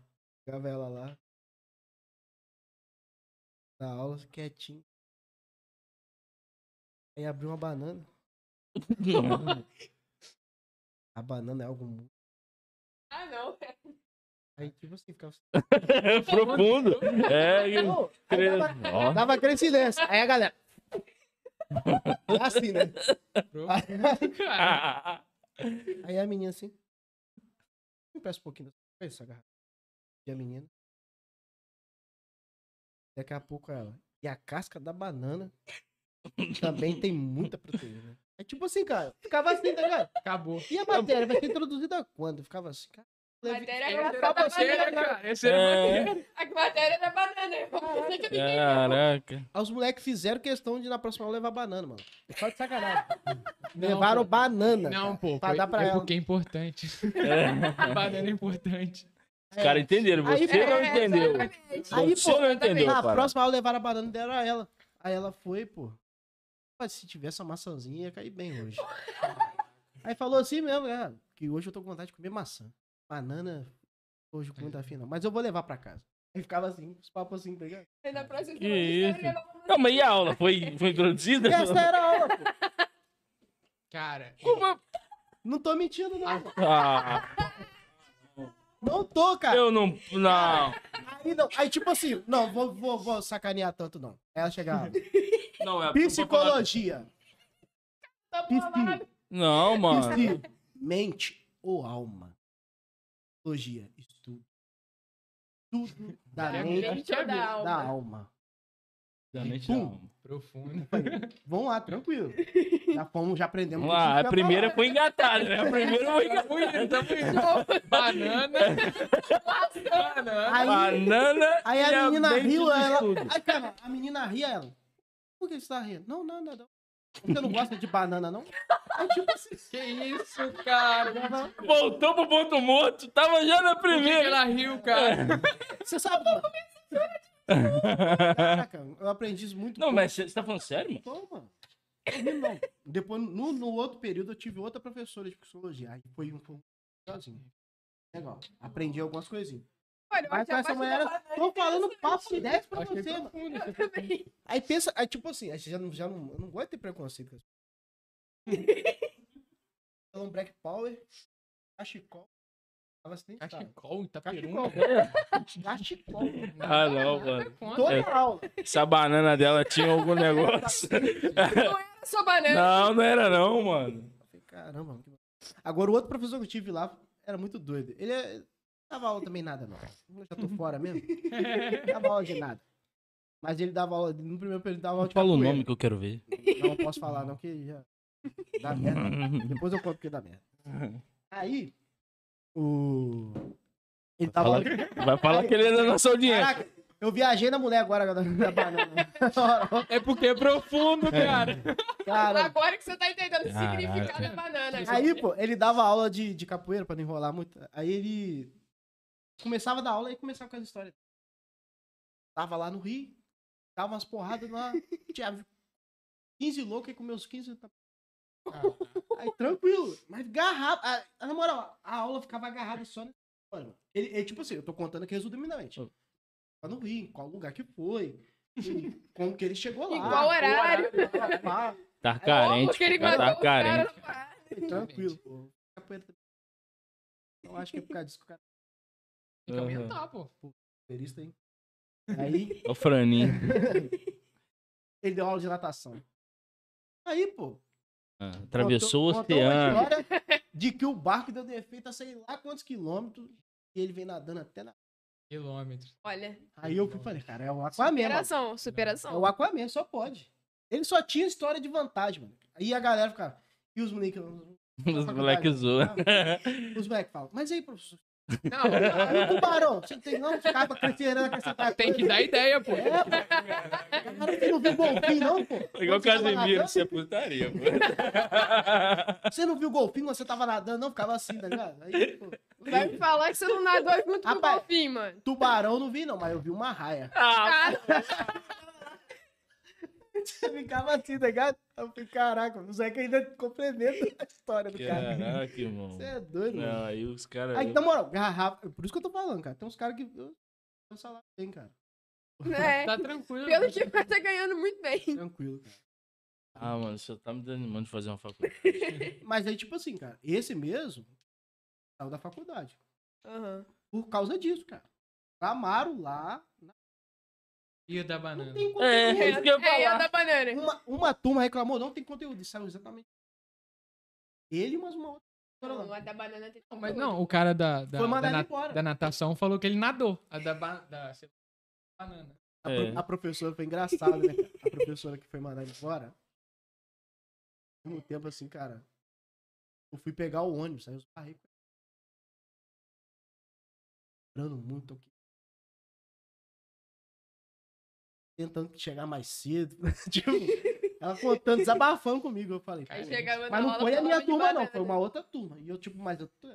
Speaker 2: Ficava ela lá. Na aula, quietinho. Aí abriu uma banana. A banana é algo muito.
Speaker 3: Ah, não.
Speaker 2: Aí, tipo assim, ficava.
Speaker 1: Profundo. É,
Speaker 2: Ô, aí dava,
Speaker 1: cre- ó.
Speaker 2: dava aquele silêncio. Aí a galera. Assim, né?
Speaker 4: Pro-
Speaker 1: Ah.
Speaker 2: Aí-
Speaker 4: Cara,
Speaker 2: Aí a menina assim. Me peça um pouquinho da sua essa garrafa. E a menina. Daqui a pouco ela. E a casca da banana também tem muita proteína. É tipo assim, cara. Ficava assim, tá ligado?
Speaker 4: acabou.
Speaker 2: E a matéria vai ser introduzida quando? Ficava assim, cara.
Speaker 3: Matéria
Speaker 4: Essa
Speaker 3: era
Speaker 4: era
Speaker 3: da
Speaker 4: matéria,
Speaker 3: banana.
Speaker 4: cara. Essa era
Speaker 1: É,
Speaker 3: A matéria era banana. Eu pensei que ninguém
Speaker 1: caraca.
Speaker 2: Aí Os moleques fizeram questão de na próxima aula levar banana, mano. Só de sacanagem.
Speaker 4: Não,
Speaker 2: Levaram
Speaker 4: pô.
Speaker 2: banana.
Speaker 4: Não,
Speaker 2: Não,
Speaker 4: pô.
Speaker 2: pra dar pra
Speaker 4: é
Speaker 2: ela.
Speaker 4: porque é importante.
Speaker 1: É.
Speaker 4: Banana é importante.
Speaker 1: Os caras entenderam,
Speaker 2: Aí-
Speaker 1: você não
Speaker 3: É,
Speaker 1: entendeu.
Speaker 3: exatamente.
Speaker 2: Aí,
Speaker 1: Você
Speaker 2: pô,
Speaker 1: não entendeu,
Speaker 2: na
Speaker 1: cara.
Speaker 2: próxima aula levaram a banana e deram a ela. Aí ela foi, pô. Mas se tivesse uma maçãzinha, ia cair bem hoje. Aí falou assim mesmo, cara, que hoje eu tô com vontade de comer maçã. Banana, hoje com muita fina. Mas eu vou levar pra casa. Aí ficava assim, os papos assim, tá ligado?
Speaker 3: Aí na próxima
Speaker 1: Que
Speaker 3: história,
Speaker 1: isso?
Speaker 3: ela-
Speaker 1: Não, mas e a aula? Foi, foi
Speaker 2: E
Speaker 1: introduzida?
Speaker 2: essa era a aula, pô.
Speaker 4: Cara,
Speaker 2: Não tô mentindo, não.
Speaker 1: Ah,
Speaker 2: Não tô, cara.
Speaker 1: eu não. Não.
Speaker 2: Aí, não. Aí, tipo assim, não, vou, vou, vou sacanear tanto, não. Aí ela chegava.
Speaker 1: Não, é
Speaker 2: Psicologia.
Speaker 3: Tá bom,
Speaker 2: Pifi.
Speaker 3: vai.
Speaker 1: Não, mano.
Speaker 2: Sim. Mente ou alma. Logia, estudo. Tudo da
Speaker 4: É
Speaker 2: mente
Speaker 3: Mente ou da
Speaker 2: da
Speaker 3: alma?
Speaker 2: alma.
Speaker 1: Antigamente
Speaker 2: Pum.
Speaker 1: não.
Speaker 4: Profundo.
Speaker 2: Vamos lá, tranquilo. Já fomos, já aprendemos.
Speaker 1: Vamos
Speaker 2: o que
Speaker 1: lá, é
Speaker 2: tinha
Speaker 1: a
Speaker 2: pra
Speaker 1: primeira
Speaker 2: falar.
Speaker 1: foi engatada, né? A primeira foi engatada.
Speaker 4: tá Banana. Banana.
Speaker 2: Aí-
Speaker 1: Banana
Speaker 2: Aí
Speaker 1: e
Speaker 2: a menina
Speaker 1: bendita
Speaker 2: riu,
Speaker 1: de
Speaker 2: ela.
Speaker 1: tudo.
Speaker 2: Aí, cara, a menina ria, ela. Por que você tá rindo? Não, não, não. não. Você não gosta de banana, não? Aí, tipo assim,
Speaker 4: Que isso, cara?
Speaker 2: ela-
Speaker 1: Voltou pro ponto morto, tava já na
Speaker 4: Por que que
Speaker 1: primeira.
Speaker 4: ela riu, cara?
Speaker 2: você sabe. mano? Caraca, eu aprendi isso muito
Speaker 1: Não,
Speaker 2: pouco.
Speaker 1: mas você você tá falando sério, mano?
Speaker 2: Então, mano. Tô rindo, não. Depois, no, no outro período, eu tive outra professora de psicologia. Aí foi um pouco sozinho. Legal. Aprendi algumas coisinhas.
Speaker 3: Olha, eu
Speaker 2: Mas
Speaker 3: acho
Speaker 2: com
Speaker 3: a
Speaker 2: essa
Speaker 3: parte
Speaker 2: mulher,
Speaker 3: da banana
Speaker 2: tô
Speaker 3: é
Speaker 2: falando papo 10 pra
Speaker 4: Achei
Speaker 2: você, mano.
Speaker 4: profundo. achei profundo.
Speaker 3: também.
Speaker 2: Aí pensa, aí tipo assim, aí você já não, já não, eu não gosto de ter preconceito com as pessoas. um Black Power, cachecol. Tava assim,
Speaker 4: Cachecol,
Speaker 2: Cachecol.
Speaker 4: Itaperuna.
Speaker 2: Cachecol.
Speaker 1: Ah, não,
Speaker 4: É
Speaker 1: mano.
Speaker 2: Toda aula.
Speaker 1: Essa banana dela tinha algum negócio.
Speaker 3: Eu sou banana.
Speaker 1: Não, não era não, mano.
Speaker 2: Eu falei, caramba. mano, que- Agora o outro professor que eu tive lá era muito doido. Ele é- dava aula também nada, não. Eu já tô fora mesmo. dava aula de nada. Mas ele dava aula, no primeiro período ele dava aula de
Speaker 1: Fala o tipo
Speaker 2: capoeira.
Speaker 1: nome que eu quero ver.
Speaker 2: Não, eu posso falar não, que já dá merda. Depois eu conto que dá merda. Aí, o. Ele tava.
Speaker 1: Fala- vai falar que ele é da nossa audiência.
Speaker 2: Caraca, eu viajei na mulher agora na, na banana.
Speaker 4: É porque é profundo, cara.
Speaker 2: Cara.
Speaker 3: Agora que você tá entendendo o
Speaker 1: Caraca.
Speaker 3: significado da banana. né?
Speaker 2: Aí, pô, ele dava aula de, de capoeira pra não enrolar muito. Aí ele começava a dar aula e começava com as histórias. Tava lá no Rio, dava umas porradas lá, tinha 15 loucos aí com meus 15. tá-
Speaker 4: Ah,
Speaker 2: Aí tranquilo, mas garrava. a- a- Na moral, a aula ficava agarrada só na história, mano. Ele, ele, tipo assim, eu tô contando aqui resumidamente.
Speaker 1: Hum.
Speaker 2: Lá no Rio, em qual lugar que foi, e como que ele chegou lá.
Speaker 3: Em qual horário?
Speaker 2: pá, pá.
Speaker 1: Tá
Speaker 3: Como
Speaker 1: carente,
Speaker 3: que ele
Speaker 1: pô, cara,
Speaker 3: mandou
Speaker 1: tá
Speaker 3: o cara
Speaker 1: carente.
Speaker 3: no ar?
Speaker 2: Foi tranquilo, pô. Capoeira também. Eu acho que é por causa disso que o cara
Speaker 4: Tem que aumentar, pô.
Speaker 2: é capoeirista, hein? Aí
Speaker 1: Ô, Franinho.
Speaker 2: ele deu aula de natação. Aí, pô.
Speaker 1: Ah, Atravessou o
Speaker 2: contou- contou uma
Speaker 1: oceano.
Speaker 2: história de que o barco deu defeito a sei lá quantos quilômetros e ele vem nadando até na.
Speaker 4: Quilômetros.
Speaker 3: Olha,
Speaker 2: Aí eu fui e falei, cara, é o Aquaman, mano.
Speaker 3: superação,
Speaker 2: É
Speaker 3: superação.
Speaker 2: o Aquaman, só pode. Ele só tinha história de vantagem, mano. Aí a galera ficava. E os moleques.
Speaker 1: Os moleques zoam.
Speaker 2: Os moleques falam, mas aí, professor,
Speaker 4: Não, não,
Speaker 2: aí o tubarão, você não tem não? Os caras crescerão com essa
Speaker 4: tem que dar ideia, pô.
Speaker 2: É, pô. Cara, você não viu golfinho, não, pô?
Speaker 1: Igual o
Speaker 2: Quando você tava
Speaker 1: Casemiro,
Speaker 2: nadando,
Speaker 1: isso é putaria, pô.
Speaker 2: Você não viu golfinho quando você tava nadando, não? Ficava assim, tá ligado? Aí, pô,
Speaker 3: Vai me falar que você não nadou junto com o
Speaker 2: Rapaz.
Speaker 3: golfinho, mano.
Speaker 2: tubarão não vi, não, mas eu vi uma raia.
Speaker 1: Ah,
Speaker 3: Ah,
Speaker 2: Você ficava assim, tá ligado? Eu falei, caraca, o Zeca ainda complementa a história do cara.
Speaker 1: caraca, irmão.
Speaker 2: Você é Ah, então- doido, mano.
Speaker 1: Não, é. aí os caras.
Speaker 2: Aí, na moral, garrafa. Por isso que eu tô falando, cara. Tem uns caras que. Eu, eu salário bem, cara.
Speaker 3: é.
Speaker 4: Tá tranquilo.
Speaker 3: Pelo que vai tá ganhando muito bem.
Speaker 2: Tranquilo, cara.
Speaker 1: Ah, mano, você tá me desanimando de fazer uma faculdade.
Speaker 2: Mas aí, tipo assim, cara, esse mesmo saiu da faculdade.
Speaker 3: Aham.
Speaker 2: Por causa disso, cara. Amaro lá.
Speaker 4: E o da
Speaker 2: Não
Speaker 4: banana.
Speaker 2: tem como. um
Speaker 1: É, é isso que eu ia
Speaker 3: É, e a
Speaker 1: falar.
Speaker 3: da banana.
Speaker 2: Uma, uma turma reclamou, não tem conteúdo. E saiu exatamente. Ele e mais uma outra.
Speaker 3: Não, a da banana tem
Speaker 4: Não, Mas não, o cara da, da,
Speaker 2: Foi
Speaker 4: da,
Speaker 2: mandado
Speaker 4: na-
Speaker 2: embora.
Speaker 4: da natação falou que ele nadou. A da, ba- da banana.
Speaker 2: A,
Speaker 1: É.
Speaker 2: pro- a professora foi engraçada, né? cara? A professora que foi mandada embora. Ao mesmo tempo, assim, cara. Eu fui pegar o ônibus, aí eu esbarrei com ela. Chorando muito aqui. Tentando chegar mais cedo. tipo, ela contando, desabafando comigo. Eu falei,
Speaker 3: Aí
Speaker 2: "Pô,
Speaker 3: chegava na
Speaker 2: mas não
Speaker 3: aula,
Speaker 2: foi a
Speaker 3: falava
Speaker 2: minha
Speaker 3: de
Speaker 2: turma, não.
Speaker 3: banana.
Speaker 2: Foi uma outra turma. E eu, tipo, mas eu tô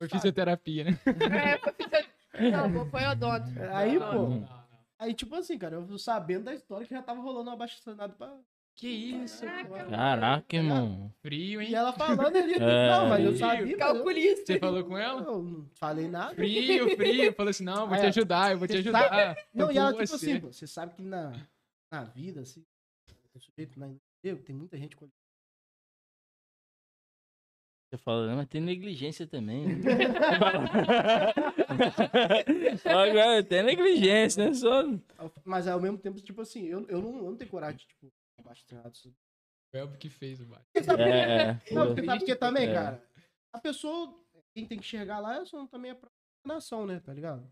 Speaker 4: Foi fisioterapia, né?
Speaker 3: É, foi fisio- Não, pô, foi odonto.
Speaker 2: Aí,
Speaker 3: Odonto.
Speaker 2: pô.
Speaker 4: Ah,
Speaker 2: Aí, tipo assim, cara, eu sabendo da história que já tava rolando um abaixo-assinado pra.
Speaker 4: Que isso?
Speaker 3: Caraca, mano.
Speaker 1: Caraca, irmão.
Speaker 4: Frio, hein?
Speaker 2: E ela falando ali.
Speaker 1: É.
Speaker 2: Não, mas eu sabia. mas eu-
Speaker 3: Calculista.
Speaker 4: Você falou com ela?
Speaker 2: Eu não falei nada.
Speaker 4: Frio, frio. Falou assim, não, eu vou te
Speaker 2: Aí,
Speaker 4: ajudar, eu vou te
Speaker 2: você
Speaker 4: ajudar. Tô
Speaker 2: Não, e
Speaker 4: com
Speaker 2: ela, tipo
Speaker 4: você.
Speaker 2: assim, pô, você sabe que na, na vida, assim, o sujeito na emprego, tem muita gente com.
Speaker 1: Você fala, "Não, mas tem negligência também. Agora, tem negligência, né? Só.
Speaker 2: Mas ao mesmo tempo, tipo assim, eu, eu, não, eu não tenho coragem de, tipo, abaixo-assinado.
Speaker 4: é O Elbo que fez o bate.
Speaker 1: É.
Speaker 2: Não, porque sabe
Speaker 4: Triste,
Speaker 2: porque também,
Speaker 1: é.
Speaker 2: cara, a pessoa, quem tem que enxergar lá é só também a própria nação, né, tá ligado?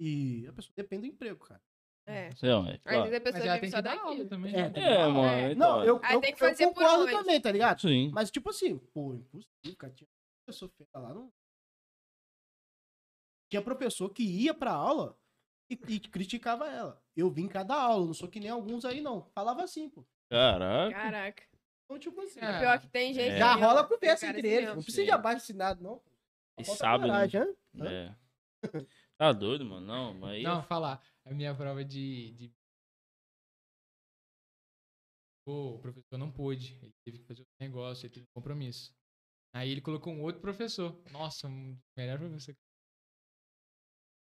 Speaker 2: E a pessoa depende do emprego, cara.
Speaker 3: É.
Speaker 1: Não, é,
Speaker 3: Às
Speaker 1: claro.
Speaker 3: vezes a
Speaker 4: Mas
Speaker 3: pessoa
Speaker 4: ela
Speaker 3: vive
Speaker 4: tem
Speaker 3: só
Speaker 4: que dar aula
Speaker 3: daqui.
Speaker 4: também.
Speaker 2: É,
Speaker 4: né?
Speaker 1: É, mano.
Speaker 3: É.
Speaker 2: Não, eu,
Speaker 3: Aí
Speaker 2: eu,
Speaker 3: tem que
Speaker 2: eu
Speaker 3: fazer por
Speaker 2: concordo
Speaker 3: onde?
Speaker 2: também, tá ligado?
Speaker 1: Sim.
Speaker 2: Mas, tipo assim, pô, impossível, cara. Tinha professor feia lá, não. Tinha professor que ia pra aula e, e criticava ela. Eu vim cada aula, não sou que nem alguns aí, não. Falava assim, pô.
Speaker 1: Caraca.
Speaker 3: Caraca.
Speaker 2: Então, tipo assim.
Speaker 4: É.
Speaker 3: Pior que tem gente.
Speaker 1: É.
Speaker 2: Já
Speaker 3: mesmo,
Speaker 2: rola
Speaker 3: tem
Speaker 2: conversa
Speaker 3: cara
Speaker 2: entre
Speaker 3: assim
Speaker 2: eles.
Speaker 3: mesmo.
Speaker 2: Não precisa de
Speaker 1: Sim.
Speaker 2: abaixo-assinado, não.
Speaker 1: E
Speaker 2: Falta
Speaker 1: sabe, né?
Speaker 2: coragem, né? Hã?
Speaker 1: É. Tá doido, mano. Não, mas aí.
Speaker 4: Não, falar. A minha prova de. de- Pô, o professor não pôde. Ele teve que fazer outro negócio, ele teve um compromisso. Aí ele colocou um outro professor. Nossa, um dos melhores professores.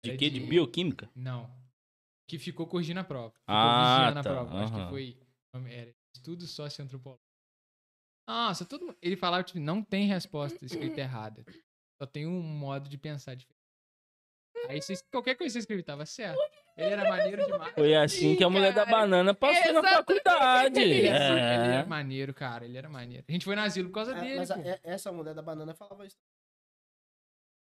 Speaker 1: De
Speaker 4: é
Speaker 1: quê? De
Speaker 4: de-
Speaker 1: bioquímica?
Speaker 4: Não. Que ficou corrigindo a prova. Ficou
Speaker 1: Ah,
Speaker 4: vigiando
Speaker 1: tá,
Speaker 4: a prova. Acho
Speaker 1: aham.
Speaker 4: que foi. o nome Era estudo socioantropológico. Nossa, todo mundo. Ele falava, tipo, não tem resposta escrita errada. Só tem um modo de pensar diferente. Aí se qualquer coisa que você escrevia tava certo. Ele era maneiro demais.
Speaker 1: Foi assim que a mulher da
Speaker 3: cara.
Speaker 1: banana passou na
Speaker 3: Exatamente.
Speaker 1: faculdade.
Speaker 4: Ele
Speaker 1: É.
Speaker 4: era ele era maneiro, cara. Ele era maneiro. A gente foi no asilo por causa
Speaker 2: Ah,
Speaker 4: dele,
Speaker 2: mas a-
Speaker 4: pô.
Speaker 2: é- essa mulher da banana falava isso.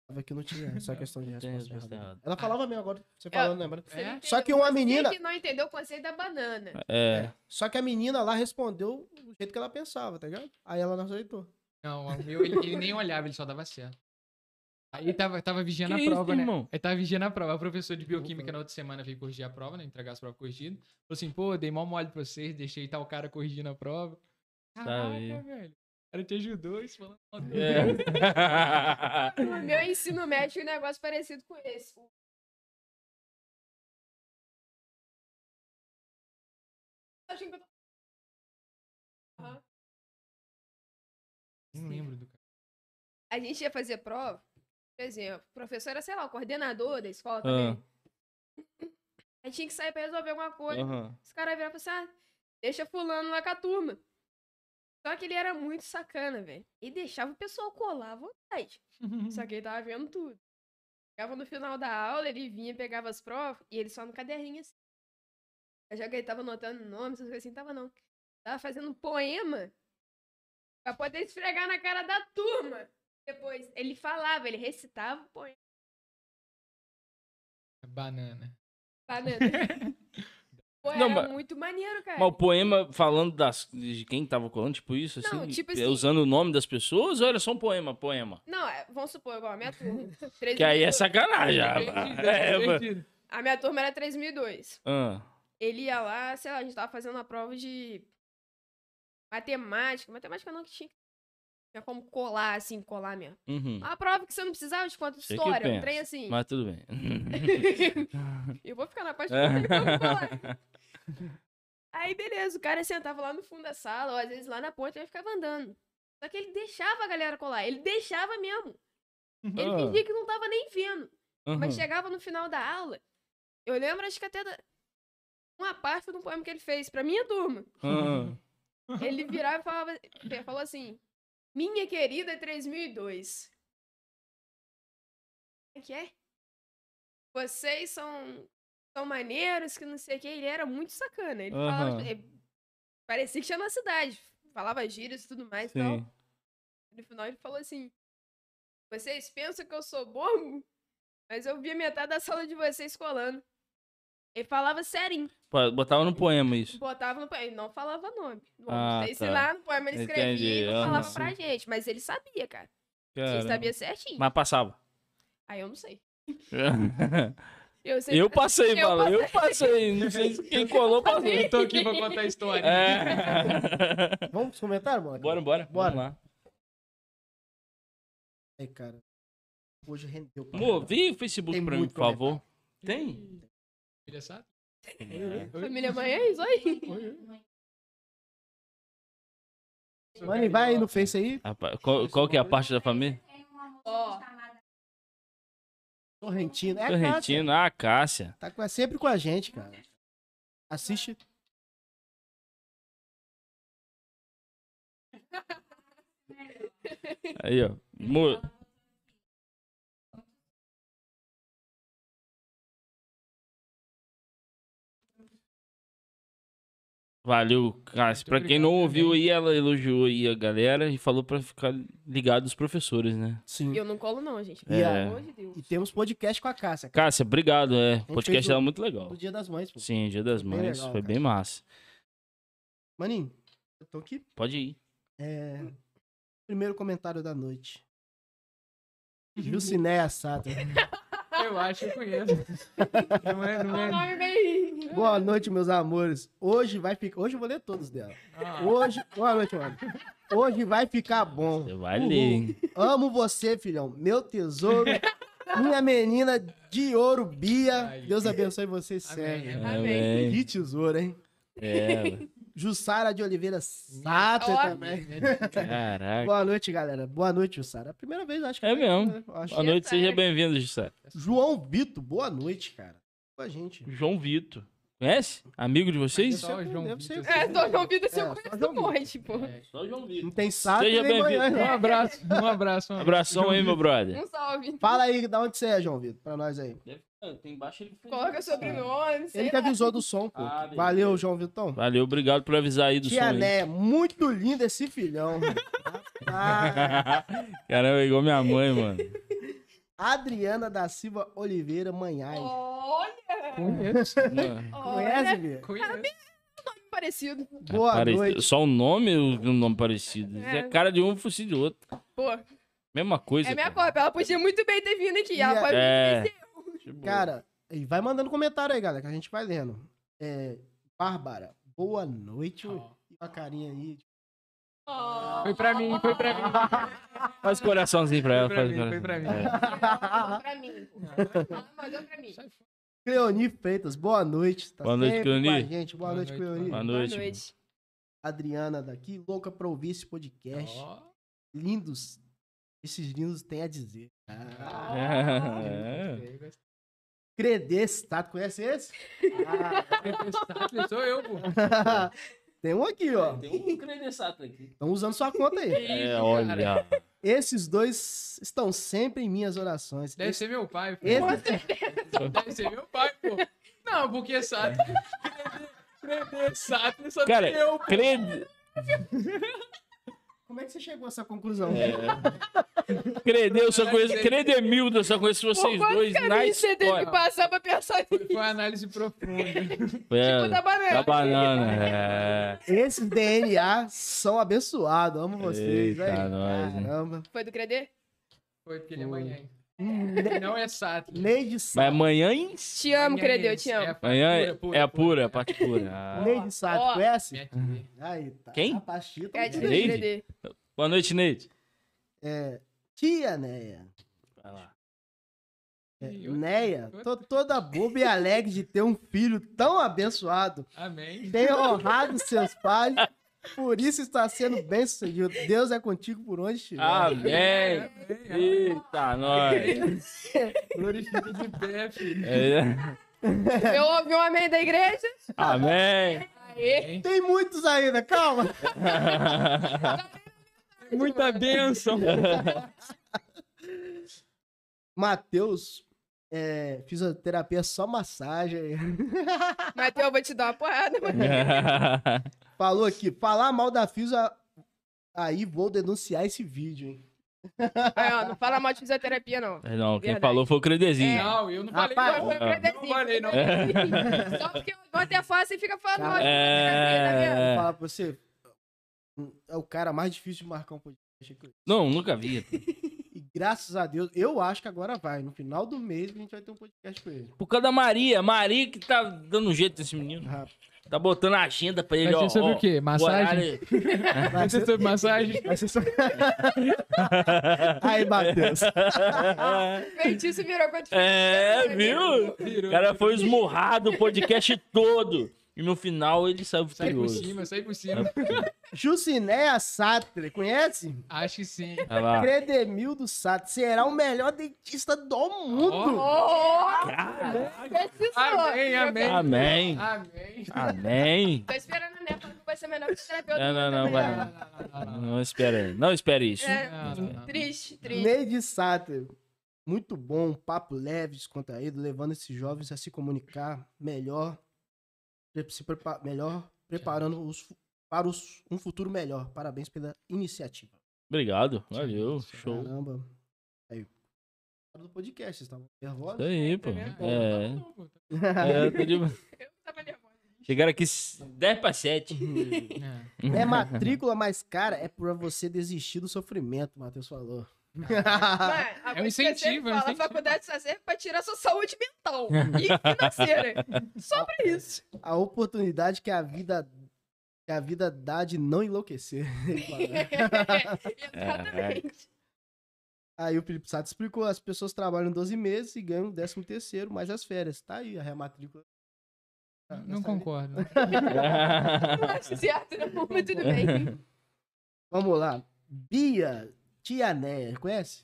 Speaker 2: Falava que não tinha essa questão de
Speaker 1: Não tem
Speaker 2: resposta,
Speaker 1: resposta
Speaker 2: errada.
Speaker 1: errada.
Speaker 2: Ela falava mesmo agora, você falando, lembra?
Speaker 3: Você não
Speaker 4: É?
Speaker 2: Só
Speaker 3: entendeu.
Speaker 2: que uma
Speaker 3: Você
Speaker 2: menina-
Speaker 3: que não entendeu o conceito da banana.
Speaker 1: É.
Speaker 2: Só que a menina lá respondeu do jeito que ela pensava, tá ligado? Aí ela não aceitou.
Speaker 4: Não, o meu, ele, ele nem olhava, ele só dava certo. Aí tava, tava vigiando
Speaker 1: Que
Speaker 4: a
Speaker 1: isso,
Speaker 4: prova, né?
Speaker 1: irmão?
Speaker 4: Aí tava vigiando a prova. O professor de bioquímica na outra semana veio corrigir a prova, né? Entregar as provas corrigidas. Falou assim, pô, dei mó mole pra vocês, deixei tal cara corrigindo a prova. Caraca,
Speaker 1: aí.
Speaker 4: velho. O cara te ajudou, isso falando mal
Speaker 1: É.
Speaker 4: dele.
Speaker 3: No meu ensino médio tinha um negócio parecido com esse. Achei que eu tô- Aham.
Speaker 4: Não lembro do cara.
Speaker 3: A gente ia fazer prova, por exemplo, o professor era, sei lá, o coordenador da escola
Speaker 1: Ah,
Speaker 3: também. A gente tinha que sair pra resolver alguma coisa.
Speaker 1: aham.
Speaker 3: Os caras viraram e falaram assim, ah, deixa fulano lá com a turma. Só que ele era muito sacana, velho. E deixava o pessoal colar à vontade. Só que ele tava vendo tudo. Chegava no final da aula, ele vinha, pegava as provas e ele só no caderninho assim. Eu já que ele tava anotando nome, essas coisas assim, tava não. Tava fazendo um poema pra poder esfregar na cara da turma. Depois, ele falava, ele recitava o poema.
Speaker 4: É Banana.
Speaker 3: Banana. Pô,
Speaker 1: Não,
Speaker 3: era
Speaker 1: mas-
Speaker 3: muito maneiro, cara.
Speaker 1: Mas o poema falando das, de quem tava colando, tipo isso, assim,
Speaker 3: Não, tipo
Speaker 1: é,
Speaker 3: assim-
Speaker 1: usando o nome das pessoas, ou era só um poema, poema?
Speaker 3: Não, é, vamos supor, igual a minha turma. 3.002.
Speaker 1: Que aí é sacanagem. ah,
Speaker 4: Perdido,
Speaker 1: é, mano.
Speaker 4: perdido.
Speaker 3: A minha turma era 3002.
Speaker 1: Ah,
Speaker 3: ele ia lá, sei lá, a gente tava fazendo uma prova de matemática. Matemática não que tinha. Tinha como colar, assim, colar mesmo.
Speaker 1: uhum.
Speaker 3: Uma prova que você não precisava de quanto
Speaker 1: Sei que eu
Speaker 3: história, um
Speaker 1: penso,
Speaker 3: trem assim.
Speaker 1: Mas tudo bem.
Speaker 3: eu vou ficar na parte de como colar. Aí, beleza, o cara sentava lá no fundo da sala, ou às vezes lá na ponte, ele ficava andando. Só que ele deixava a galera colar, ele deixava mesmo. Ele
Speaker 1: Ah.
Speaker 3: fingia que não tava nem vendo. Mas
Speaker 1: Uhum.
Speaker 3: chegava no final da aula, eu lembro, acho que até da... uma parte do poema que ele fez pra minha turma.
Speaker 1: Uhum.
Speaker 3: Ele virava e falava, ele falou assim: Minha querida é 3002. Como é que é? Vocês são, são maneiros, que não sei o que. Ele era muito sacana. Ele falava.
Speaker 1: Aham.
Speaker 3: ele- parecia que tinha na cidade. Falava gírias e tudo mais. e tal.
Speaker 1: Sim.
Speaker 3: No final ele falou assim: Vocês pensam que eu sou bobo? Mas eu vi metade da sala de vocês colando. Ele falava serinho.
Speaker 1: Pô, Botava no poema isso.
Speaker 3: Botava no poema. Ele não falava nome. Não
Speaker 1: Ah,
Speaker 3: sei se
Speaker 1: tá.
Speaker 3: lá no poema ele escrevia
Speaker 1: Entendi,
Speaker 3: e não
Speaker 1: aham.
Speaker 3: falava pra gente. Mas ele sabia, cara. Ele
Speaker 1: Caramba.
Speaker 3: sabia assim? certinho.
Speaker 1: Mas passava.
Speaker 3: Aí eu não sei. Eu sei
Speaker 1: Eu
Speaker 3: que-
Speaker 1: passei,
Speaker 3: Eu
Speaker 1: fala. Eu passei. Não sei se quem colou passou.
Speaker 4: Eu tô aqui pra contar a história. né,
Speaker 1: É.
Speaker 2: Vamos pros comentários, moleque?
Speaker 1: Bora, bora.
Speaker 2: Bora.
Speaker 1: Vamos lá.
Speaker 2: Aí, cara. Hoje rendeu. pra
Speaker 1: Amor,
Speaker 2: caralho.
Speaker 1: vem o Facebook
Speaker 2: Tem
Speaker 1: pra mim,
Speaker 2: muito
Speaker 1: por favor. Tem?
Speaker 4: Filha, sabe?
Speaker 1: É.
Speaker 3: Família mãe é isso aí.
Speaker 1: um
Speaker 2: Mano, e vai aí no Face aí.
Speaker 1: Rapaz, qual, qual que é a parte da família?
Speaker 3: Ó.
Speaker 2: Torrentino. É a Cássia.
Speaker 1: Torrentino, ah, Cássia.
Speaker 2: Tá com- é sempre com a gente, cara. Assiste.
Speaker 1: Aí, ó. Mo- Valeu, Cássio.
Speaker 4: Muito
Speaker 1: Pra quem não
Speaker 4: obrigado
Speaker 1: ouviu
Speaker 4: também.
Speaker 1: aí, ela elogiou aí a galera e falou pra ficar ligado os professores, né?
Speaker 2: Sim.
Speaker 3: E eu não colo, não, gente.
Speaker 2: E a-
Speaker 1: É.
Speaker 3: Pelo amor de Deus.
Speaker 2: E temos podcast com a Cássia. cara.
Speaker 1: Cássia, obrigado, é. O
Speaker 2: fez
Speaker 1: podcast
Speaker 2: o-
Speaker 1: dela é muito legal.
Speaker 2: No Dia das Mães, pô.
Speaker 1: Sim, Dia das
Speaker 2: Foi bem
Speaker 1: Mães,
Speaker 2: legal,
Speaker 1: foi
Speaker 2: cara.
Speaker 1: bem massa.
Speaker 2: Maninho, eu tô aqui.
Speaker 1: Pode ir.
Speaker 2: É... Primeiro comentário da noite. Jucinéia Sato.
Speaker 4: Eu acho que eu conheço. Não é, não
Speaker 3: Ah,
Speaker 4: é.
Speaker 3: nome bem.
Speaker 2: Boa noite, meus amores. Hoje vai ficar. Hoje eu vou ler todos dela.
Speaker 4: Ah,
Speaker 2: Hoje. Boa noite, mano. Hoje vai ficar bom.
Speaker 1: Você vai ler, hein?
Speaker 2: Amo você, filhão. Meu tesouro. Minha menina de ouro, Bia.
Speaker 4: Aí.
Speaker 2: Deus abençoe você
Speaker 4: Amém.
Speaker 2: sempre.
Speaker 1: Amém.
Speaker 2: Que tesouro, hein?
Speaker 1: É,
Speaker 2: Jussara de Oliveira Sato
Speaker 3: Ó.
Speaker 4: é
Speaker 2: também.
Speaker 1: caraca.
Speaker 2: Boa noite, galera. Boa noite, Jussara. A primeira vez, acho que.
Speaker 1: É
Speaker 2: foi,
Speaker 1: mesmo.
Speaker 2: né? Eu acho.
Speaker 1: Boa noite, seja bem-vindo, José.
Speaker 2: João Bito, boa noite, cara. Com a gente.
Speaker 1: João Vitor. Conhece? Amigo de vocês?
Speaker 4: Só o João
Speaker 2: Deve ser-
Speaker 4: Vitor.
Speaker 3: É, tô ouvindo se
Speaker 2: É,
Speaker 3: eu
Speaker 2: só
Speaker 3: conheço
Speaker 2: João
Speaker 3: um monte, pô.
Speaker 4: É.
Speaker 1: Só João
Speaker 2: Não
Speaker 1: Vitor.
Speaker 2: tem saco
Speaker 1: Seja
Speaker 2: nem
Speaker 1: bem-vindo.
Speaker 2: manhã,
Speaker 4: Um
Speaker 2: não.
Speaker 4: abraço, um abraço. Um
Speaker 1: Abração aí, meu brother.
Speaker 3: Um salve.
Speaker 2: Fala aí da onde você é, João Vitor, pra nós aí.
Speaker 1: Tem baixa ele
Speaker 3: Coloca sobrenome, sei
Speaker 2: É. Ele que
Speaker 3: lá.
Speaker 2: avisou do som, pô.
Speaker 1: Ah, beleza.
Speaker 2: Valeu, João Vitão.
Speaker 1: Valeu, obrigado por avisar aí do som.
Speaker 2: Tia
Speaker 1: aí.
Speaker 2: Né, muito lindo esse filhão. Rapaz.
Speaker 1: Caramba, é igual minha mãe, mano.
Speaker 2: Adriana da Silva Oliveira Manhais.
Speaker 3: Olha,
Speaker 4: Conheço.
Speaker 1: Mano,
Speaker 2: Conhece,
Speaker 3: olha.
Speaker 4: É,
Speaker 3: é
Speaker 2: Bia?
Speaker 4: Conheço.
Speaker 3: Parecido.
Speaker 2: Boa
Speaker 1: parece-
Speaker 2: noite.
Speaker 1: Só o nome, um nome parecido. É.
Speaker 3: É.
Speaker 1: cara de um, fosse de outro.
Speaker 3: Pô,
Speaker 1: Mesma coisa.
Speaker 3: é minha
Speaker 1: cara.
Speaker 3: copa. Ela podia muito bem ter vindo aqui. Ela
Speaker 2: E a-
Speaker 3: pode
Speaker 1: É.
Speaker 3: muito bem ser.
Speaker 2: Cara, e vai mandando comentário aí, galera, que a gente vai lendo. É, Bárbara, boa noite.
Speaker 4: Ó.
Speaker 2: E uma carinha aí.
Speaker 3: Oh.
Speaker 4: Foi pra mim, foi pra mim.
Speaker 1: Faz coraçãozinho pra ela.
Speaker 4: Foi pra
Speaker 1: faz
Speaker 4: mim, foi pra mim.
Speaker 1: coração. É.
Speaker 3: Mandou pra mim. pô. Ela mandou pra mim.
Speaker 4: Sai fora.
Speaker 2: Cleoni Freitas, boa noite. Tá
Speaker 1: Boa noite,
Speaker 2: sempre com
Speaker 1: Cleoni.
Speaker 2: a gente. Boa,
Speaker 4: Boa
Speaker 2: noite,
Speaker 4: noite,
Speaker 1: Boa
Speaker 2: Cleoni.
Speaker 3: Boa
Speaker 1: noite. mano.
Speaker 3: noite.
Speaker 2: Adriana daqui, louca pra ouvir esse podcast.
Speaker 4: Ó,
Speaker 2: Lindos. Esses lindos têm a dizer. Ah.
Speaker 1: É.
Speaker 4: gostei, gostei.
Speaker 2: Credestato, conhece esse?
Speaker 4: Sabe, Sou eu, pô.
Speaker 2: Ah. Tem um aqui, ó.
Speaker 1: um credençato aqui.
Speaker 2: Estão usando sua conta aí.
Speaker 1: É, olha.
Speaker 2: Esses dois estão sempre em minhas orações.
Speaker 4: Deve
Speaker 2: Esse-
Speaker 4: ser meu pai, pô.
Speaker 2: esse-
Speaker 4: Deve ser meu pai, pô. Não, porque sabe. Prender sabe, só
Speaker 1: Cara,
Speaker 4: tem eu, pô.
Speaker 1: Cred...
Speaker 2: Como é que você chegou a essa conclusão?
Speaker 1: Credeu, eu só conheço. Credemildo, eu só conheço vocês
Speaker 3: Por
Speaker 1: dois
Speaker 3: quantos
Speaker 1: na
Speaker 3: caminhos você teve que é
Speaker 1: história.
Speaker 3: passar pra pensar nisso?
Speaker 4: Foi uma análise profunda.
Speaker 1: É,
Speaker 3: da banana.
Speaker 1: Da banana. É.
Speaker 2: Esses DNA são abençoados. Amo vocês,
Speaker 1: Eita,
Speaker 2: velho.
Speaker 1: nós, hein?
Speaker 2: Caramba.
Speaker 3: Foi do Credê?
Speaker 4: Foi porque ele é manhã.
Speaker 2: Hum,
Speaker 4: Não é sato.
Speaker 1: Mas
Speaker 2: Neide
Speaker 1: é
Speaker 2: Sato.
Speaker 1: amanhã, hein?
Speaker 3: Te amo, Credê, eu te amo.
Speaker 1: Amanhã é- é a pura, a parte pura. Ah.
Speaker 2: Neide Sato,
Speaker 3: Ó.
Speaker 2: conhece?
Speaker 4: Minha tia.
Speaker 2: Aí, tá.
Speaker 1: Quem?
Speaker 2: A Pachita.
Speaker 3: É de
Speaker 1: Neide?
Speaker 3: Deus, Credê.
Speaker 1: Boa noite, Neide.
Speaker 2: Tia Neia.
Speaker 1: Vai lá.
Speaker 2: É,
Speaker 4: E outra-
Speaker 2: Neia,
Speaker 4: outra-
Speaker 2: tô toda boba e alegre de ter um filho tão abençoado.
Speaker 4: Amém.
Speaker 2: Tem honrado seus pais, por isso está sendo bem sucedido. Deus é contigo por onde estiver.
Speaker 1: Ah. Amém. Eita, nós.
Speaker 4: Glorifica de pé, filho.
Speaker 1: É.
Speaker 3: Eu ouvi um amém da igreja.
Speaker 1: Amém.
Speaker 3: Aê.
Speaker 4: Amém.
Speaker 2: Tem muitos ainda, calma.
Speaker 4: Muita bênção.
Speaker 2: Matheus, é, fisioterapia só massagem.
Speaker 3: Matheus, eu vou te dar uma porrada, mano.
Speaker 2: Falou aqui, falar mal da Fiso, a- aí vou denunciar esse vídeo, hein?
Speaker 3: Aí, ó, não fala mal de fisioterapia, não.
Speaker 1: Não, quem
Speaker 3: Verdade.
Speaker 1: falou foi o Credezinho.
Speaker 4: Não, eu não falei.
Speaker 2: Rapaz,
Speaker 4: não.
Speaker 3: Foi o
Speaker 1: ah.
Speaker 3: Credezinho.
Speaker 4: Não falei, não.
Speaker 3: Só porque eu até faço e fica falando mal de fisioterapia, tá
Speaker 1: É...
Speaker 2: Vou falar pra você, é o cara mais difícil de marcar um podcast.
Speaker 1: Não, nunca vi.
Speaker 2: E graças a Deus, eu acho que agora vai. No final do mês a gente vai ter um podcast com ele.
Speaker 1: Por causa da Maria. Maria que tá dando um jeito nesse menino.
Speaker 2: Rapaz.
Speaker 1: Tá botando a agenda pra ele,
Speaker 4: Vai
Speaker 1: ó.
Speaker 4: ser sobre
Speaker 1: ó,
Speaker 4: o é quê? Massagem?
Speaker 1: horário-
Speaker 4: Vai ser sobre massagem?
Speaker 2: Vai ser só- Aí, Matheus.
Speaker 3: vendo? Feitiço virou quanto tá
Speaker 1: É, viu? O
Speaker 4: Virou.
Speaker 1: cara foi esmurrado o podcast todo. E no final ele saiu
Speaker 4: Sai por
Speaker 1: vitorioso.
Speaker 4: cima, sai por cima.
Speaker 2: Jucinéia Satre, conhece?
Speaker 4: Acho que sim.
Speaker 1: Olha Tá lá.
Speaker 2: Credemildo Sato será o melhor dentista do mundo.
Speaker 3: Oh,
Speaker 1: Cara,
Speaker 4: Amém, amém.
Speaker 1: Amém.
Speaker 4: Amém.
Speaker 1: Amém.
Speaker 3: Tô esperando, né? Falando que vai ser melhor fisioterapeuta.
Speaker 1: Não, não, não, vai. não. Não espere, não espere isso.
Speaker 3: É.
Speaker 4: Não, não, não.
Speaker 3: Triste, triste.
Speaker 2: Neide Sato. Muito bom, papo leve, descontraído, levando esses jovens a se comunicar melhor, pre- se prepa- melhor preparando os, fu- para os- um futuro melhor. Parabéns pela iniciativa.
Speaker 1: Obrigado. Valeu.
Speaker 4: Isso,
Speaker 1: Show.
Speaker 2: Caramba. Aí. Do podcast, tá vocês estavam
Speaker 1: Isso
Speaker 2: nervosos?
Speaker 1: aí, pô.
Speaker 4: É,
Speaker 1: É.
Speaker 4: tá bom, tá
Speaker 1: é tô de-
Speaker 3: Eu tava nervosa.
Speaker 1: Chegaram aqui s- 10 para 7.
Speaker 4: bom. É.
Speaker 2: É matrícula mais cara, é pra você desistir do sofrimento, o Matheus falou. Ah,
Speaker 3: Mano, a
Speaker 4: É um
Speaker 3: música sempre
Speaker 4: incentivo, é
Speaker 3: fala,
Speaker 4: um incentivo.
Speaker 3: A faculdade só serve pra tirar sua saúde mental e financeira. Só pra isso.
Speaker 2: a oportunidade que a vida que a vida dá de não enlouquecer. Ele fala.
Speaker 3: Exatamente.
Speaker 2: aí o Felipe Sato explicou, as pessoas trabalham 12 meses e ganham 13 terceiro, mais as férias. Tá aí a rematrícula. Tá,
Speaker 4: Não
Speaker 2: tá
Speaker 4: concordo.
Speaker 3: Não acho certo, não, mas tudo bem.
Speaker 2: Vamos lá. Bia Tiané, conhece?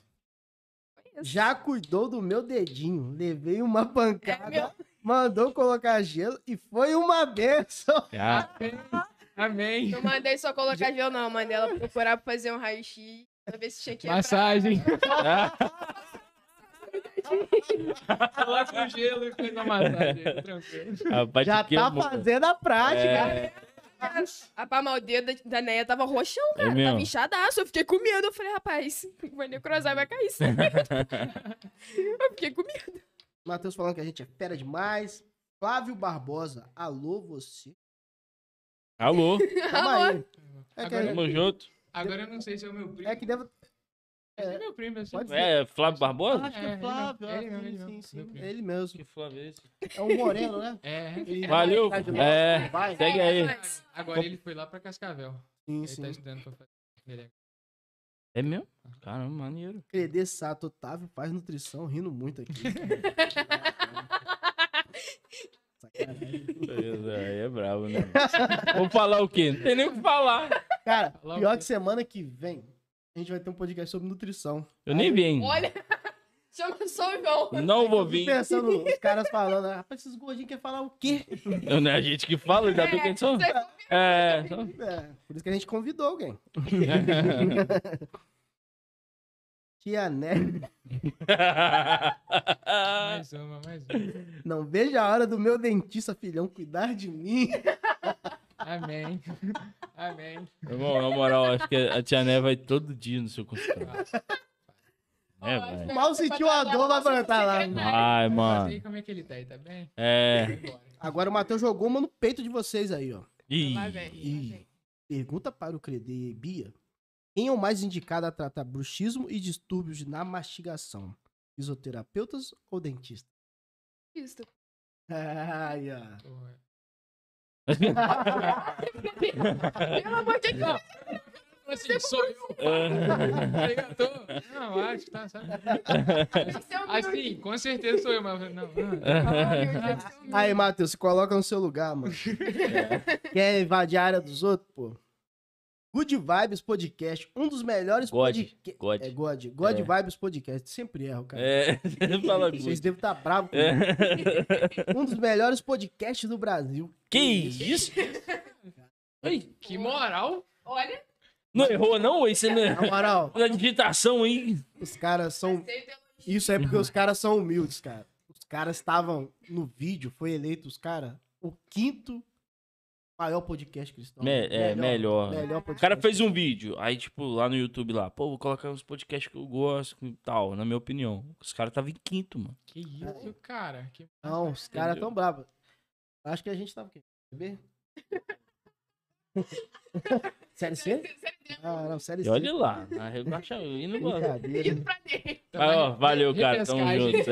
Speaker 2: Já cuidou do meu dedinho. Levei uma pancada,
Speaker 3: É meu.
Speaker 2: mandou colocar gelo e foi uma benção.
Speaker 1: Ah,
Speaker 4: Amém.
Speaker 3: Não mandei só colocar gel, não. Mandei ela procurar pra fazer um raio-x. Pra ver se tinha que
Speaker 4: Massagem.
Speaker 1: ah,
Speaker 4: Lá com gelo e fez uma massagem. Tá Tranquilo.
Speaker 1: rapaz,
Speaker 2: Já
Speaker 1: que
Speaker 2: tá
Speaker 1: amor.
Speaker 2: fazendo a prática.
Speaker 1: É,
Speaker 3: A palma o dedo da- da Neia tava roxão,
Speaker 1: é
Speaker 3: cara.
Speaker 1: mesmo.
Speaker 3: Tava inchadaço. Eu fiquei com medo. Eu falei, rapaz, vai necrosar, vai cair. isso. eu fiquei com medo.
Speaker 2: Matheus falando que a gente é fera demais. Flávio Barbosa, alô você.
Speaker 1: Alô,
Speaker 2: Calma
Speaker 3: Alô?
Speaker 2: aí. É que,
Speaker 4: Agora-
Speaker 1: tamo junto.
Speaker 4: Agora eu não sei se é o meu primo.
Speaker 2: é que deve.
Speaker 4: Esse é meu primo, assim.
Speaker 2: Pode ser.
Speaker 1: É Flávio Barbosa?
Speaker 4: que é Flávio, ele mesmo, ele mesmo.
Speaker 2: ah, sim, sim,
Speaker 4: Meu
Speaker 2: sim.
Speaker 4: primo.
Speaker 2: Ele mesmo.
Speaker 1: Flávio é esse?
Speaker 2: É um moreno, né?
Speaker 4: É.
Speaker 2: Ele-
Speaker 1: Valeu.
Speaker 2: Tá de novo.
Speaker 1: É,
Speaker 2: Vai.
Speaker 1: segue aí.
Speaker 4: Agora ele foi lá pra Cascavel.
Speaker 2: Sim,
Speaker 4: Ele tá
Speaker 2: sim.
Speaker 4: estudando pra fazer. Ele
Speaker 1: É mesmo? Caramba, maneiro.
Speaker 2: Creder Sato Otávio faz nutrição, rindo muito aqui. Sacanagem.
Speaker 1: Beleza, aí é brabo, né? Vou falar o quê? Não tem nem o que falar.
Speaker 2: Cara,
Speaker 4: Falar o
Speaker 2: pior
Speaker 4: quê?
Speaker 2: que semana que vem, a gente vai ter um podcast sobre nutrição.
Speaker 1: Eu nem vi ainda.
Speaker 3: Olha, chama só o João.
Speaker 1: Não vou
Speaker 2: Eu fico
Speaker 1: vir.
Speaker 2: pensando, os caras falando, rapaz, esses gordinhos querem falar o quê?
Speaker 1: Não é a gente que fala, ainda bem que a gente só.
Speaker 3: vocês vão
Speaker 1: É, só-
Speaker 2: É, por isso que a gente convidou alguém. Tia Né,
Speaker 1: Ah.
Speaker 4: Mais uma, mais uma.
Speaker 2: não vejo a hora do meu dentista, filhão, cuidar de mim.
Speaker 4: Amém. Amém.
Speaker 1: Irmão, na moral, acho que a tia Né vai todo dia no seu consultório. Né, É,
Speaker 3: falar,
Speaker 1: vai.
Speaker 3: né?
Speaker 2: Mal sentiu a dor, vai plantar lá.
Speaker 1: Vai,
Speaker 4: Mas
Speaker 1: mano.
Speaker 4: aí, como é que ele tá aí? Tá bem?
Speaker 1: É.
Speaker 4: Vai embora.
Speaker 2: Agora o Matheus jogou uma no peito de vocês aí, ó.
Speaker 1: Ih,
Speaker 3: Então Lá vem, lá
Speaker 2: E
Speaker 3: vem.
Speaker 2: pergunta para o Crede e Bia. Quem é o mais indicado a tratar bruxismo e distúrbios na mastigação? Fisioterapeutas ou dentistas?
Speaker 3: Isso.
Speaker 2: Ai, ó.
Speaker 4: Porra.
Speaker 3: Pelo amor de Deus.
Speaker 4: Assim, sou eu. Aí eu tá tô. Não, acho que tá, sabe?
Speaker 3: Isso é um humilde.
Speaker 4: Assim, com certeza sou eu, mas eu falei, não.
Speaker 3: Pelo amor de Deus, isso é um humilde.
Speaker 2: Aí, Matheus, se coloca no seu lugar, mano. Quer invadir a área dos outros, pô? Good Vibes Podcast, um dos melhores
Speaker 1: God,
Speaker 2: podcasts.
Speaker 1: God.
Speaker 2: É God. God
Speaker 1: É.
Speaker 2: Vibes Podcast. Sempre erro, cara.
Speaker 1: É, você fala
Speaker 2: Vocês
Speaker 1: muito.
Speaker 2: devem estar bravos. comigo.
Speaker 1: É.
Speaker 2: Um dos melhores podcasts do Brasil.
Speaker 1: Que isso? Ei,
Speaker 4: Que moral.
Speaker 3: Olha,
Speaker 1: não errou, não? Oi, você não
Speaker 2: Na
Speaker 1: errou.
Speaker 2: moral,
Speaker 1: Na digitação, hein?
Speaker 2: os caras são
Speaker 3: aceito pelo-
Speaker 2: Isso é porque
Speaker 1: Uhum.
Speaker 2: os caras são humildes, cara. Os caras estavam no vídeo, foi eleito os caras o quinto maior podcast cristão.
Speaker 1: Me- é, melhor.
Speaker 2: Melhor
Speaker 1: O
Speaker 2: podcast.
Speaker 1: cara fez um vídeo, aí, tipo, lá no YouTube, lá, pô, vou colocar uns podcasts que eu gosto e tal, na minha opinião. Os caras estavam em quinto, mano.
Speaker 4: Que isso, cara. Que...
Speaker 2: Não, os caras tão bravos. Acho que a gente tava o quê? Bebê? série C? Ah, não, série
Speaker 1: E
Speaker 2: C.
Speaker 1: olha lá, na relaxa, eu indo embora.
Speaker 2: Brincadeira.
Speaker 3: pra dentro.
Speaker 4: Tá
Speaker 1: Mas, ó, valeu, cara, tamo
Speaker 4: Repescagem.
Speaker 1: junto.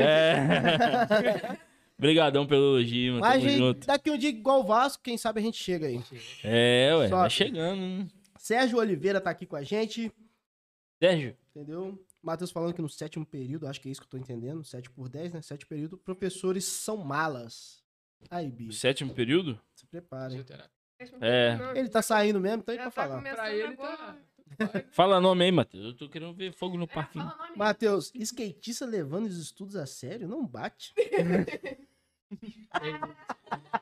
Speaker 1: É. Obrigadão pelo elogio, mano,
Speaker 2: Mas
Speaker 1: tamo
Speaker 2: gente,
Speaker 1: junto.
Speaker 2: daqui um dia igual o Vasco, quem sabe a gente chega aí.
Speaker 1: É, ué,
Speaker 2: Só-
Speaker 1: tá chegando, né?
Speaker 2: Sérgio Oliveira tá aqui com a gente,
Speaker 1: Sérgio,
Speaker 2: entendeu? Matheus falando que no sétimo período, acho que é isso que eu tô entendendo, 7 por 10, né? Sétimo período, professores são malas. Aí,
Speaker 1: o
Speaker 2: bicho.
Speaker 1: sétimo período?
Speaker 2: Se preparem.
Speaker 1: É.
Speaker 3: Não,
Speaker 2: Ele tá saindo mesmo, então ele
Speaker 3: já
Speaker 2: pra
Speaker 3: tá
Speaker 2: falar.
Speaker 3: começando
Speaker 4: Pra ele
Speaker 3: agora.
Speaker 4: tá.
Speaker 1: Fala nome aí, Matheus. Eu tô querendo ver fogo no
Speaker 3: É,
Speaker 1: parquinho.
Speaker 3: fala o nome.
Speaker 2: Matheus, skatista levando os estudos a sério? Não bate.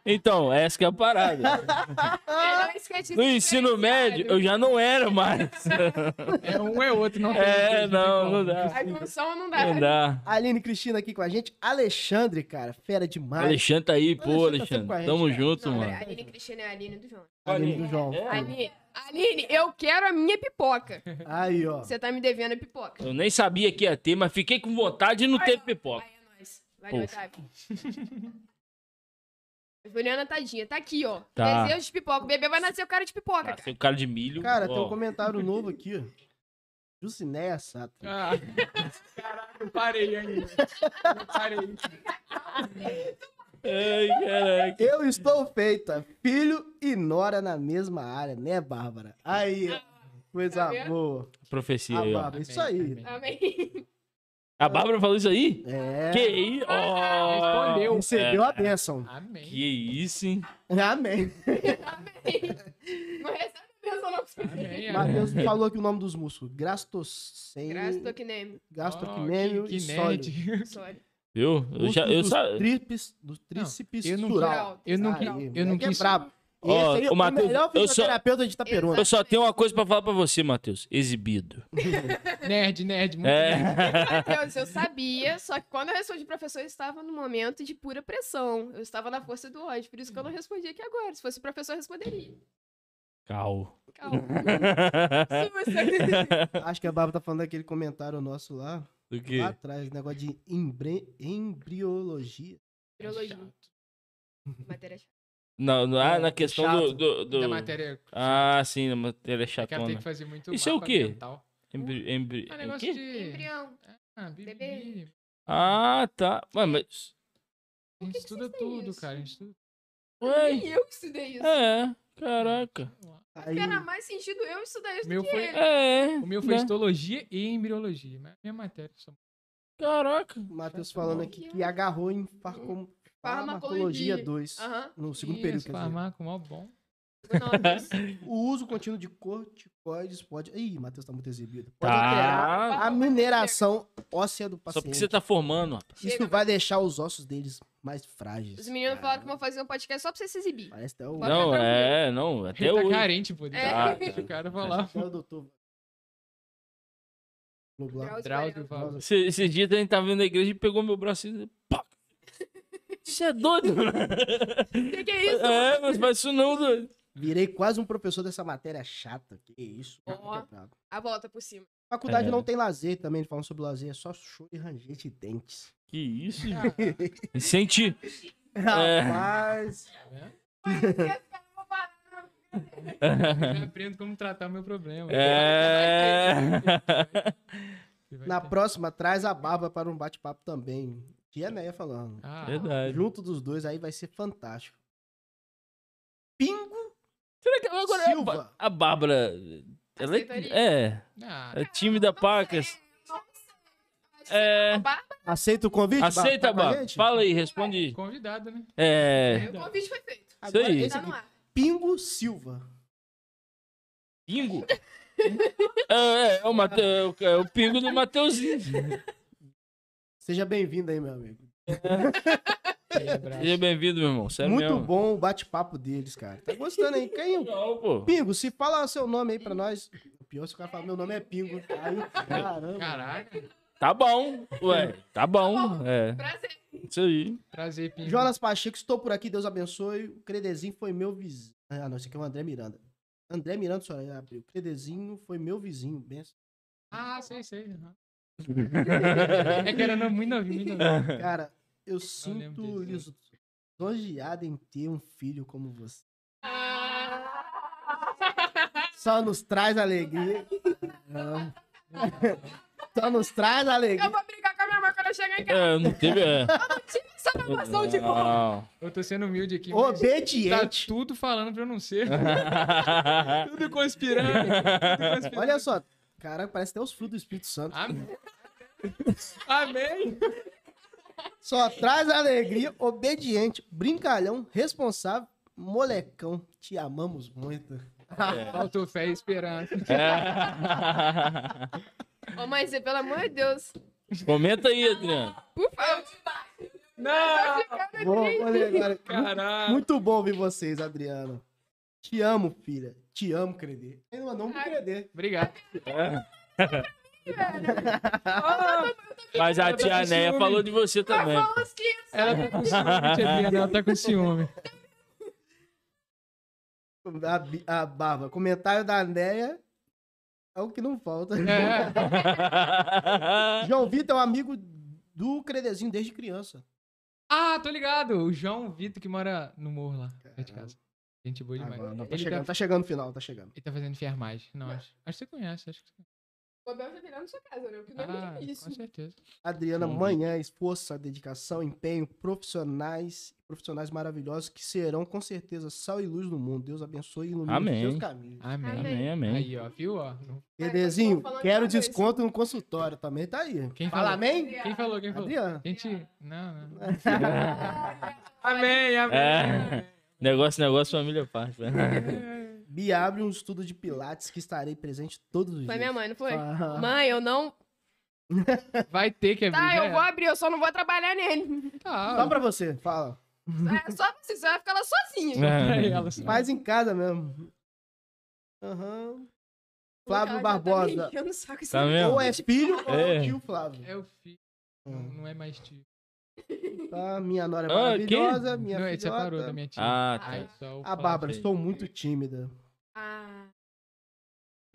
Speaker 1: Então, essa que é a parada.
Speaker 3: Melhor esquete
Speaker 1: No ensino
Speaker 3: diferenciado.
Speaker 1: médio, eu já não era mais.
Speaker 4: É um é outro, não tem
Speaker 1: É,
Speaker 4: dois, né,
Speaker 1: não,
Speaker 4: como?
Speaker 1: não dá.
Speaker 3: A função não dá.
Speaker 1: Não dá.
Speaker 2: Aline Cristina aqui com a gente. Alexandre, cara, fera demais.
Speaker 1: Alexandre tá aí, pô,
Speaker 2: Alexandre tá sempre
Speaker 1: Alexandre.
Speaker 2: com a gente,
Speaker 1: Tamo
Speaker 2: cara.
Speaker 1: junto,
Speaker 3: Não,
Speaker 1: mano.
Speaker 3: a Aline Cristina é a Aline do João.
Speaker 2: Aline do João.
Speaker 3: É. Aline, Aline, eu quero a minha pipoca.
Speaker 2: Aí, ó.
Speaker 3: Você tá me devendo a pipoca.
Speaker 1: Eu nem sabia que ia ter, mas fiquei com vontade e não teve pipoca.
Speaker 3: Aí é nóis. Valeu,
Speaker 1: Poxa.
Speaker 3: Otávio. Juliana, tadinha, tá aqui, ó.
Speaker 1: Tá.
Speaker 3: Desejo de pipoca. O bebê vai nascer o cara de pipoca,
Speaker 4: Tá.
Speaker 1: Ah,
Speaker 3: cara.
Speaker 1: tem um cara de
Speaker 3: é
Speaker 1: milho.
Speaker 2: Cara, tem um
Speaker 1: ó.
Speaker 2: comentário novo aqui, ó. Jucinéia Sato.
Speaker 4: Ah, caraca, eu parei ainda. Eu parei.
Speaker 1: Ai, caraca.
Speaker 2: Eu estou feita. Filho e nora na mesma área, né, Bárbara? Aí, ó. Coisa
Speaker 3: Tá vendo?
Speaker 2: boa.
Speaker 1: Profecia
Speaker 2: A
Speaker 1: aí, ó.
Speaker 2: Bárbara, Ah, isso aí.
Speaker 4: Amém.
Speaker 3: Amém.
Speaker 1: A Bárbara falou isso aí?
Speaker 2: É.
Speaker 1: Que É. isso? Ó.
Speaker 4: Respondeu.
Speaker 2: Recebeu a bênção.
Speaker 4: Amém.
Speaker 1: Que isso, hein?
Speaker 2: É, Amém.
Speaker 3: Não recebe a benção, não.
Speaker 1: É.
Speaker 4: Amém, amém.
Speaker 2: Matheus falou aqui o nome dos músculos. Grastocem.
Speaker 3: Graças a Tokinem.
Speaker 2: Gastrocnêmio
Speaker 4: Oh, que-
Speaker 2: e
Speaker 4: que
Speaker 2: sólido.
Speaker 4: nerd.
Speaker 3: Sorry.
Speaker 1: Viu? Eu já. Eu
Speaker 2: dos
Speaker 1: sa-
Speaker 2: tríceps, dos tríceps
Speaker 4: eu não-
Speaker 2: rural.
Speaker 4: Eu não,
Speaker 2: Aí,
Speaker 4: qui- eu não
Speaker 2: moleque é
Speaker 4: quis.
Speaker 2: brabo.
Speaker 1: Ó,
Speaker 2: Esse aí é
Speaker 1: ô,
Speaker 2: o
Speaker 1: Matheus,
Speaker 2: melhor
Speaker 1: eu só-
Speaker 2: fisioterapeuta de Itaperuna.
Speaker 1: Eu só tenho uma coisa pra falar pra você, Matheus. Exibido.
Speaker 4: Nerd, nerd, muito nerd.
Speaker 1: É.
Speaker 3: Matheus, eu sabia, só que quando eu respondi professor, eu estava num momento de pura pressão. Eu estava na força do ódio, por isso que eu não respondi aqui agora. Se fosse professor, eu responderia.
Speaker 1: Cal.
Speaker 3: Calma. Se você-
Speaker 2: Acho que a Bárbara tá falando daquele comentário nosso lá,
Speaker 1: Do quê?
Speaker 2: lá atrás, negócio de embre- embriologia.
Speaker 3: Virologia. Matéria chata.
Speaker 1: Não, não, ah, na
Speaker 2: É,
Speaker 1: questão do.
Speaker 2: chato.
Speaker 1: do, do-
Speaker 4: Da matéria.
Speaker 1: Ah, sim, na matéria
Speaker 4: O cara tem
Speaker 1: chatona.
Speaker 4: que fazer muito
Speaker 1: Isso é o
Speaker 4: mapa
Speaker 1: quê?
Speaker 4: mental.
Speaker 1: Embri- embri-
Speaker 4: Ah,
Speaker 1: o
Speaker 4: negócio
Speaker 1: quê?
Speaker 4: de.
Speaker 3: Embrião.
Speaker 4: Ah,
Speaker 3: Bebê.
Speaker 4: bebê.
Speaker 1: Ah, tá. Ué, mas.
Speaker 4: A gente
Speaker 3: que
Speaker 4: estuda
Speaker 3: vocês têm
Speaker 4: tudo,
Speaker 3: isso?
Speaker 4: cara. A gente estuda.
Speaker 1: Ué,
Speaker 3: Nem eu que estudei É isso.
Speaker 1: é. Caraca.
Speaker 2: Aí,
Speaker 3: Era mais sentido eu estudar isso
Speaker 4: Meu
Speaker 3: do que
Speaker 4: foi-
Speaker 3: ele.
Speaker 1: É.
Speaker 4: O meu foi
Speaker 1: né?
Speaker 4: histologia e embriologia. Mas minha matéria. Só...
Speaker 1: Caraca.
Speaker 2: o Matheus falando aqui que agarrou em farcom-
Speaker 3: Farmacologia.
Speaker 2: farmacologia 2,
Speaker 3: Aham.
Speaker 2: no segundo
Speaker 4: Ih,
Speaker 2: período,
Speaker 4: esse
Speaker 2: quer dizer.
Speaker 4: farmaco, mó bom.
Speaker 3: Não, Deus.
Speaker 2: O uso contínuo de corticoides pode... Ih, Matheus tá muito exibido. Pode alterar
Speaker 1: Tá.
Speaker 2: a mineração óssea do
Speaker 1: Só
Speaker 2: paciente.
Speaker 1: porque você tá formando, rapaz.
Speaker 2: Isso
Speaker 3: Chega,
Speaker 2: vai deixar os ossos deles mais frágeis.
Speaker 3: Os meninos falaram que vão fazer um podcast só pra você se exibir.
Speaker 2: Parece até o...
Speaker 3: Bota
Speaker 1: Não,
Speaker 3: pra mim.
Speaker 1: é, não. Até
Speaker 4: Ele tá
Speaker 1: hoje.
Speaker 4: carente, pô. Deixa,
Speaker 1: Tá,
Speaker 4: deixa o cara falar.
Speaker 2: Parece até o doutor... Globo lá.
Speaker 3: Drauzio
Speaker 4: Drauzio
Speaker 3: Varela.
Speaker 4: fala.
Speaker 1: Esse, esse dia a gente tava vindo na igreja e pegou meu braço e. Pá! Isso é doido, mano.
Speaker 3: Que que é isso?
Speaker 1: É, mas faz isso não, doido.
Speaker 2: Virei quase um professor dessa matéria chata. Que isso, cara,
Speaker 3: Ó.
Speaker 2: que é brabo.
Speaker 3: A volta por cima.
Speaker 2: Faculdade
Speaker 1: É.
Speaker 2: não tem lazer também, falando sobre lazer, é só show e rangete e dentes.
Speaker 1: Que isso,
Speaker 4: Ah.
Speaker 1: gente. Sente. É.
Speaker 2: Rapaz,
Speaker 4: Ah, né? Eu aprendo como tratar o meu problema.
Speaker 1: É.
Speaker 4: Você vai
Speaker 2: na
Speaker 4: ter.
Speaker 2: próxima traz a barba para um bate-papo também. Tia Neia falando.
Speaker 4: Ah,
Speaker 1: Verdade.
Speaker 2: Junto dos dois aí vai ser fantástico. Pingo
Speaker 1: Será que agora é a Ba-
Speaker 2: Silva.
Speaker 1: a Bárbara. Ela
Speaker 3: Aceitaria?
Speaker 1: é. É.
Speaker 4: ah,
Speaker 1: É time da Pacas. É.
Speaker 3: É. O
Speaker 2: aceita o convite? Barba,
Speaker 1: Aceita,
Speaker 2: tá com a
Speaker 1: Bárbara.
Speaker 2: gente?
Speaker 1: Fala aí, responde.
Speaker 4: convidado, né?
Speaker 1: É.
Speaker 3: convite foi feito.
Speaker 2: Agora,
Speaker 1: aí.
Speaker 2: esse
Speaker 3: Tá
Speaker 2: É aqui,
Speaker 3: no ar.
Speaker 4: é.
Speaker 2: Pingo Silva.
Speaker 1: Pingo? É, é, o, Mate... é o- é o pingo do Mateuzinho.
Speaker 2: Seja bem-vindo aí, meu amigo.
Speaker 1: Seja bem-vindo, meu irmão. Sério
Speaker 2: Muito
Speaker 1: mesmo.
Speaker 2: bom o bate-papo deles, cara. Tá gostando aí? Caiu.
Speaker 1: Legal, pô.
Speaker 2: Pingo, se fala seu nome aí pra nós. O pior é se o cara falar, meu nome é Pingo. Aí, caramba.
Speaker 4: Caraca.
Speaker 1: Tá bom. Ué, tá bom. É.
Speaker 3: Prazer.
Speaker 1: Isso aí.
Speaker 4: Prazer, Pinho.
Speaker 2: Jonas Pacheco, estou por aqui, Deus abençoe. O Credezinho foi meu vizinho. Ah, não, esse aqui é o André Miranda. André Miranda, senhora, abriu. O Credezinho foi meu vizinho. Benção.
Speaker 4: Ah, sei, sei. aham. é que era no- muito novinho, muito novinho.
Speaker 2: Cara, eu
Speaker 4: lembro
Speaker 2: sinto
Speaker 4: disso. é.
Speaker 2: lisonjeado em ter um filho como você.
Speaker 3: Ah.
Speaker 2: Só nos traz alegria. Não. Só nos traz alegria.
Speaker 3: Eu vou brigar com a minha mãe quando eu chegar em casa.
Speaker 1: É, não teve. É.
Speaker 3: Só pra noção de como.
Speaker 1: Não.
Speaker 4: Eu tô sendo humilde aqui, mas tá
Speaker 2: Obediente.
Speaker 4: tudo falando pra eu não ser. tudo conspirando. Tudo conspirando.
Speaker 2: Olha só. Cara, parece até os frutos do Espírito Santo.
Speaker 4: Amém. Amém.
Speaker 2: Só traz alegria, obediente, brincalhão, responsável, molecão. Te amamos muito. É.
Speaker 4: Faltou fé e esperança.
Speaker 1: É.
Speaker 3: Ô, mãe, você, pelo amor de Deus.
Speaker 1: Comenta aí, Adriano.
Speaker 3: Por favor.
Speaker 4: Não!
Speaker 2: Bom, olha agora.
Speaker 4: Caralho!
Speaker 2: Muito bom ver vocês, Adriano. Te amo, filha. Te amo, Credê. Ele mandou um pro
Speaker 3: Ai.
Speaker 2: Credê.
Speaker 4: Obrigado.
Speaker 2: É.
Speaker 3: velho.
Speaker 1: Mas a tia
Speaker 4: Esse
Speaker 1: Neia
Speaker 4: homem-
Speaker 1: falou de você
Speaker 4: Tá
Speaker 1: também.
Speaker 3: Ela falou que
Speaker 4: Ela tá com ciúme, tia Adriana, ela tá com ciúme.
Speaker 2: A, Bi- a Baba. Comentário da Neia é o que não falta.
Speaker 4: É,
Speaker 2: João Vitor é um amigo do Credezinho desde criança.
Speaker 4: Ah, tô ligado. O João Vitor que mora no morro lá, perto de casa. Gente boa demais.
Speaker 2: Agora, não, tá,
Speaker 4: ele,
Speaker 2: chegando,
Speaker 4: Tá,
Speaker 2: tá chegando o final, tá chegando.
Speaker 4: ele tá fazendo enfermagem. Não, acho. Acho que você conhece, acho que você
Speaker 3: o Abel já virou na sua casa, né? O que não é
Speaker 4: Ah,
Speaker 3: muito
Speaker 4: com
Speaker 3: difícil.
Speaker 4: certeza.
Speaker 2: Adriana,
Speaker 1: Uhum.
Speaker 2: manhã, esforço, dedicação, empenho, profissionais, profissionais maravilhosos que serão com certeza sal e luz no mundo. Deus abençoe e ilumine
Speaker 1: Amém.
Speaker 2: os seus caminhos.
Speaker 4: Amém.
Speaker 1: amém, amém.
Speaker 4: Aí, ó, viu? Ó, não-
Speaker 2: Credezinho,
Speaker 3: Ai, eu tô falando
Speaker 2: quero
Speaker 3: uma vez.
Speaker 2: desconto no consultório também, tá aí.
Speaker 4: Quem
Speaker 2: Fala
Speaker 4: falou?
Speaker 2: amém?
Speaker 4: Quem falou? Quem falou?
Speaker 2: Adriana.
Speaker 4: Gente, não,
Speaker 2: É.
Speaker 4: não. tá. Amém,
Speaker 1: É. Negócio, negócio, família é parte. né?
Speaker 2: Bi abre um estudo de pilates que estarei presente todos os dias.
Speaker 3: Foi minha mãe, não foi?
Speaker 2: Ah.
Speaker 3: Mãe, eu não.
Speaker 2: É.
Speaker 4: Vai ter que abrir.
Speaker 3: Tá,
Speaker 4: já
Speaker 3: eu
Speaker 4: era.
Speaker 3: vou abrir, eu só não vou trabalhar nele.
Speaker 4: Tá,
Speaker 2: Só pra você, fala.
Speaker 3: É, Só você, você vai ficar lá sozinha.
Speaker 4: pra
Speaker 1: É.
Speaker 4: ela, só.
Speaker 2: Faz em casa mesmo. Aham. Flávio
Speaker 3: Ela já tá
Speaker 2: Barbosa.
Speaker 3: me enchendo o saco, isso
Speaker 1: Tá
Speaker 3: é
Speaker 1: vendo?
Speaker 2: Ou é filho ou é
Speaker 1: É.
Speaker 2: tio Flávio.
Speaker 4: É o filho, não,
Speaker 2: Hum.
Speaker 4: não é mais tio.
Speaker 2: Tá, minha nora é
Speaker 1: Ah,
Speaker 2: maravilhosa, minha
Speaker 4: não,
Speaker 2: filhota.
Speaker 4: ele separou da minha tia.
Speaker 1: Ah, tá.
Speaker 4: Aí só o
Speaker 2: A
Speaker 4: Flávio.
Speaker 2: Bárbara,
Speaker 1: Flávio.
Speaker 2: estou muito tímida.
Speaker 3: Ah,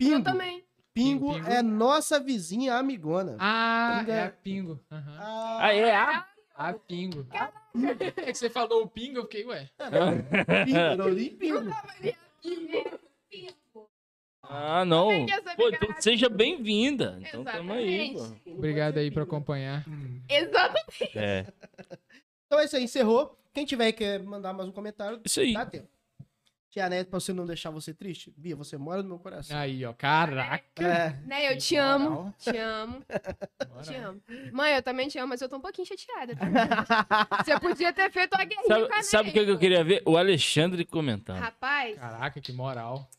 Speaker 3: eu
Speaker 2: Pingo,
Speaker 3: também.
Speaker 2: Pingo
Speaker 4: Pingo.
Speaker 2: é nossa vizinha amigona.
Speaker 4: Ah,
Speaker 2: Pinga-
Speaker 4: é a Pingo. Aham.
Speaker 2: Ah,
Speaker 1: Ah, é, ah.
Speaker 4: A Pingo. É que você falou o Pingo, eu fiquei, ué.
Speaker 2: Ah, Pingo, não li Pingo.
Speaker 1: Ah, não.
Speaker 3: Quer saber
Speaker 1: Pô,
Speaker 3: que é
Speaker 1: então
Speaker 3: ela-
Speaker 1: seja bem-vinda. Então tamo aí, pô.
Speaker 3: Exatamente.
Speaker 4: Obrigado aí por acompanhar.
Speaker 3: Exatamente.
Speaker 1: É.
Speaker 2: Então é isso aí, encerrou. Quem tiver e quer mandar mais um comentário,
Speaker 1: Isso aí.
Speaker 4: Tá
Speaker 2: dá tempo. Tia Neto, pra você não deixar você triste, Bia, você mora no meu coração.
Speaker 4: Aí, ó, caraca.
Speaker 2: É,
Speaker 3: Né, eu te amo. Te amo, te amo. Mãe, eu também te amo, mas eu tô um pouquinho chateada. né? Você podia ter feito uma guerrinha com a
Speaker 1: Sabe, sabe o que,
Speaker 3: Neia.
Speaker 1: que eu queria ver? O Alexandre comentando.
Speaker 3: Rapaz,
Speaker 4: Caraca, que moral.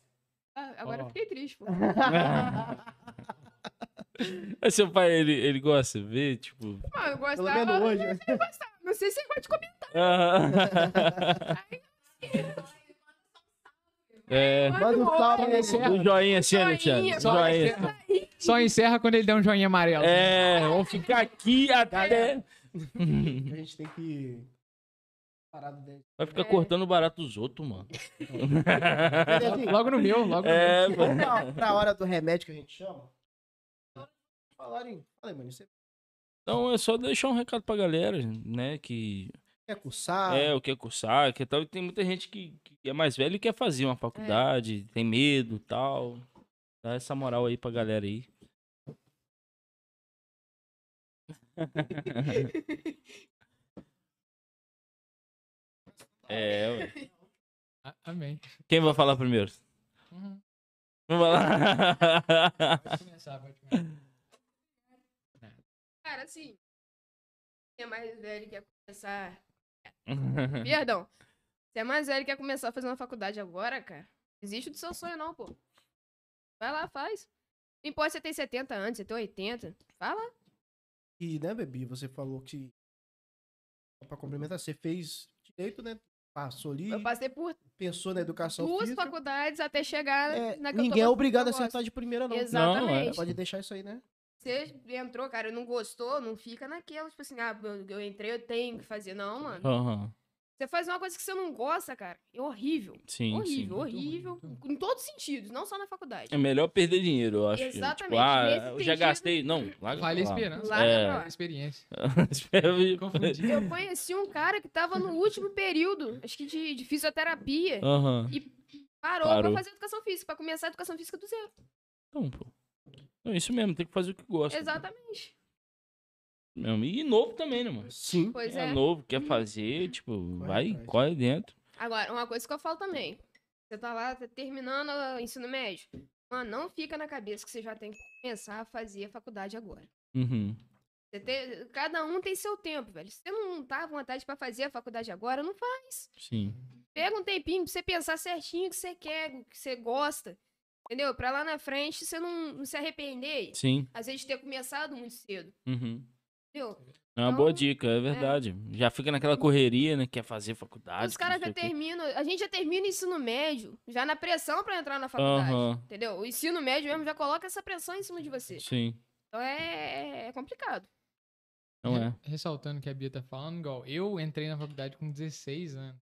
Speaker 3: ah, agora
Speaker 4: Ó.
Speaker 3: eu fiquei triste. pô.
Speaker 1: Mas seu pai, ele, ele gosta de ver, tipo.
Speaker 3: Mano, eu
Speaker 2: pelo menos
Speaker 3: gostava.
Speaker 2: hoje.
Speaker 3: Não sei se ele gosta de comer.
Speaker 1: ah. é.
Speaker 2: Manda um salve
Speaker 4: Só
Speaker 2: nesse.
Speaker 4: encerra,
Speaker 1: Um joinha assim, Alexandre. Um
Speaker 3: Só
Speaker 1: joinha.
Speaker 4: só encerra quando ele der um joinha amarelo.
Speaker 1: É, vamos ficar aqui até.
Speaker 2: A gente tem que parar do dente.
Speaker 1: Vai ficar
Speaker 3: É.
Speaker 1: cortando o barato dos outros, mano.
Speaker 2: Credezinho,
Speaker 4: Logo no meu, logo no meu.
Speaker 1: É, mano.
Speaker 2: Vamos pra, pra hora do remédio que a gente chama? Falarem. Falei, mano, você
Speaker 1: Então é só deixar um recado pra galera, né? Que
Speaker 2: quer cursar?
Speaker 1: é o que é cursar, que tal. E tem muita gente que, que é mais velha e quer fazer uma faculdade, tem medo e tal. Dá essa moral aí pra galera aí. é, ué.
Speaker 4: Ah, Amém.
Speaker 1: Quem vai falar primeiro?
Speaker 4: Uhum.
Speaker 1: Vamos lá.
Speaker 4: Pode começar, pode começar.
Speaker 3: Cara, assim. Você é mais velho e quer começar. Perdão. Você é mais velho e quer começar a fazer uma faculdade agora, cara. Existe do seu sonho, não, pô. Vai lá, faz. Não importa se você tem 70 anos, você tem 80. Vai lá.
Speaker 2: E, né, Bebi, você falou que. Só pra complementar, você fez direito, né? Passou ali,
Speaker 3: Eu passei por
Speaker 2: pensou na educação
Speaker 3: duas
Speaker 2: física.
Speaker 3: faculdades até chegar
Speaker 2: É,
Speaker 3: na que eu tô
Speaker 2: ninguém é
Speaker 3: passando,
Speaker 2: obrigado a
Speaker 3: que eu gosto.
Speaker 2: acertar de primeira, não. é,
Speaker 3: Exatamente.
Speaker 2: Pode deixar isso aí, né?
Speaker 3: Você entrou, cara, não gostou, não fica naquela, tipo assim, ah, eu, eu entrei, eu tenho que fazer. Não, mano.
Speaker 1: Aham,
Speaker 3: Você faz uma coisa que você não gosta, cara. É horrível.
Speaker 1: Sim, sim.
Speaker 3: horrível,
Speaker 4: ruim,
Speaker 3: horrível.
Speaker 4: muito
Speaker 3: Em todos os sentidos, não só na faculdade.
Speaker 1: É melhor perder dinheiro, eu acho.
Speaker 3: Exatamente,
Speaker 1: Tipo, ah,
Speaker 3: nesse
Speaker 1: eu já
Speaker 3: sentido-
Speaker 1: gastei. Não, larga
Speaker 4: Vale a
Speaker 1: pra lá.
Speaker 4: esperança.
Speaker 3: Larga
Speaker 1: É.
Speaker 3: pra lá.
Speaker 4: Experiência.
Speaker 1: Espera aí.
Speaker 4: Confundi.
Speaker 3: Eu conheci um cara que tava no último período, acho que de, de fisioterapia,
Speaker 1: Aham.
Speaker 3: parou,
Speaker 1: parou.
Speaker 3: pra fazer educação física, pra começar a educação física do zero.
Speaker 1: Então, pô. Não, isso mesmo, tem que fazer o que gosta.
Speaker 3: Exatamente.
Speaker 1: mesmo. E novo também, né, mano?
Speaker 2: Sim.
Speaker 3: Pois
Speaker 1: é,
Speaker 3: é.
Speaker 1: novo, quer fazer, tipo,
Speaker 2: Corre
Speaker 1: vai,
Speaker 2: atrás.
Speaker 1: corre dentro.
Speaker 3: Agora, uma coisa que eu falo também. Você tá lá tá terminando o ensino médio. Mano, não fica na cabeça que você já tem que começar a fazer a faculdade agora.
Speaker 1: Uhum.
Speaker 3: Você tem- cada um tem seu tempo, velho. Se você não tá à vontade pra fazer a faculdade agora, não faz.
Speaker 1: Sim.
Speaker 3: Pega um tempinho pra você pensar certinho o que você quer, o que você gosta. Entendeu? Pra lá na frente você não, não se arrepender.
Speaker 1: Sim.
Speaker 3: Às vezes de ter começado muito cedo.
Speaker 1: Uhum.
Speaker 3: Entendeu?
Speaker 1: É uma
Speaker 3: Então,
Speaker 1: boa dica, é verdade. Já fica naquela correria, né? Quer fazer faculdade.
Speaker 3: Os caras já
Speaker 1: têm.
Speaker 3: terminam, a gente já termina o ensino médio, já na pressão pra entrar na faculdade,
Speaker 1: Aham.
Speaker 3: entendeu? O ensino médio mesmo já coloca essa pressão em cima de você.
Speaker 1: Sim,
Speaker 3: Então é, é complicado.
Speaker 1: não
Speaker 4: Re-
Speaker 1: é.
Speaker 4: Ressaltando o que a Bia tá falando, igual eu entrei na faculdade com 16 anos.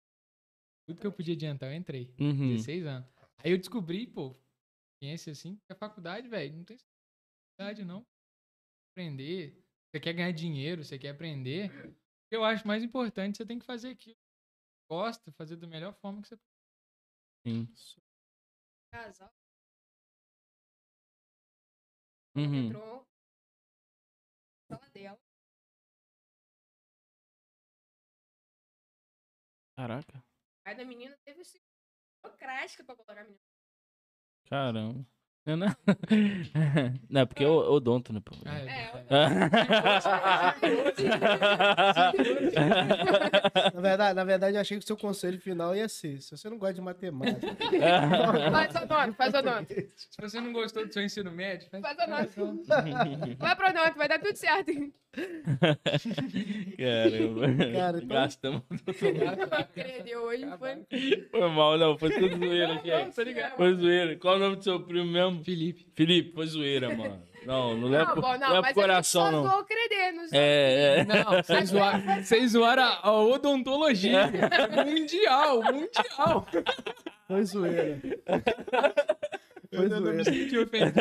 Speaker 4: Tudo que eu podia adiantar, eu entrei.
Speaker 1: Uhum.
Speaker 4: 16 anos. Aí eu descobri, pô, ciência assim, que a faculdade, velho, não tem faculdade, não. Aprender. Você quer ganhar dinheiro, você quer aprender. O que Eu acho mais importante, você tem que fazer aquilo. que você Gosta, fazer da melhor forma que você
Speaker 1: Sim.
Speaker 3: Casal,
Speaker 1: Uhum.
Speaker 3: entrou. Sala dela.
Speaker 1: Caraca.
Speaker 3: Aí da menina teve esse burocrática pra colocar a menina.
Speaker 1: Caramba. Não, não. não, é porque é o- odonto, né? pô?
Speaker 4: Ah, é.
Speaker 3: É,
Speaker 2: Na verdade, na verdade, eu achei que o seu conselho final ia ser: se você não gosta de matemática,
Speaker 3: faz odonto, faz odonto.
Speaker 4: Se você não gostou do seu ensino médio, faz
Speaker 3: Faz odonto.
Speaker 4: Então,
Speaker 1: Uhum.
Speaker 3: Vai pro odonto, vai dar tudo certo.
Speaker 1: Caramba.
Speaker 2: Cara, então-
Speaker 1: Gastamos.
Speaker 3: Acredito, hoje foi.
Speaker 1: Foi mal, não. Foi tudo zoeira aqui.
Speaker 4: Não, tá ligado.
Speaker 1: Foi zoeira. Qual o nome do seu primo mesmo?
Speaker 4: Felipe.
Speaker 1: Felipe, foi zoeira, mano. Não, não leva
Speaker 3: Não,
Speaker 1: pro,
Speaker 3: bom,
Speaker 1: não, leva pro
Speaker 3: não, mas
Speaker 1: coração,
Speaker 3: a gente só
Speaker 1: não.
Speaker 3: zoou o Credê, não zoou
Speaker 1: É, é.
Speaker 4: Não, vocês zoaram, vocês zoaram a- a odontologia. mundial, mundial.
Speaker 2: foi zoeira. Foi
Speaker 4: Eu não
Speaker 2: zoeira.
Speaker 4: me senti ofendido.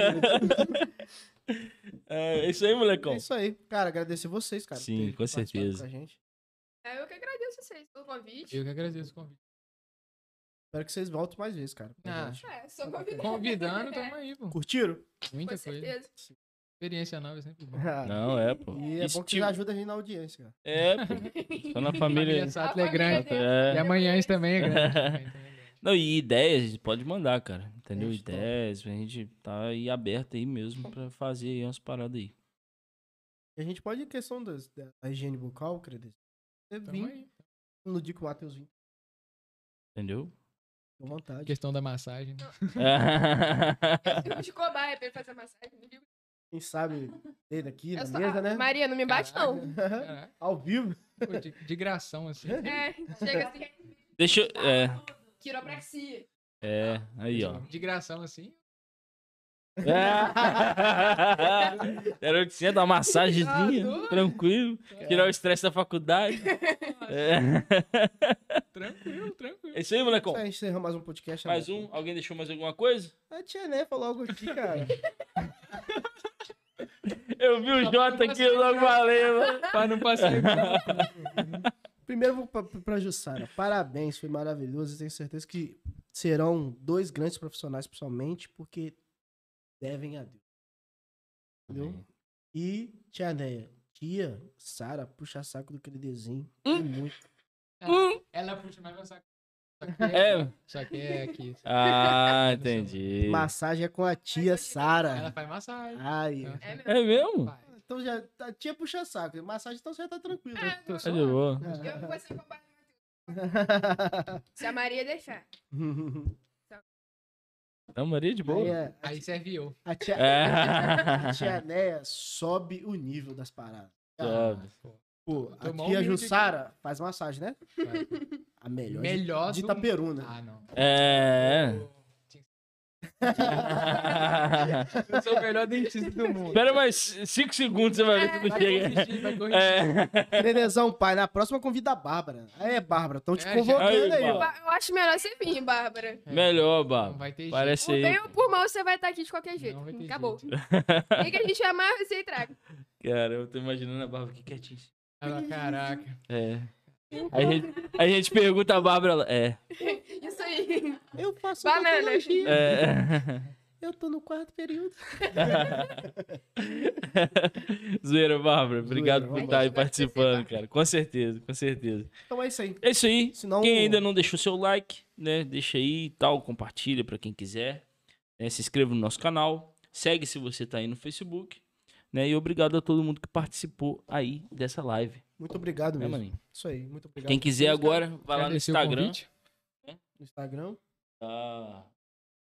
Speaker 1: É isso aí, molecão.
Speaker 2: É isso aí. Cara, agradecer vocês, cara. por
Speaker 1: Sim,
Speaker 2: terem
Speaker 1: com
Speaker 2: participado
Speaker 1: certeza.
Speaker 2: com a gente.
Speaker 3: É, Eu que agradeço vocês pelo convite.
Speaker 4: Eu que agradeço o convite.
Speaker 2: Espero que vocês voltem mais vezes, cara. com a
Speaker 4: Ah,
Speaker 2: gente.
Speaker 3: É, sou convidada. É,
Speaker 4: Convidando, tamo aí, pô.
Speaker 2: Curtiram?
Speaker 4: Muita
Speaker 3: Com
Speaker 4: coisa.
Speaker 3: certeza.
Speaker 4: Experiência nova é sempre bom.
Speaker 1: Não, é, pô.
Speaker 2: E é
Speaker 1: Isso
Speaker 2: bom que
Speaker 1: te-
Speaker 2: vocês ajudam a gente na audiência, cara.
Speaker 1: É, pô. Só na família.
Speaker 4: Família Sattler é grande.
Speaker 1: É.
Speaker 4: E amanhã isso também é grande.
Speaker 1: Não, e ideias, a gente pode mandar, cara. Entendeu?
Speaker 2: Isso, tá.
Speaker 1: ideias, a gente tá aí aberto aí mesmo pra fazer aí umas paradas aí.
Speaker 2: E a gente pode, em questão das- da, da higiene bucal, acredito.
Speaker 1: é
Speaker 2: Você
Speaker 4: Tamo
Speaker 2: vim
Speaker 4: aí.
Speaker 2: no dia que o Matheus vim,
Speaker 1: Entendeu?
Speaker 2: com vontade.
Speaker 4: Questão da massagem. né?
Speaker 3: Eu fico de cobaia pra ele fazer massagem. não digo-
Speaker 2: Quem sabe desde aqui,
Speaker 3: Eu
Speaker 2: na
Speaker 3: sou-
Speaker 2: mesa,
Speaker 3: ah,
Speaker 2: né?
Speaker 3: Maria, não me bate, não.
Speaker 4: Caraca,
Speaker 2: Ao vivo.
Speaker 4: pô, de, de gração, assim.
Speaker 3: É, chega assim,
Speaker 1: Deixa eu. É,
Speaker 3: quiropraxia.
Speaker 1: é, aí, ó.
Speaker 4: De gração, assim.
Speaker 1: Era 800, É. uma massagenzinha,
Speaker 4: Adoro.
Speaker 1: tranquilo. Tirar o estresse da faculdade. É.
Speaker 4: Tranquilo, tranquilo.
Speaker 1: É isso aí, molecão.
Speaker 2: a gente encerra mais um podcast. né,
Speaker 1: Mais
Speaker 2: Matheus?
Speaker 1: um? Alguém deixou mais alguma coisa?
Speaker 2: A tia Né falou algo aqui, cara.
Speaker 1: Eu vi o
Speaker 4: Só
Speaker 1: Jota
Speaker 4: pra
Speaker 1: aqui, eu logo falei, mano.
Speaker 4: Pra não passar
Speaker 2: Primeiro vou pra, pra Jussara. Parabéns, foi maravilhoso. Eu tenho certeza que serão dois grandes profissionais, principalmente, porque devem a Deus. Entendeu?
Speaker 1: Amém.
Speaker 2: E tia Neia. Tia Sara puxa saco do Credezinho. e Muito.
Speaker 4: Ela puxa mais meu saco.
Speaker 1: É.
Speaker 4: Só que é aqui.
Speaker 1: Ah, entendi.
Speaker 2: Massagem é com a tia
Speaker 4: Ela
Speaker 2: Sara.
Speaker 4: faz massagem.
Speaker 2: Ai.
Speaker 4: Então,
Speaker 3: É mesmo.
Speaker 1: É mesmo?
Speaker 4: vai.
Speaker 2: Então já. A tia puxa saco. Massagem então você já tá tranquilo.
Speaker 3: É,
Speaker 4: Tô
Speaker 1: Tá
Speaker 4: só-
Speaker 1: de boa.
Speaker 3: eu vou ser cobaia. Se a Maria deixar.
Speaker 1: Não, Tá, Maria, de
Speaker 2: Aí
Speaker 1: boa.
Speaker 2: é-
Speaker 4: Aí serve eu.
Speaker 2: a tia,
Speaker 1: É.
Speaker 2: a tia Neia sobe o nível das paradas.
Speaker 1: Sobe.
Speaker 4: Ah, Pô,
Speaker 2: Pô, a
Speaker 4: Tomar um
Speaker 2: tia
Speaker 4: milho de-
Speaker 2: Jussara faz massagem, né?
Speaker 4: vai.
Speaker 2: A melhor. de-
Speaker 4: Melhor
Speaker 2: De
Speaker 4: do-
Speaker 2: Itaperuna.
Speaker 4: Ah, não.
Speaker 1: É.
Speaker 4: Eu sou o melhor dentista do mundo.
Speaker 1: Espera mais 5 segundos, você vai ver é que não
Speaker 4: É, Vai
Speaker 1: chega.
Speaker 4: corrigir, vai corrigir.
Speaker 1: É.
Speaker 2: Nenezão, pai, na próxima convida a Bárbara. Aí, Bárbara, estão te
Speaker 4: É,
Speaker 2: convocando
Speaker 1: já-
Speaker 2: aí,
Speaker 1: Aí,
Speaker 2: ó.
Speaker 1: Bárbara.
Speaker 3: Ba- Eu acho melhor você vir, Bárbara.
Speaker 4: É.
Speaker 1: Melhor,
Speaker 4: Não
Speaker 1: Baba.
Speaker 4: vai ter jeito.
Speaker 1: Parece
Speaker 3: Por
Speaker 1: aí.
Speaker 3: bem ou por mal, você vai estar aqui de qualquer jeito.
Speaker 4: Não vai ter
Speaker 3: Acabou.
Speaker 4: jeito.
Speaker 3: Nem que a gente amar, você traga.
Speaker 1: Cara, eu tô imaginando a Bárbara aqui quietinha. assim.
Speaker 4: Ah, Caraca.
Speaker 1: É. A gente, a gente pergunta a Bárbara. ela- É.
Speaker 3: Isso aí.
Speaker 2: Eu faço
Speaker 3: Banana.
Speaker 2: odontologia.
Speaker 1: é.
Speaker 2: Eu tô no quarto período.
Speaker 1: Zoeira, Bárbara. Obrigado
Speaker 2: Zoeira,
Speaker 1: por
Speaker 2: vamos
Speaker 1: estar aí
Speaker 3: lá.
Speaker 1: participando, cara. Com certeza, com certeza.
Speaker 2: Então é isso aí.
Speaker 1: É isso aí.
Speaker 2: Senão,
Speaker 1: Quem ainda não deixou seu like, né? Deixa aí e tal, compartilha pra quem quiser. né, Se inscreva no nosso canal. Segue se você tá aí no Facebook. Né? E obrigado a todo mundo que participou aí dessa live.
Speaker 2: Muito obrigado
Speaker 1: Né,
Speaker 2: mesmo.
Speaker 1: maninho?
Speaker 2: isso aí, muito obrigado.
Speaker 1: Quem quiser agora, vai lá no
Speaker 4: Agradecer o
Speaker 1: Instagram.
Speaker 4: convite.
Speaker 2: No Instagram.
Speaker 1: Tá.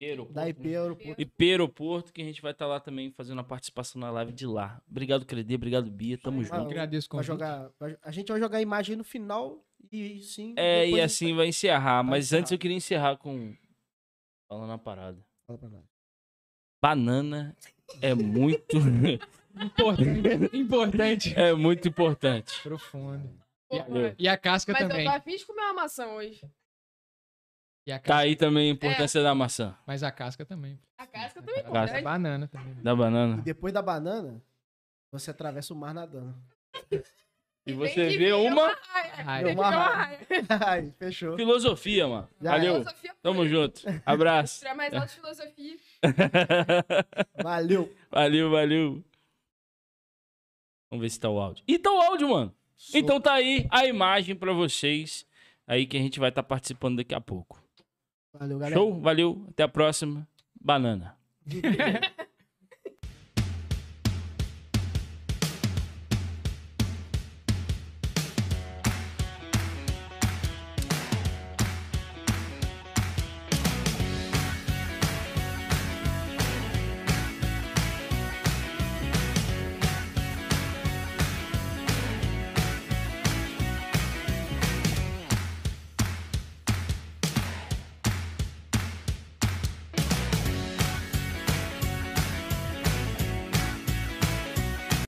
Speaker 1: Aeroporto,
Speaker 2: Da
Speaker 1: né?
Speaker 2: IP Aeroporto.
Speaker 1: IP Aeroporto, que a gente vai estar lá também fazendo a participação na live de lá. Obrigado, Credê. Obrigado, Bia. Tamo
Speaker 2: Vai lá.
Speaker 1: junto.
Speaker 4: Agradeço o
Speaker 2: Vai
Speaker 4: convite.
Speaker 2: jogar, vai- a gente vai jogar a imagem no final e sim.
Speaker 1: É,
Speaker 2: depois
Speaker 1: e
Speaker 2: a gente
Speaker 1: assim vai encerrar. Mas
Speaker 2: encerrar.
Speaker 1: antes eu queria encerrar com. Falando a parada.
Speaker 2: fala pra nós.
Speaker 1: Banana é muito.
Speaker 4: Importante. importante.
Speaker 1: é muito importante.
Speaker 4: Profundo.
Speaker 3: Pô,
Speaker 4: E a,
Speaker 1: Valeu.
Speaker 4: e a casca
Speaker 3: Mas
Speaker 4: também.
Speaker 3: eu tô afim de comer uma maçã hoje.
Speaker 4: E a casca,
Speaker 1: Tá aí também a importância da maçã,
Speaker 4: Mas a casca também.
Speaker 3: A casca também
Speaker 4: A casca
Speaker 1: importante.
Speaker 4: da
Speaker 3: come.
Speaker 4: banana também.
Speaker 1: da banana.
Speaker 2: E depois da banana, você atravessa o mar nadando.
Speaker 1: E você vê uma
Speaker 4: Ai,
Speaker 2: Eu-
Speaker 3: Tem que ver uma raia.
Speaker 2: Ai, fechou.
Speaker 1: filosofia, mano.
Speaker 2: Já
Speaker 1: Valeu.
Speaker 3: Filosofia
Speaker 1: Tamo junto. Abraço.
Speaker 3: pura, mais alta filosofia.
Speaker 2: Valeu.
Speaker 1: Valeu, valeu. Vamos ver se tá o áudio. E tá o áudio, mano. Então tá aí a imagem pra vocês. Aí que a gente vai estar participando daqui a pouco.
Speaker 2: Valeu, galera.
Speaker 1: Show? Valeu. Até a próxima. Banana.